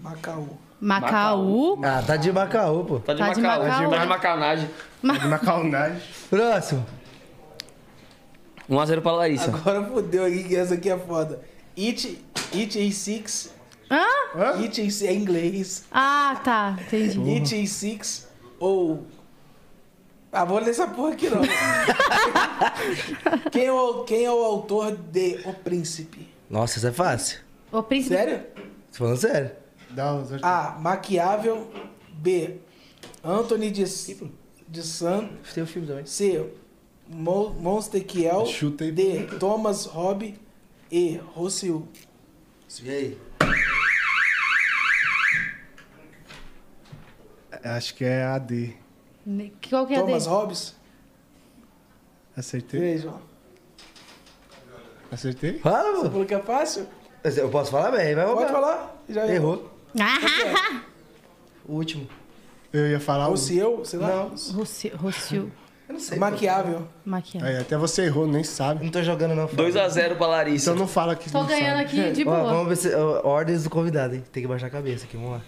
Macau.
Macau.
Ah, tá de Macaú, pô.
Tá de
Tá de
Macau.
Macau,
Tá
né?
de macanagem.
Na calnagem.
Próximo.
1x0 pra Larissa.
Agora fodeu aqui, que essa aqui é foda. It, it is six.
Hã?
It is é inglês.
Ah, tá. Entendi.
It is six ou. Ah, vou ler essa porra aqui não. quem, é o, quem é o autor de O Príncipe?
Nossa, isso é fácil.
O príncipe...
Sério?
Tô falando sério.
Dá as alternativas.
A. Maquiável. B. Anthony de, de San.
Tem o filme também.
C. Mo, Monstequiel.
Chuta aí.
D. Thomas Hobbes. E. Rossiu.
E aí?
Acho que é a D.
Qual que é a
Thomas
dele?
Hobbes?
Acertei?
Veja.
Acertei?
Fala, pô.
Falou que é fácil?
Eu posso falar bem, vai
Pode
roubar.
falar? Já é.
Errou.
Ah,
O último.
Eu ia
Ah,
falar o.
Rossiu, sei lá. Não.
[laughs] Rossio. Rossio.
Eu não sei. pô.
Maquiável.
Maquiagem.
Aí, até você errou, nem
Eu
sabe.
Não tô jogando, não.
2x0 pra Larissa.
Então não fala que
Tô
não
ganhando
sabe.
aqui de
Ó,
boa.
vamos ver se. ó, ordens do convidado, hein? Tem que baixar a cabeça aqui, vamos lá.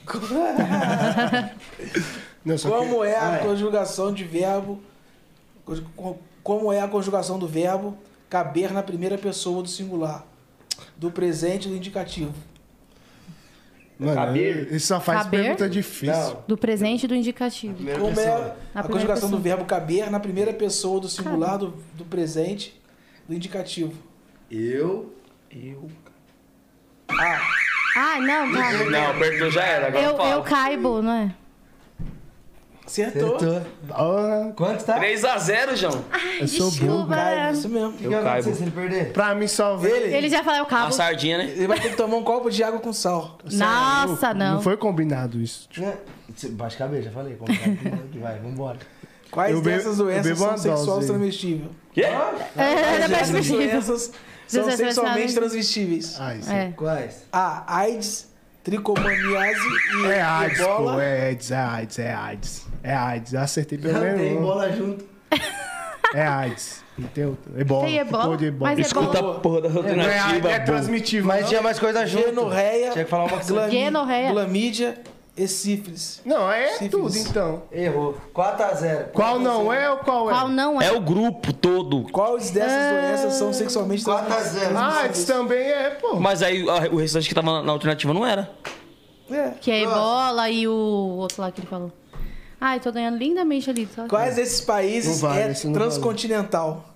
Não, só que-
Como é a
Ah, é.
conjugação de verbo? co- Como é a conjugação do verbo caber na primeira pessoa do singular? Do presente e do indicativo.
Mano,
Caber?
isso só faz
Caber?
pergunta difícil.
Do presente e do indicativo.
[laughs]
Primeira
Como é
pessoa.
a
Na primeira
conjugação
pessoa.
do verbo caber na primeira pessoa do singular, do, do presente, do indicativo?
Eu.
Ai, Ah, não, cara.
Não, apertou já era. Agora
Eu,
fala.
eu caibo, não é?
Acertou?
Acertou.
Ah,
Quanto tá?
3x0, João.
eu sou burro.
Caibo, é isso mesmo.
Eu
caibo.
Se ele perder.
Pra mim só ver.
Ele já falou, eu
A
cabo.
sardinha, né?
Ele vai ter que tomar um copo de água com sal.
Nossa,
Não.
não. [laughs]
foi combinado isso. Tipo,
Né? Você Baixa a cabeça, já falei. Como é que vai? Vambora.
Quais
Eu bebo-
dessas
eu
doenças
bebo
são
uma
sexualmente
dose.
transmissíveis?
Quê?
É, da
Quais dessas
perspectiva.
doenças são
Jesus,
sexualmente
mas-
transmissíveis?
Ah, isso é.
É.
Quais?
A. AIDS, tricomoniase e
É AIDS,
ebola.
pô. É AIDS, é AIDS, é AIDS. É AIDS. Eu acertei pelo
Não tem
menos. um.
bola junto.
É AIDS. Não tem outro. Ebola.
Tem ebola?
Pô, de ebola.
Mas
Escuta
ebola.
a porra da
Não é, AIDS,
alternativa.
é transmitível.
Mas
não?
tinha mais coisa
É,
junto.
Genorreia,
Tinha que falar uma coisa.
glami-
Genorreia.
glamídia e sífilis.
Não, é
Sífilis.
tudo então.
Errou. 4x0.
Qual não é ou qual é?
Qual não é?
É o grupo todo.
Quais dessas doenças são sexualmente
4 a
transmissíveis?
0.
Ah, AIDS também é, pô.
Mas aí a- o restante que tava na- na alternativa não era.
É.
Que é ebola e o outro lá que ele falou. Ai, tô ganhando lindamente ali. Só...
Quais desses países
Não vale,
é
esse não vale.
transcontinental?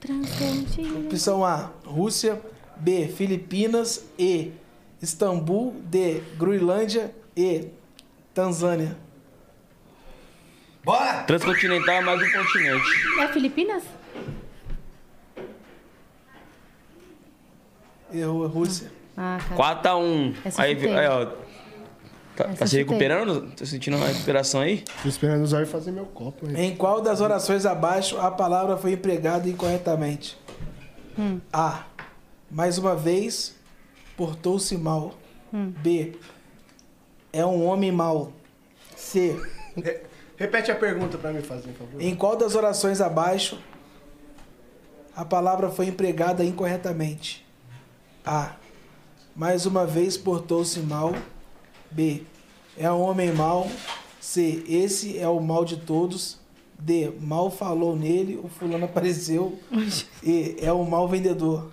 Transcontinental.
Opção A, Rússia. B, Filipinas. E, Istambul. D, Groenlândia. E, Tanzânia.
Bora!
Transcontinental é mais um continente.
É Filipinas?
Errou a Rússia.
Ah, cara.
4x1.
Essa
Aí,
eu chutei.
aí, ó. Tá,
Essa
tá
eu
se
chutei.
recuperando? Tô sentindo uma recuperação aí?
Tô esperando os olhos fazer meu copo. Hein?
Em qual das orações abaixo a palavra foi empregada incorretamente? A. Mais uma vez, portou-se mal. B. É um homem mau. C.
Re- Repete a pergunta pra mim fazer, por favor.
Em qual das orações abaixo a palavra foi empregada incorretamente? A. Mais uma vez portou-se mal. B. É um homem mau. C. Esse é o mal de todos. D. Mal [laughs] falou nele, o fulano apareceu. e. É um mau vendedor.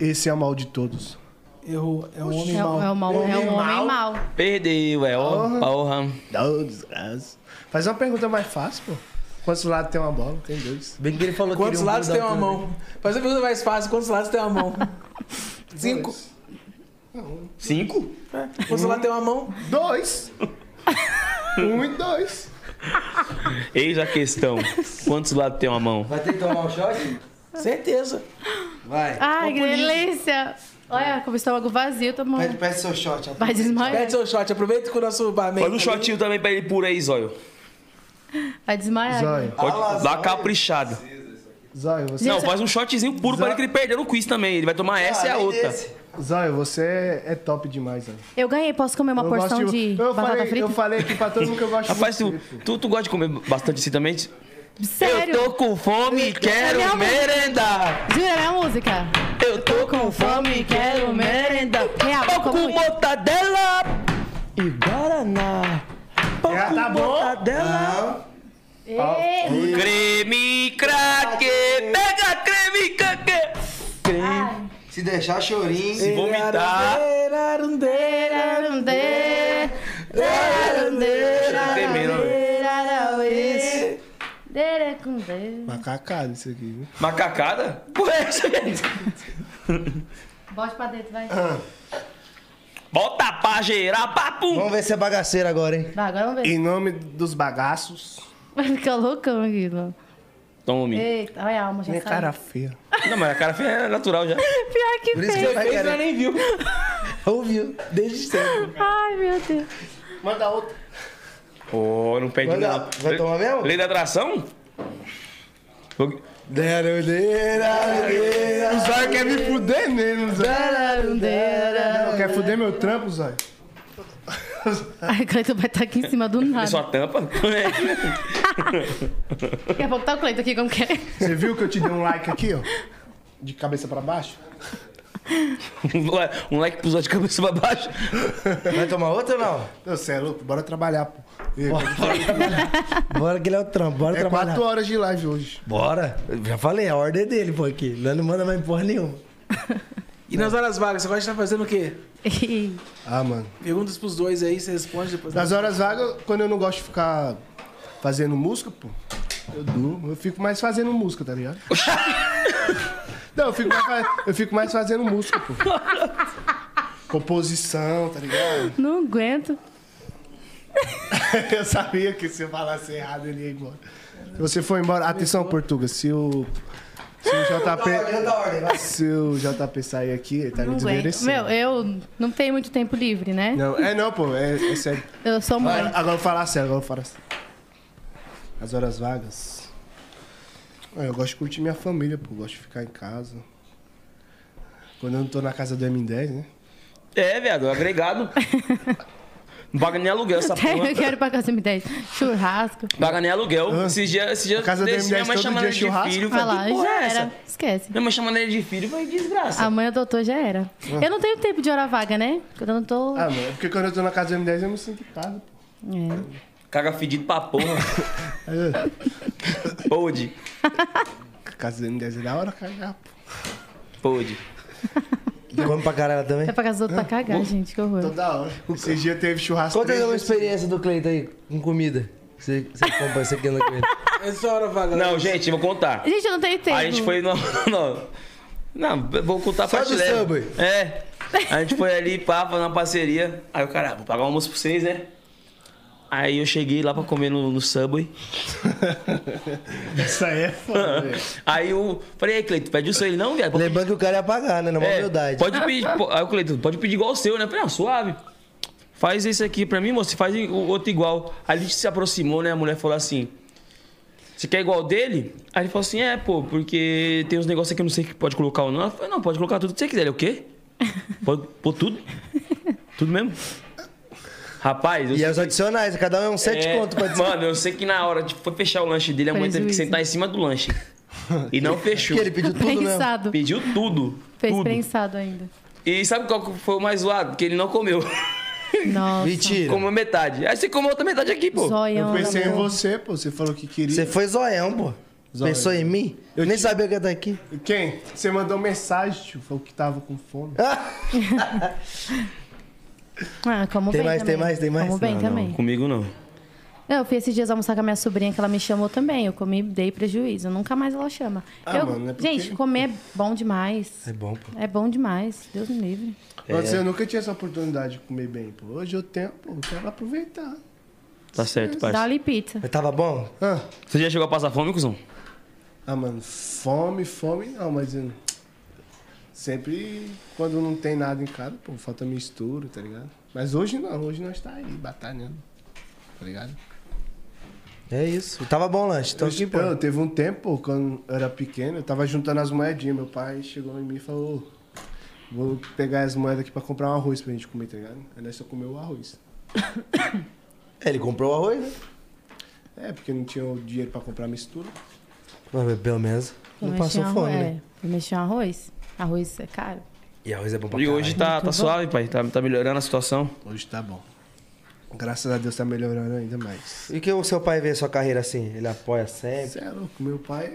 Esse é o mal de todos.
Errou. É um homem
É,
mau.
o- é o mal, é um homem mal.
Perdeu, é ó, porra.
Dá uma desgraça. Faz uma pergunta mais fácil, pô. Quantos lados tem uma bola? Tem dois.
Bem que ele falou que
Quantos
queria um
lados tem
bundão
uma
também.
mão? Faz a pergunta mais fácil. Quantos lados tem uma mão? Cinco.
Cinco?
É. Quantos lados tem uma mão?
Dois! [laughs] um e dois.
Eis a questão. Quantos lados tem uma mão?
Vai ter que tomar um shot?
Certeza.
Vai.
Ai, que delícia. Olha, com o estômago vazio, tô
Pede,
morrendo.
pede seu shot. ó.
Vai desmaiar.
Pede seu shot. Aproveita que o nosso barman... tá
Faz um shotinho também pra ele por aí, zóio.
Vai desmaiar.
Zóio,
Pode
Ah,
dar uma caprichada.
Zóio, você,
Não, faz um shotzinho puro pra ele que ele perdeu no quiz também. Ele vai tomar essa e a
além
outra.
desse.
Zóio, você é top demais, Zóio.
Eu ganhei, posso comer uma
Eu
porção
gosto
de
eu
batata
falei,
frita?
Eu falei aqui pra todo mundo que eu gosto
Rapaz,
de
tu,
você, pô.
tu, tu gosta de comer bastante assim também?
Sério?
Eu tô com fome e
É
quero
mesmo?
merendar.
Jura, é a música?
Eu tô com fome e quero merendar.
Real,
Pão
como
com
isso?
mortadela e guaraná. Pão
Já
com
tá bom?
mortadela.
Ei,
Creme craque, pega creme craque. Creme.
Se deixar chorinho.
Se
Tá.
vomitar.
tararundê, tararundê,
Tá tremendo, velho.
tararauê, derecundê.
Macacado isso aqui, viu?
Macacada? Porra, é isso, [laughs] gente?
Bote pra dentro, vai.
Bota pra gerar, papum.
Vamos ver se é bagaceiro agora, hein?
Vai, agora vamos ver.
Em nome dos bagaços.
Vai ficar loucão aqui, mano.
Tome.
Eita, olha a alma já
Minha
saiu.
cara feia.
Não, mas a cara feia é natural já.
Pior que
Por isso que ele
fez.
vai
Ela
querer.
nem viu.
[laughs] Ouviu? Desde sempre.
Ai, meu Deus.
Manda outra.
Ô, não perde
Vai dar-
nada.
vai tomar mesmo?
Lei da atração? Vou-
O Zóio quer me fuder mesmo, Zóio. Não, quer fuder meu trampo, Zóio?
Ai, Cleiton vai estar aqui em cima do
Tem
nada.
só tampa? [laughs] é
Daqui a pouco tá o Cleiton aqui, como que é?
Você viu que eu te dei um like aqui, ó? De cabeça pra baixo?
Um like- um like pros outros de cabeça pra baixo.
Vai tomar outra ou não?
Não, Você é louco? Bora trabalhar, pô. É,
Bora que ele é o trampo, bora
é quatro horas de live hoje.
Bora. Eu Já falei, a ordem é dele, pô, aqui. Nós não manda mais porra nenhuma.
E nas horas vagas, você gosta de estar fazendo o quê?
Ih,
Ah, mano.
Perguntas pros dois aí, você responde depois.
Nas horas vagas, quando eu não gosto de ficar fazendo música, pô, eu durmo. Eu fico mais fazendo música, tá
[laughs]
ligado? Não, eu fico mais, fa- eu fico mais fazendo música, pô. Composição, tá ligado? [laughs]
não aguento.
Eu sabia que se eu falasse errado ele ia embora. Se você for embora, atenção, Portuga, se o. Se o JP.
da ordem, vai.
Se o JP sair aqui, ele tá me
Não aguento.
desmerecendo.
Meu, eu não tenho muito tempo livre, né?
Não, é não, pô, é, é sério.
Eu sou mãe.
Agora, agora eu falar sério, agora eu falar sério. As horas vagas. Ah, Eu gosto de curtir minha família, pô. eu Gosto de ficar em casa. Quando eu não tô na casa do M10, né?
É, viado, é agregado.
[laughs]
Não paga nem aluguel essa
[laughs] Eu
porra.
quero ir pra casa de 10. Churrasco.
Paga nem aluguel. Esses dias, esses dias,
A casa do
desse, minha
MDS
mãe
todo
chamando
dia
ele de
churrasco.
filho. eu
Vai
falei,
lá,
que porra
já
é essa?
era. Ah. Esquece.
Minha mãe chamando ele de filho, foi desgraça.
A mãe adotou, já era. Eu não tenho tempo de hora vaga, né? Porque Eu não tô.
Ah, mano, é porque quando eu tô na casa do M10 eu me sinto em casa, pô.
É.
Caga fedido pra
[laughs]
porra. Pode,
A casa do M10 é da hora cagar, pô.
pode.
Come pra caralho também.
Vai É pra casa dos outros pra cagar, gente. Que horror.
Toda hora. Esse dia teve churrasco.
Qual que é
três
a
vezes.
experiência do Cleiton aí com comida? Você, você compra, você que não comida.
Essa É hora vaga.
Não, gente, eu vou contar.
Gente, eu não tenho tempo.
A gente foi no. [laughs] Não, não eu vou contar
Só do
pra te levar.
Subway.
É. A gente foi ali, pá, fazer uma parceria. Aí o cara, vou pagar um almoço pra vocês, né? Aí eu cheguei lá pra comer no, no Subway.
Isso aí é foda, velho.
[laughs] Aí eu falei, aí, Cleito, pede o seu. Ele, não, viado.
[laughs]
pode
Lembrando que o cara ia pagar, né? Na maior
É,
humildade.
Pode pedir. po- Aí o Cleiton, pode pedir igual o seu, né? Eu Falei, ah, suave. Faz esse aqui pra mim, moço. Faz o outro igual. Aí a gente se aproximou, né? A mulher falou assim: Você quer igual dele? Aí ele falou assim: É, pô, porque tem uns negócios aqui que eu não sei que pode colocar ou não. Eu falei, não, pode colocar tudo que você quiser. Ele,
[laughs]
o quê? Pode pôr tudo? Tudo mesmo? Rapaz, eu
E é os adicionais, cada um é um sete
é,
conto pra dizer.
Mano, eu sei que na hora de foi fechar o lanche dele, a mulher teve que
Prejuízo.
sentar em cima
[laughs]
do lanche. E não fechou.
Porque ele pediu tudo, né?
Prensado.
Pediu tudo.
Fez
tudo.
prensado ainda.
E sabe qual que foi o mais zoado? Que ele não [laughs] comeu.
Nossa.
Mentira.
comeu metade. Aí você comeu outra metade aqui, pô.
Zoião.
Eu pensei em
amor.
você, pô. Você falou que queria.
Você foi zoião, pô. Pensou em mim? Eu nem sabia que ia estar aqui.
Quem? Você mandou mensagem, tio. Falou que tava com fome.
Ah, como
Tem
bem
mais,
também.
tem mais, tem mais?
Como bem também.
Comigo não.
Eu fui esses dias almoçar com a minha sobrinha, que ela me chamou também. Eu comi, dei prejuízo. Nunca mais ela chama.
Ah,
Eu-
mano, é porque-
Gente, comer é bom demais.
É bom, pô.
É bom demais. Deus me livre.
Mas eu nunca tinha essa oportunidade de comer bem, pô. Hoje eu tenho, pô. Eu quero aproveitar.
Tá certo, parceiro.
Dá-lhe pizza.
Mas tava bom?
Ah,
Você já chegou a passar fome, cuzão?
ah, mano, fome, fome não, mas eu... sempre quando não tem nada em casa, pô, falta mistura, tá ligado? Mas hoje não, hoje nós tá aí batalhando, tá ligado?
É isso. Tava bom o lanche. Então
Eu,
aqui,
tipo,
pô.
eu teve um tempo, quando eu era pequeno, eu tava juntando as moedinhas. Meu pai chegou em mim e falou: "Ô, Vou pegar as moedas aqui pra comprar um arroz pra gente comer, tá ligado? Aí nós só comeu o arroz.
é, Ele comprou o arroz, né?
É, porque não tinha o dinheiro pra comprar mistura.
Mas pelo menos não
Mexer
passou
um arroz-
fome, né?
É, mexer um arroz. Arroz é caro.
E arroz é bom pra
E
caralho.
hoje tá, tá suave, pai. Tá, tá melhorando a situação.
Hoje tá bom. Graças a Deus tá melhorando ainda mais.
tá-
E que o seu pai vê a sua carreira assim? Ele apoia sempre?
Você é louco, meu pai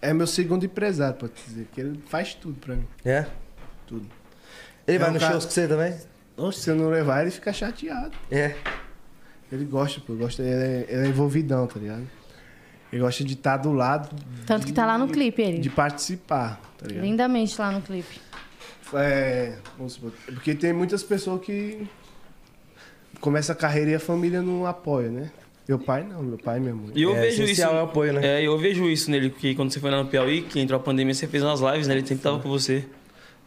é, é meu segundo empresário, pode dizer, que ele faz tudo pra mim.
É?
Tudo.
Ele
É
vai
um
nos
cara-
shows com você também?
Oxe, se eu não levar, ele fica chateado.
É.
Ele gosta, pô, gosta, ele é, ele é envolvidão, tá ligado? Ele gosta de estar do lado.
Tanto que tá lá no
de-
clipe, ele.
De participar, tá ligado?
Lindamente lá no clipe.
É, vamos supor, porque tem muitas pessoas que começa a carreira e a família não apoia, né? Meu pai não, meu pai e minha mãe.
E eu
É,
vejo isso.
essencial é o apoio, né?
É, eu vejo isso nele, que quando você foi lá no Piauí, que entrou a pandemia, você fez umas lives, né? Ele sempre tava com você.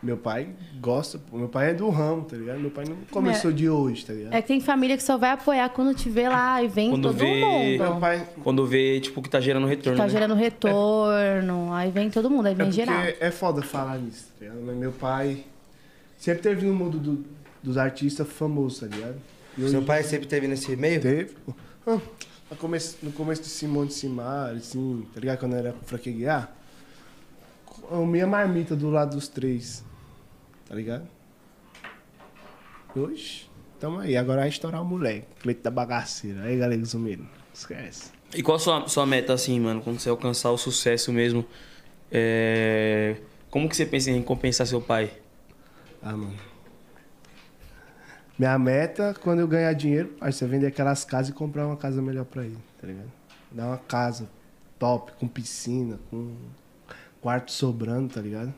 Meu pai gosta, pô, meu pai é do ramo, tá ligado? Meu pai não começou de hoje, tá ligado?
É que tem família que só vai apoiar quando te vê lá e vem
Quando
todo
vê-
mundo.
Meu pai
Quando vê, tipo, que tá gerando retorno.
Tá
né?
gerando retorno, aí vem todo mundo, aí
É
vem
porque
geral.
é foda falar nisso, tá ligado? Mas meu pai sempre teve no mundo do- dos artistas famosos, tá ligado? E hoje
Seu pai sempre teve nesse meio?
teve, pô. Ah, No começo, no começo de Simone de Simar, assim, tá ligado? Quando eu era fraqueguiar, eu minha marmita do lado dos três, tá ligado? E hoje, tamo aí. Agora vai estourar o moleque, leite da bagaceira. Aí, galera, resumindo, esquece.
E qual a sua, sua meta, assim, mano, quando você alcançar o sucesso mesmo? É... Como que você pensa em recompensar seu pai?
Ah, mano. Minha meta, quando eu ganhar dinheiro, parça, é vender aquelas casas e comprar uma casa melhor pra ele, tá ligado? Dar uma casa top, com piscina, com quarto sobrando, tá ligado?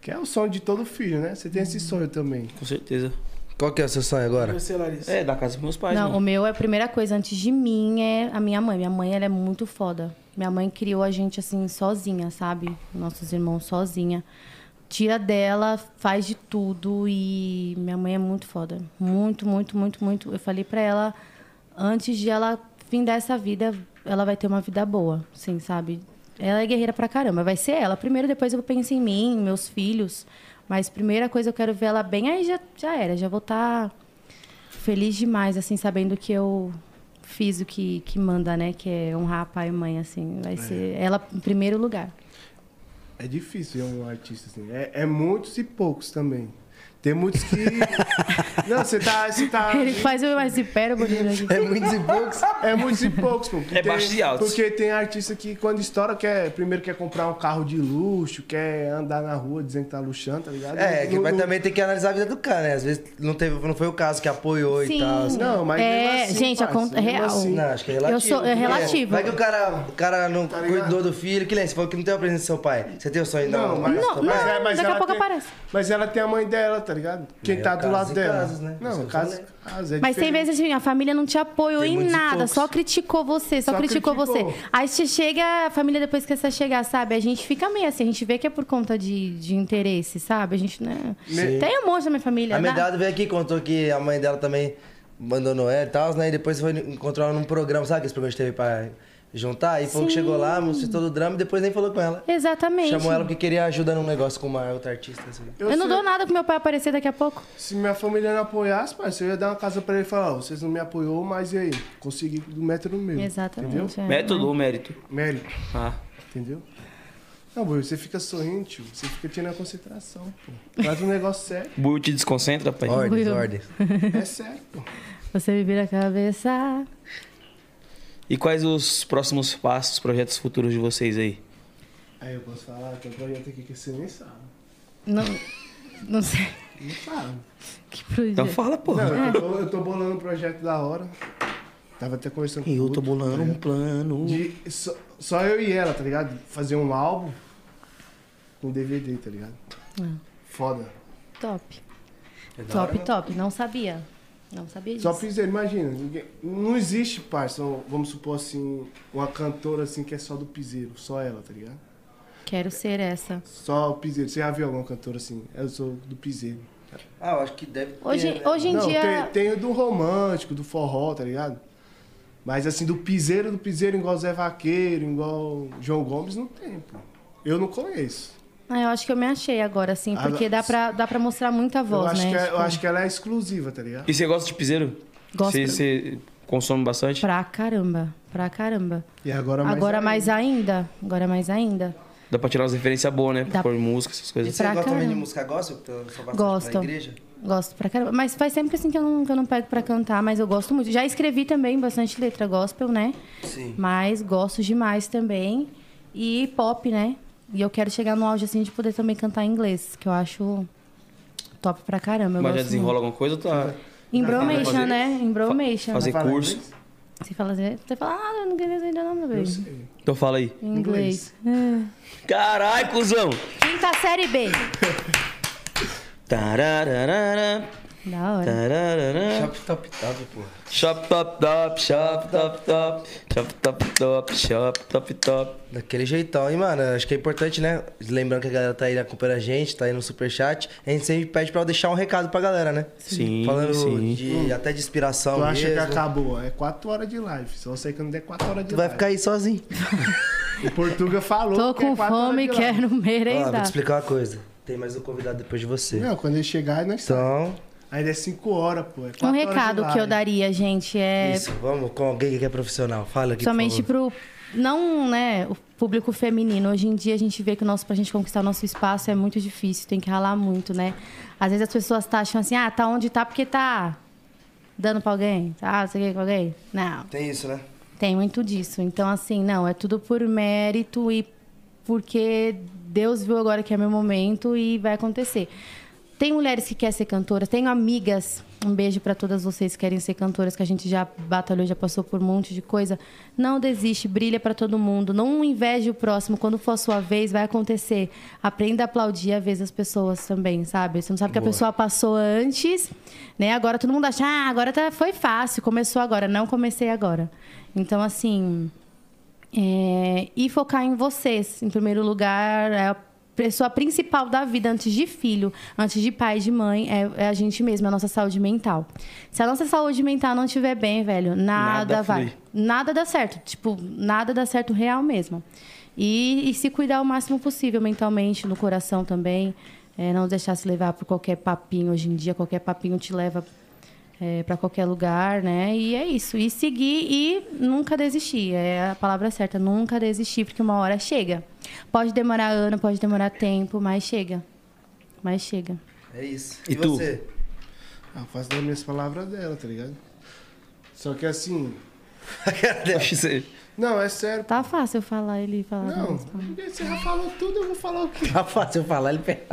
Que é o sonho de todo filho, né? Você tem esse sonho também.
Com certeza.
Qual que é o seu sonho
[laughs]
agora?
Você, Larissa.
É, dar casa pros meus pais,
Não,
mano.
o meu é a primeira coisa, antes de mim é a minha mãe. Minha mãe, ela é muito foda. Minha mãe criou a gente assim, sozinha, sabe? Nossos irmãos sozinha. Tira dela, faz de tudo e minha mãe é muito foda. Muito, muito, muito, muito. Eu falei pra ela, antes de ela findar essa vida, ela vai ter uma vida boa, assim, sabe? Ela é guerreira pra caramba, vai ser ela. Primeiro, depois eu penso em mim, meus filhos. Mas primeira coisa eu quero ver ela bem, aí já, já era, já vou tá estar feliz demais, assim, sabendo que eu fiz o que, que manda, né? Que é honrar pai e mãe, assim.
É.
Vai ser ela em primeiro lugar. [laughs]
É difícil ver um artista assim. É, é muitos e poucos também. Tem muitos
[laughs]
que. Não, você tá. Você tá...
Ele faz o mais hipérbole aqui.
[laughs] É muitos e poucos.
É muitos e poucos, pô. Porque
É baixo e alto.
Porque tem artista que, quando estoura, quer, primeiro quer comprar um carro de luxo, quer andar na rua dizendo que tá luxando, tá ligado?
É, que
No-
vai
no-
também tem que analisar a vida do cara, né? Às vezes não, teve, não foi o caso que apoiou e
Sim.
tal. assim.
Não, mas
É,
mesmo assim,
gente, a
parça,
conta-
mesmo
real.
assim,
Não, acho que é Tá relativo.
Eu sou- é
porque
relativo.
Vai que o cara, o cara não
ligado?
cuidou do filho. Que nem você falou que não tem a presença do seu pai. Você tem o sonho
Não,
da
mas,
Não, não,
mas, é- mas
daqui a
ela
pouco
tem-
aparece.
Mas ela tem a mãe dela, tá ligado? Quem
é
tá do
casos
lado
e
dela.
casos, né? Isso
Não,
que eu
caso,
falei.
caso é
Mas tem
diferente.
vezes assim, a família não te apoiou
Tem
em
muitos e
nada,
poucos.
só criticou você, só,
Só
criticou,
criticou.
você. Aí você chega, a família depois que você chegar, sabe? A gente fica meio assim, a gente vê que é por conta de, de interesse, sabe? A gente, né? Tem um monte da minha família.
A
né?
Medado veio aqui contou que a mãe dela também abandonou ela e tal, né? E depois foi encontrar ela num programa, sabe? Esse programa que teve pra juntar. E falou que chegou lá, fez todo o drama e depois nem falou com ela.
Exatamente.
Chamou ela porque queria ajuda num negócio com uma outra artista. Assim.
Eu, não
sei-
dou nada pro meu pai aparecer daqui a pouco.
Se minha família não apoiasse, parceiro, eu ia dar uma casa pra ele e falar, ó, vocês não me apoiou, mas e aí? Consegui do método meu.
Exatamente. é.
Método ou mérito?
Mérito.
Ah.
Entendeu? Não, boy, você fica sorrindo, tio. Você fica tirando a concentração, pô. Faz um negócio sério.
Buio te desconcentra, pai.
Ordens,
Will.
ordens.
É sério, pô.
Você me vira a cabeça.
E quais os próximos passos, projetos futuros de vocês aí?
Aí eu posso falar, tem um projeto aqui que você nem sabe.
Não, não sei.
Não sabe.
[laughs] Que projeto.
Então fala, pô.
[laughs] Não, eu tô, eu tô bolando um projeto da hora. Tava até conversando com o
Eu tô
Guto,
bolando
tá
um
ligado?
plano.
De- só, só eu e ela, tá ligado? Fazer um álbum com DVD, tá ligado? Foda.
Top. Top, top. Não sabia. Não sabia disso.
Só fiz, imagina, ninguém- não existe, parça, um- vamos supor assim, uma cantora assim que é só do piseiro, só ela, tá ligado?
Quero ser essa.
Só o piseiro. Você já viu alguma cantora assim? Eu sou do piseiro.
Ah, eu acho que deve ter,
Hoje,
né?
hoje em
É, não,
dia.
tem, tem o do romântico, do forró, tá ligado? Mas assim, do piseiro, do piseiro, igual Zé Vaqueiro, igual João Gomes, não tem, pô. Eu não conheço.
Ah, eu acho que eu me achei agora, assim,
Ah,
porque dá pra, dá pra mostrar muita
eu,
voz,
acho
né?
que é- eu
Tipo,
acho que ela é exclusiva, tá ligado?
E você gosta de piseiro?
Gosto.
Você, você consome bastante?
Pra caramba, pra caramba.
E agora é- mais.
Agora mais ainda, agora mais ainda.
Dá pra tirar umas referências boas, né?
Dá.
Por música, essas
E
coisas.
você
pra
gosta também de
caramba.
música gospel? Que tu só bastante
é Gosto.
na igreja?
Gosto pra caramba. Mas faz sempre assim que eu, não, que eu não pego pra cantar, mas eu gosto muito. Já escrevi também bastante letra gospel, né?
Sim.
Mas gosto demais também. E pop, né? E eu quero chegar no auge assim de poder também cantar em inglês, que eu acho top pra caramba. Eu
Mas já
gosto
desenrola alguma coisa ou tá?
muito. Embromation, né? Embromation.
Fazer
Fala
curso.
inglês?
Você fala, assim, você fala, ah, eu não queria ainda não, meu
Eu
beijo.
sei.
Então fala aí.
Em inglês. Ah.
Caralho, cuzão!
Quinta série B.
Tarararara,
Da hora.
Tá. tarararara.
Top, top, top, pô.
Shop top top, shop top top, shop top top, shop top top.
Daquele jeitão, hein, mano? Acho que é importante, né? Lembrando que a galera tá aí acompanhando a gente, tá aí no superchat. A gente sempre pede pra eu deixar um recado pra galera, né?
Sim,
Falando
sim.
De, até de inspiração
Hum. Tu acha que
mesmo.
acabou? É 4 horas de live. Só sei que não der 4 horas de
né? Tu vai
live.
ficar aí sozinho.
O Portuga falou.
Tô
que é
com
quatro
fome,
horas de live.
quero
Ó, Ah, vou te
merendar.
explicar uma coisa. Tem mais um convidado depois de você.
Não, quando ele chegar, nós saímos.
Então,
Ainda é 5 horas, pô. É quatro
um
horas de
recado que eu
live.
daria, gente, é
isso. Vamos com alguém que é profissional. Fala aqui,
somente
por
pro não, né, o público feminino. Hoje em dia a gente vê que o nosso pra gente conquistar o nosso espaço é muito difícil, tem que ralar muito, né? Às vezes as pessoas tá acham assim: "Ah, tá onde tá porque tá dando pra alguém, tá, não sei o que com alguém". Não.
favor. Tem isso, né?
Tem muito disso. Então, assim, não, é tudo por mérito e porque Deus viu agora que é meu momento e vai acontecer. Tem mulheres que querem ser cantoras, tenho amigas. Um beijo para todas vocês que querem ser cantoras, que a gente já batalhou, já passou por um monte de coisa. Não desiste, brilha para todo mundo. Não inveje o próximo. Quando for a sua vez, vai acontecer. Aprenda a aplaudir a vez das pessoas também, sabe? Você não sabe o que a pessoa passou antes, né? Agora todo mundo acha, ah, agora tá, foi fácil, começou agora. Não comecei agora. Então, assim, é, e focar em vocês, em primeiro lugar, é a pessoa principal da vida, antes de filho, antes de pai, de mãe, é, é a gente mesmo, é a nossa saúde mental. Se a nossa saúde mental não estiver bem, velho, nada,
Nada
vai.
flui.
Nada dá certo. Tipo, nada dá certo real mesmo. E, e se cuidar o máximo possível mentalmente, no coração também. É, não deixar se levar por qualquer papinho hoje em dia, qualquer papinho te leva é, para qualquer lugar, né? E é isso. E seguir e nunca desistir. É a palavra certa, nunca desistir, porque uma hora chega. Pode demorar ano, pode demorar tempo, mas chega. Mas chega.
É isso.
E tu?
você? [laughs]
Ah, eu faço das minhas palavras dela, tá ligado? Só que assim.
Oxe, você-
Não, é sério.
Tá fácil falar ele falar.
Não,
mas-
você já falou tudo, eu vou falar o quê?
Tá fácil falar, ele pega.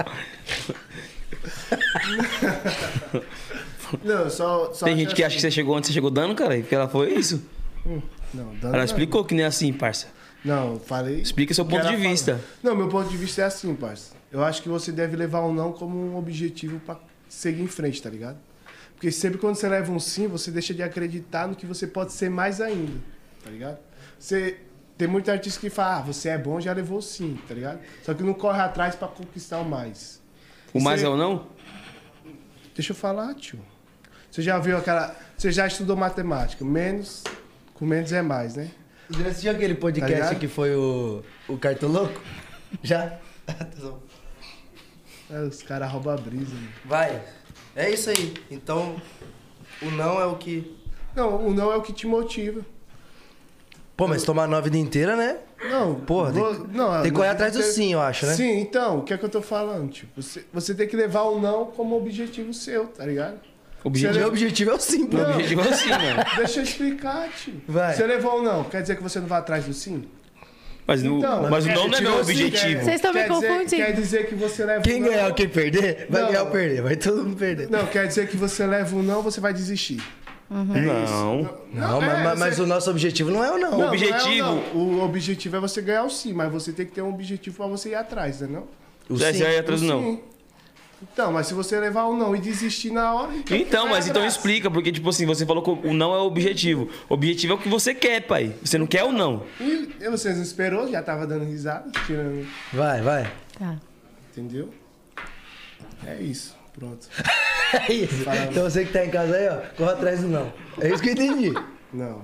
Não, só. só
Tem
acho
gente que acha que você chegou onde você chegou dando, cara, e que ela foi isso.
Não, dando
Ela
não.
explicou que nem é assim, parça.
Não, eu falei.
Explica seu
que
ponto
ela
de
fala.
vista.
Não, meu ponto de vista é assim, parça. Eu acho que você deve levar um não como um objetivo pra seguir em frente, tá ligado? Porque sempre quando você leva um sim, você deixa de acreditar no que você pode ser mais ainda, tá ligado? Você tem muitos artistas que falam, ah, você é bom, já levou o sim, tá ligado? Só que não corre atrás pra conquistar o mais.
O mais
Você-
é ou não?
Deixa eu falar, tio. Você já viu aquela. Você já estudou matemática? Menos. Com menos é mais, né?
Já assistiu aquele
Tá
podcast
ligado?
que foi o, o Cartoloco?
[laughs]
Já?
É, os caras roubam a brisa, né? mano.
Vai. É isso aí. Então, o não é o que.
Não, o não é o que te motiva.
Pô, mas tomar nove vida inteira, né?
Não,
Porra, tem-
Ah,
tem que correr atrás do
tem-
sim, eu acho, né?
Sim, então, o que é que eu tô falando? Tipo, você, você tem que levar o não como objetivo seu, tá ligado?
Objetivo.
Meu objetivo é o simples.
Meu objetivo é assim, mano.
Deixa eu explicar, tio.
Vai.
Você levou ou não? Quer dizer que você não vai atrás do sim?
Mas, no,
Então,
mas o
quer
não é
dizer-
meu
sim, quer-
objetivo.
Vocês estão me
quer dizer-
confundindo.
Quer dizer que você leva
Quem
um não-
ganhar ou quem perder, vai
Não.
ganhar ou perder. Vai todo mundo perder.
Não, quer dizer que você leva um não, você vai desistir.
Não.
Não,
é,
mas, mas- mas
você-
o nosso objetivo não é o não.
Não, não é o
objetivo-
não. O objetivo é você ganhar o sim, mas você tem que ter um objetivo pra você ir atrás, né? Não?
O
Já,
sim.
já ia atrás do não.
Sim. Então, mas se você levar o não e desistir na hora.
Então,
vai
mas então
atrás.
explica, porque, tipo assim, você falou que o não é o objetivo. O objetivo é o que você quer, pai. Você não quer ou não.
E e vocês não esperou, já tava dando risada, tirando.
Vai, vai. [laughs]
Tá.
Entendeu? É isso. Pronto.
É isso. Então você que tá em casa aí, ó, corre atrás do não. É isso que eu entendi.
Não.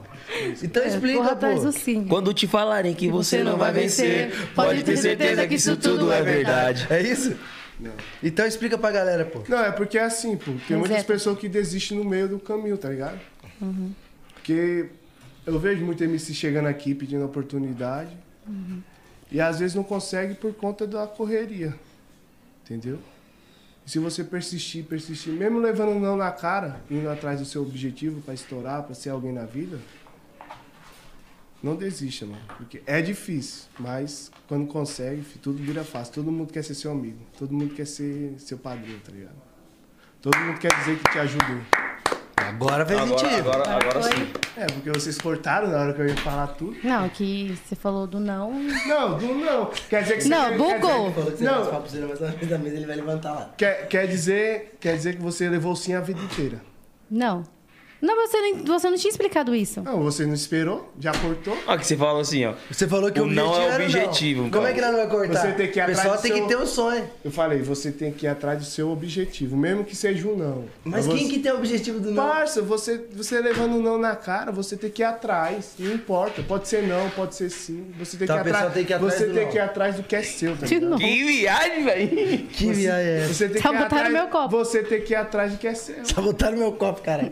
Então
É, Corra
explica,
atrás
pô.
do sim.
Quando te falarem que você, não vai vencer, pode ter certeza que isso tudo é verdade.
É isso? Então explica pra galera, pô.
Não, é porque é assim, pô.
Mas
Tem muitas
é.
pessoas que desistem no meio do caminho, tá ligado? Porque eu vejo muito MC chegando aqui pedindo oportunidade. E às vezes não consegue por conta da correria. Entendeu? E se você persistir, persistir, mesmo levando um não na cara, indo atrás do seu objetivo pra estourar, pra ser alguém na vida, não desista, mano. Porque é difícil, mas quando consegue, fi, tudo vira fácil. Todo mundo quer ser seu amigo, todo mundo quer ser seu padrinho, tá ligado? Todo mundo quer dizer que te ajudou.
Agora faz sentido.
agora sim.
É, porque vocês cortaram na hora que eu ia falar tudo.
Não, que você falou do não.
Não, do não. Quer dizer que
Não,
você.
bugou.
Quer dizer,
Não.
não,
mas na mesa da mesa ele vai levantar lá.
quer, quer dizer, quer dizer que você levou sim a vida inteira.
Não. Não, mas você não, você não tinha explicado isso.
Não, você não esperou, já cortou.
Olha que você falou assim, ó.
Você falou que o,
O não é o
objetivo era
objetivo,
Como
cara.
é que nós não vai cortar?
Você tem que ir
o
atrás
pessoal
do
tem que
seu-
ter um sonho.
Eu falei, você tem que ir atrás do seu objetivo, mesmo que seja um não.
Mas
você...
quem que tem o objetivo do não?
Parça, você, você levando um não na cara, você tem que ir atrás. Não importa. Pode ser não, pode ser sim. Você tem
Então
que
a
ir
pessoa
atrás.
tem que ir atrás
você
do
tem
não.
que ir atrás do que é seu, tá
De
ligado?
novo.
Que viagem, velho. [laughs]
Que viagem é essa?
Você tem
Só
que ir
botaram
atrás,
meu copo.
Você tem que ir atrás do que é seu.
Só botaram meu copo, cara.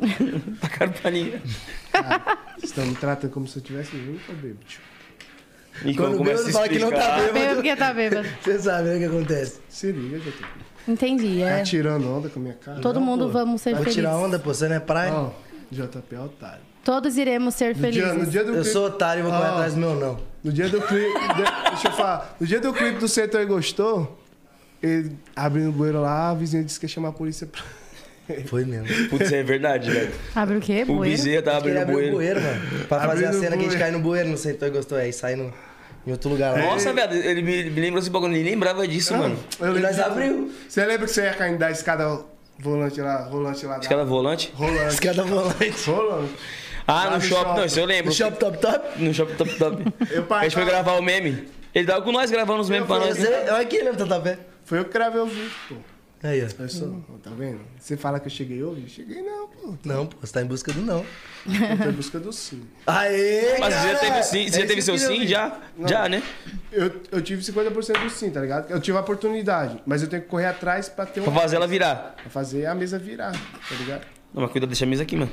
Tacaram paninha.
Vocês estão me tratando como se eu tivesse nunca bêbado. tio.
E
Quando o bêbado fala que não tá
Bêbado
bêbado,
porque tá bêbado.
você sabe né, o que acontece.
Se liga, já tô...
Entendi, é.
Tá tirando onda com a minha cara.
Todo
não,
mundo
pô.
vamos ser
Vou
felizes.
Tá, tirar onda, pô, você não é praia.
Ó, JP é otário.
Todos iremos ser
No dia, no
felizes.
dia do
Eu
clipe-
sou otário e vou correr
Ó,
atrás do meu não.
No dia do clipe. de- deixa eu falar. No dia do clipe do Setor e Gostou, ele abrindo o bueiro lá, a vizinha disse que ia chamar a polícia pra.
Foi mesmo.
Putz, é verdade, velho.
Abre o quê?
O
Bueiro?
bezerra tava
Acho que ele
abrindo o
abriu o
bueiro.
bueiro, mano. Pra fazer a
Abrindo o
cena que a gente
bueiro.
cai no bueiro, não sentou e gostou. é Aí sai no, em outro lugar lá.
Nossa, velho, ele me, me lembrou esse bagulho, nem lembrava disso, mano.
Eu
E nós
lembro-
abriu.
Você lembra que você ia caindo da escada volante lá, rolante lá? da-
Escada é volante.
Rolante.
Escada volante.
Rolante.
Ah,
Lá
no
no
shopping, não,
shopping.
isso eu lembro.
No shop top top.
No shopping top top. A
Eu
gente foi
passava-
gravar o meme. Ele tava com nós gravando os memes pra nós. né?
Você, olha aqui, lembra Tatapé?
Foi eu que gravei o vídeo, pô.
Aí, ó.
Eu sou, ó, tá vendo? Você fala que eu cheguei hoje? Cheguei não, pô.
Não, pô, você tá em busca do não.
Eu tô em busca do sim.
Aê,
Mas você já
cara!
teve, sim, você
É
já teve
isso que
seu
eu
sim?
vi.
Já? Já, né?
Eu, eu tive 50% do sim, tá ligado? Eu tive a oportunidade, mas eu tenho que correr atrás pra ter um.
Pra fazer ela virar.
Pra fazer a mesa virar, tá ligado?
Não, mas cuidado, deixa a mesa aqui, mano.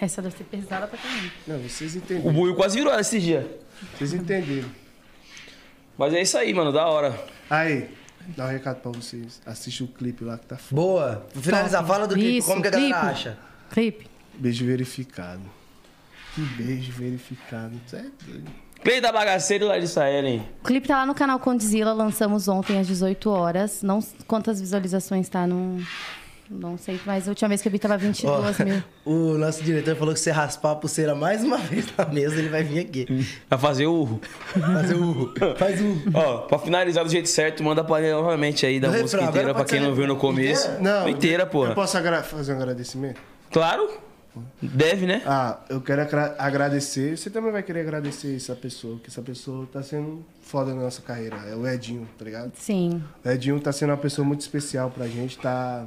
Essa deve ser pesada pra caramba.
Não, vocês
O
entenderam.
buio quase virou esse dia.
Vocês entenderam.
Mas é isso aí, mano, da hora.
Aí, dá um recado pra vocês. Assiste o clipe lá que tá f...
Boa. Vou finalizar, fala do clipe,
Isso,
como que a galera
clipe.
acha?
Clipe.
Beijo verificado. Que beijo verificado. Isso é doido.
Cleide da Bagaceira e Larissa Ellen.
O clipe tá lá no canal Condizila, lançamos ontem às 18 horas. Não s- quantas visualizações tá, não, não sei, mas a última vez que eu vi tava
Tipo
22 mil.
Ó, [laughs] o nosso diretor falou que se raspar a pulseira mais uma [laughs] vez na mesa, ele vai vir aqui.
Vai fazer o.
Fazer o. Faz o.
Ó, pra finalizar do jeito certo, manda a panela novamente aí da
Do
música
refrão,
inteira
agora
pra
pode
quem
ser
não viu no começo.
Não,
inteira, porra.
Eu posso agra- fazer um agradecimento?
Claro. Deve, né?
Ah, eu quero agra- agradecer. Você também vai querer agradecer essa pessoa, que essa pessoa tá sendo foda na nossa carreira. É o Edinho, tá ligado?
Sim.
O Edinho tá sendo uma pessoa muito especial pra gente, tá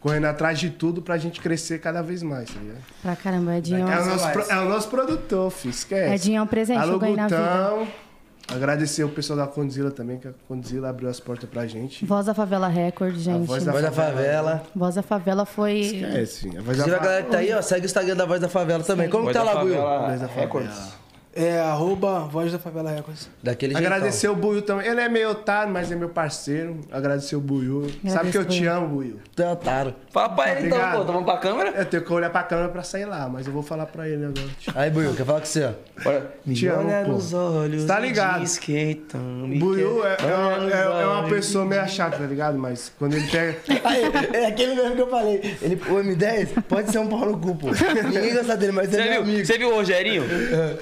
correndo atrás de tudo pra gente crescer cada vez mais, tá ligado?
Pra caramba, Edinho.
É o nosso,
mais.
pro- é o nosso produtor, filho. Esquece.
Edinho é um presente que eu
Alô,
ganhei na
Gutão. Agradecer o pessoal da Condzilla também, que a Condzilla abriu as portas pra gente.
Voz da Favela Record, gente.
voz
Voz da Favela.
Voz da Favela foi.
Esquece, filho. A voz da
Inclusive, a
fa-
é
galera que tá aí, ó, segue o Instagram da Voz da Favela também. Como que
Vai
tá
da
lá, Buiu?
favela
Voz da Favela.
Records.
É arroba Voz da Favela Records.
Daquele jeito.
Agradecer o Buiu também. Ele é meio otário, mas é meu parceiro. Agradecer o Buiu. Sabe que eu te amo, Buiu.
é Tentaram.
Fala pra ele então,
Obrigado.
pô. Tá bom pra câmera?
Eu tenho que olhar pra câmera pra sair lá, mas eu vou falar pra ele agora. Te-
Aí, Buiu, quer falar com você, ó.
Bora. Me
Te amo,
olha
pô.
nos olhos.
Tá
me
ligado.
Diz quem tão me
Buiu é,
quer.
é
Olha
uma-
nos
é- é uma
olhos.
pessoa meio chata, tá ligado? Mas quando ele pega.
[laughs] Aí, é aquele mesmo que eu falei. Ele, o M10 pode ser um pau no [laughs] cu, pô. Ninguém gosta dele, mas ele
Você
é meu
viu?
amigo.
Você viu o Rogerinho?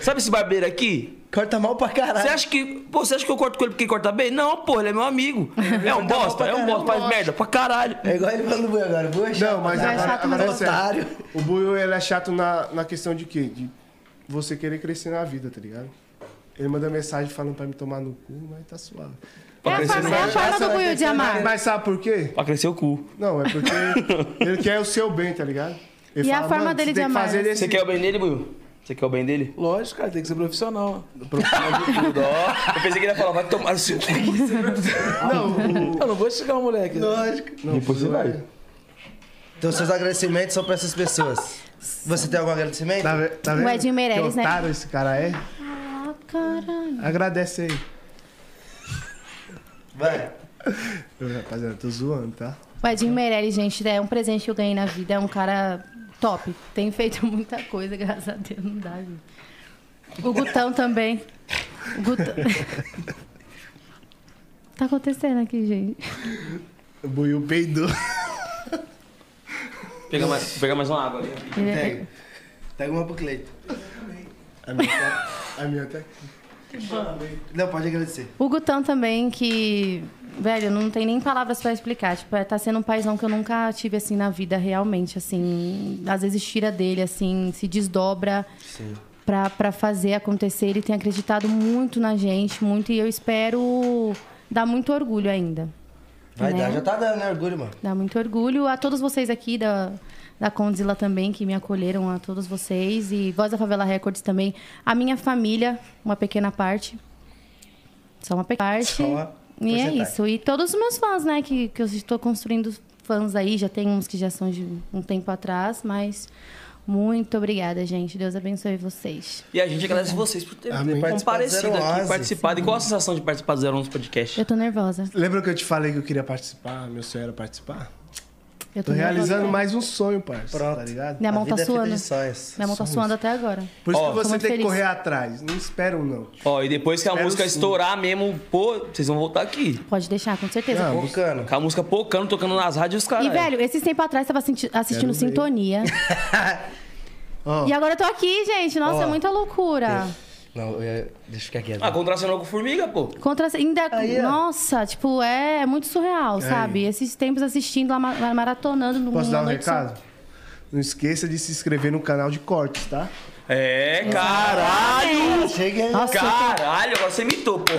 Sabe esse barbeiro aqui?
Corta mal pra caralho.
Você acha que. Pô, você acha que eu corto com ele porque ele corta bem? Não, pô, ele é meu amigo. É um bosta, é um bosta, faz merda pra caralho.
É igual ele falando do Buiu agora. Buiu é chato,
Não, mas
cara.
Mas
agora,
chato, mas
agora é
gostoso.
sério.
Otário.
O Buiu, ele é chato na, na questão de quê? De você querer crescer na vida, tá ligado? Ele manda mensagem falando pra me tomar no cu, mas tá suave.
É a forma, é a forma do Buiu de amar.
Mas sabe por quê?
Pra crescer o cu.
Não, é
[laughs]
porque ele quer o seu bem, tá ligado? Ele
E a forma
"Mano,
dele
você
de
tem que
amar,
fazer
né?
desse
Você quer o bem dele, Buiu? Você quer o bem dele?
Lógico, cara, tem que ser profissional.
Ó, Eu pensei que ele ia falar, vai tomar o seu cu.
Não, o...
Eu não vou xingar o moleque.
não Depois você vai.
Então, seus agradecimentos são pra essas pessoas. Você tem algum agradecimento?
Tá, ve- tá
O
vendo?
Edinho Meirelles,
que
né?
otário esse cara é.
Ah, caralho.
Agradece aí.
Vai.
Eu, rapaziada, tô zoando, tá?
O Edinho Meirelles, gente, é um presente que eu ganhei na vida. É um cara top. Tem feito [laughs] muita coisa, graças a Deus. Não dá, gente. O Gutão também. O Gutão... [laughs] tá acontecendo aqui, gente.
O Buiu peidou.
Pegar mais, pegar mais uma água ali.
Ele é-
Pega. Pega uma pro Cleito.
A minha tá... A minha tá...
Não, pode agradecer.
O Gutão também, que, velho, não tem nem palavras pra explicar. Tipo, é, tá sendo um paizão que eu nunca tive, assim, na vida, realmente, assim. Às vezes tira dele, assim, se desdobra pra, pra fazer acontecer. Ele tem acreditado muito na gente, muito, e eu espero dar muito orgulho ainda.
Vai
Né?
dar, já tá dando né, orgulho, mano.
Dá muito orgulho. A todos vocês aqui da, da Condzilla também, que me acolheram, a todos vocês. E Voz da Favela Records também. A minha família, uma pequena parte. Só uma pequena parte.
Só uma
e é
porcentagem.
isso. E todos os meus fãs, né? Que, que eu estou construindo fãs aí. Já tem uns que já são de um tempo atrás, mas... Muito obrigada, gente. Deus abençoe vocês.
E a gente agradece vocês por terem
Amém.
comparecido
Participar do
aqui,
011.
participado. E qual a sensação de participar do Zero 11 Podcast?
Eu tô nervosa.
Lembra que eu te falei que eu queria participar? Meu sonho era participar?
Eu
Tô
nervosa.
realizando mais um sonho, parça.
Pronto.
Tá ligado?
Minha mão
A vida
tá
é filha de
suando.
sonhos.
Minha mão tá suando até agora.
Por isso
Ó.
Tô
que você tem
muito
que
feliz.
correr atrás. Não esperam, não.
Ó, e depois que a
Espero
música
sim.
estourar mesmo, pô, vocês vão voltar aqui.
Pode deixar, com certeza.
Tá
Ô, Cano,
Com a música pocando, tocando nas rádios, cara.
E, velho, esses tempos atrás tava assisti- assistindo
Quero ver.
Sintonia.
[laughs] Ó. É.
E agora eu tô aqui, gente. Nossa, é muita loucura.
Não, eu ia- deixa eu ficar quieto.
Ah, contracionou com formiga, pô.
Contra... Ainda...
Aí, ó.
Nossa, tipo, é, é muito surreal, sabe? Esses tempos assistindo, lá, ma- maratonando. numa
Posso dar um
noite só.
recado? Não esqueça de se inscrever no canal de cortes, tá?
É,
é,
caralho!
Chega aí.
Nossa,
Caralho, agora você imitou, pô.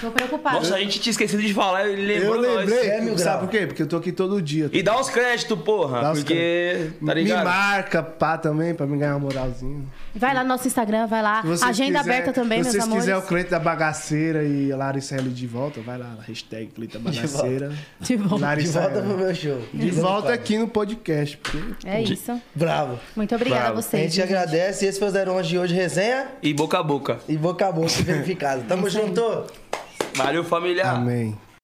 tô preocupada.
Nossa, a gente tinha esquecido de falar, ele
Ah. Eu
lembrou
lembrei.
nós.
É, mil grau.
sabe por quê? Porque eu tô aqui todo dia. tá?
E dá os créditos, porra.
Dá os
porque,
créditos.
tá
me
ligado?
marca, pá, também, pra me ganhar uma moralzinha.
Vai lá no nosso Instagram, vai lá.
Se vocês
Agenda
quiser-
aberta também,
Se
meus
vocês
amores.
quiserem o Cleito da Bagaceira e a Larissa L de volta, vai lá, hashtag Cleito da Bagaceira.
[laughs] De volta.
De
Larissa
volta
L.
pro meu show.
De volta aqui no podcast. Porque...
É isso.
Bravo.
Muito obrigada
Bravo.
a
A
vocês.
gente agradece. Esse foi o 011 de hoje, resenha
E boca a boca.
e boca a boca verificado. Tamo junto.
Valeu, família.
Amém.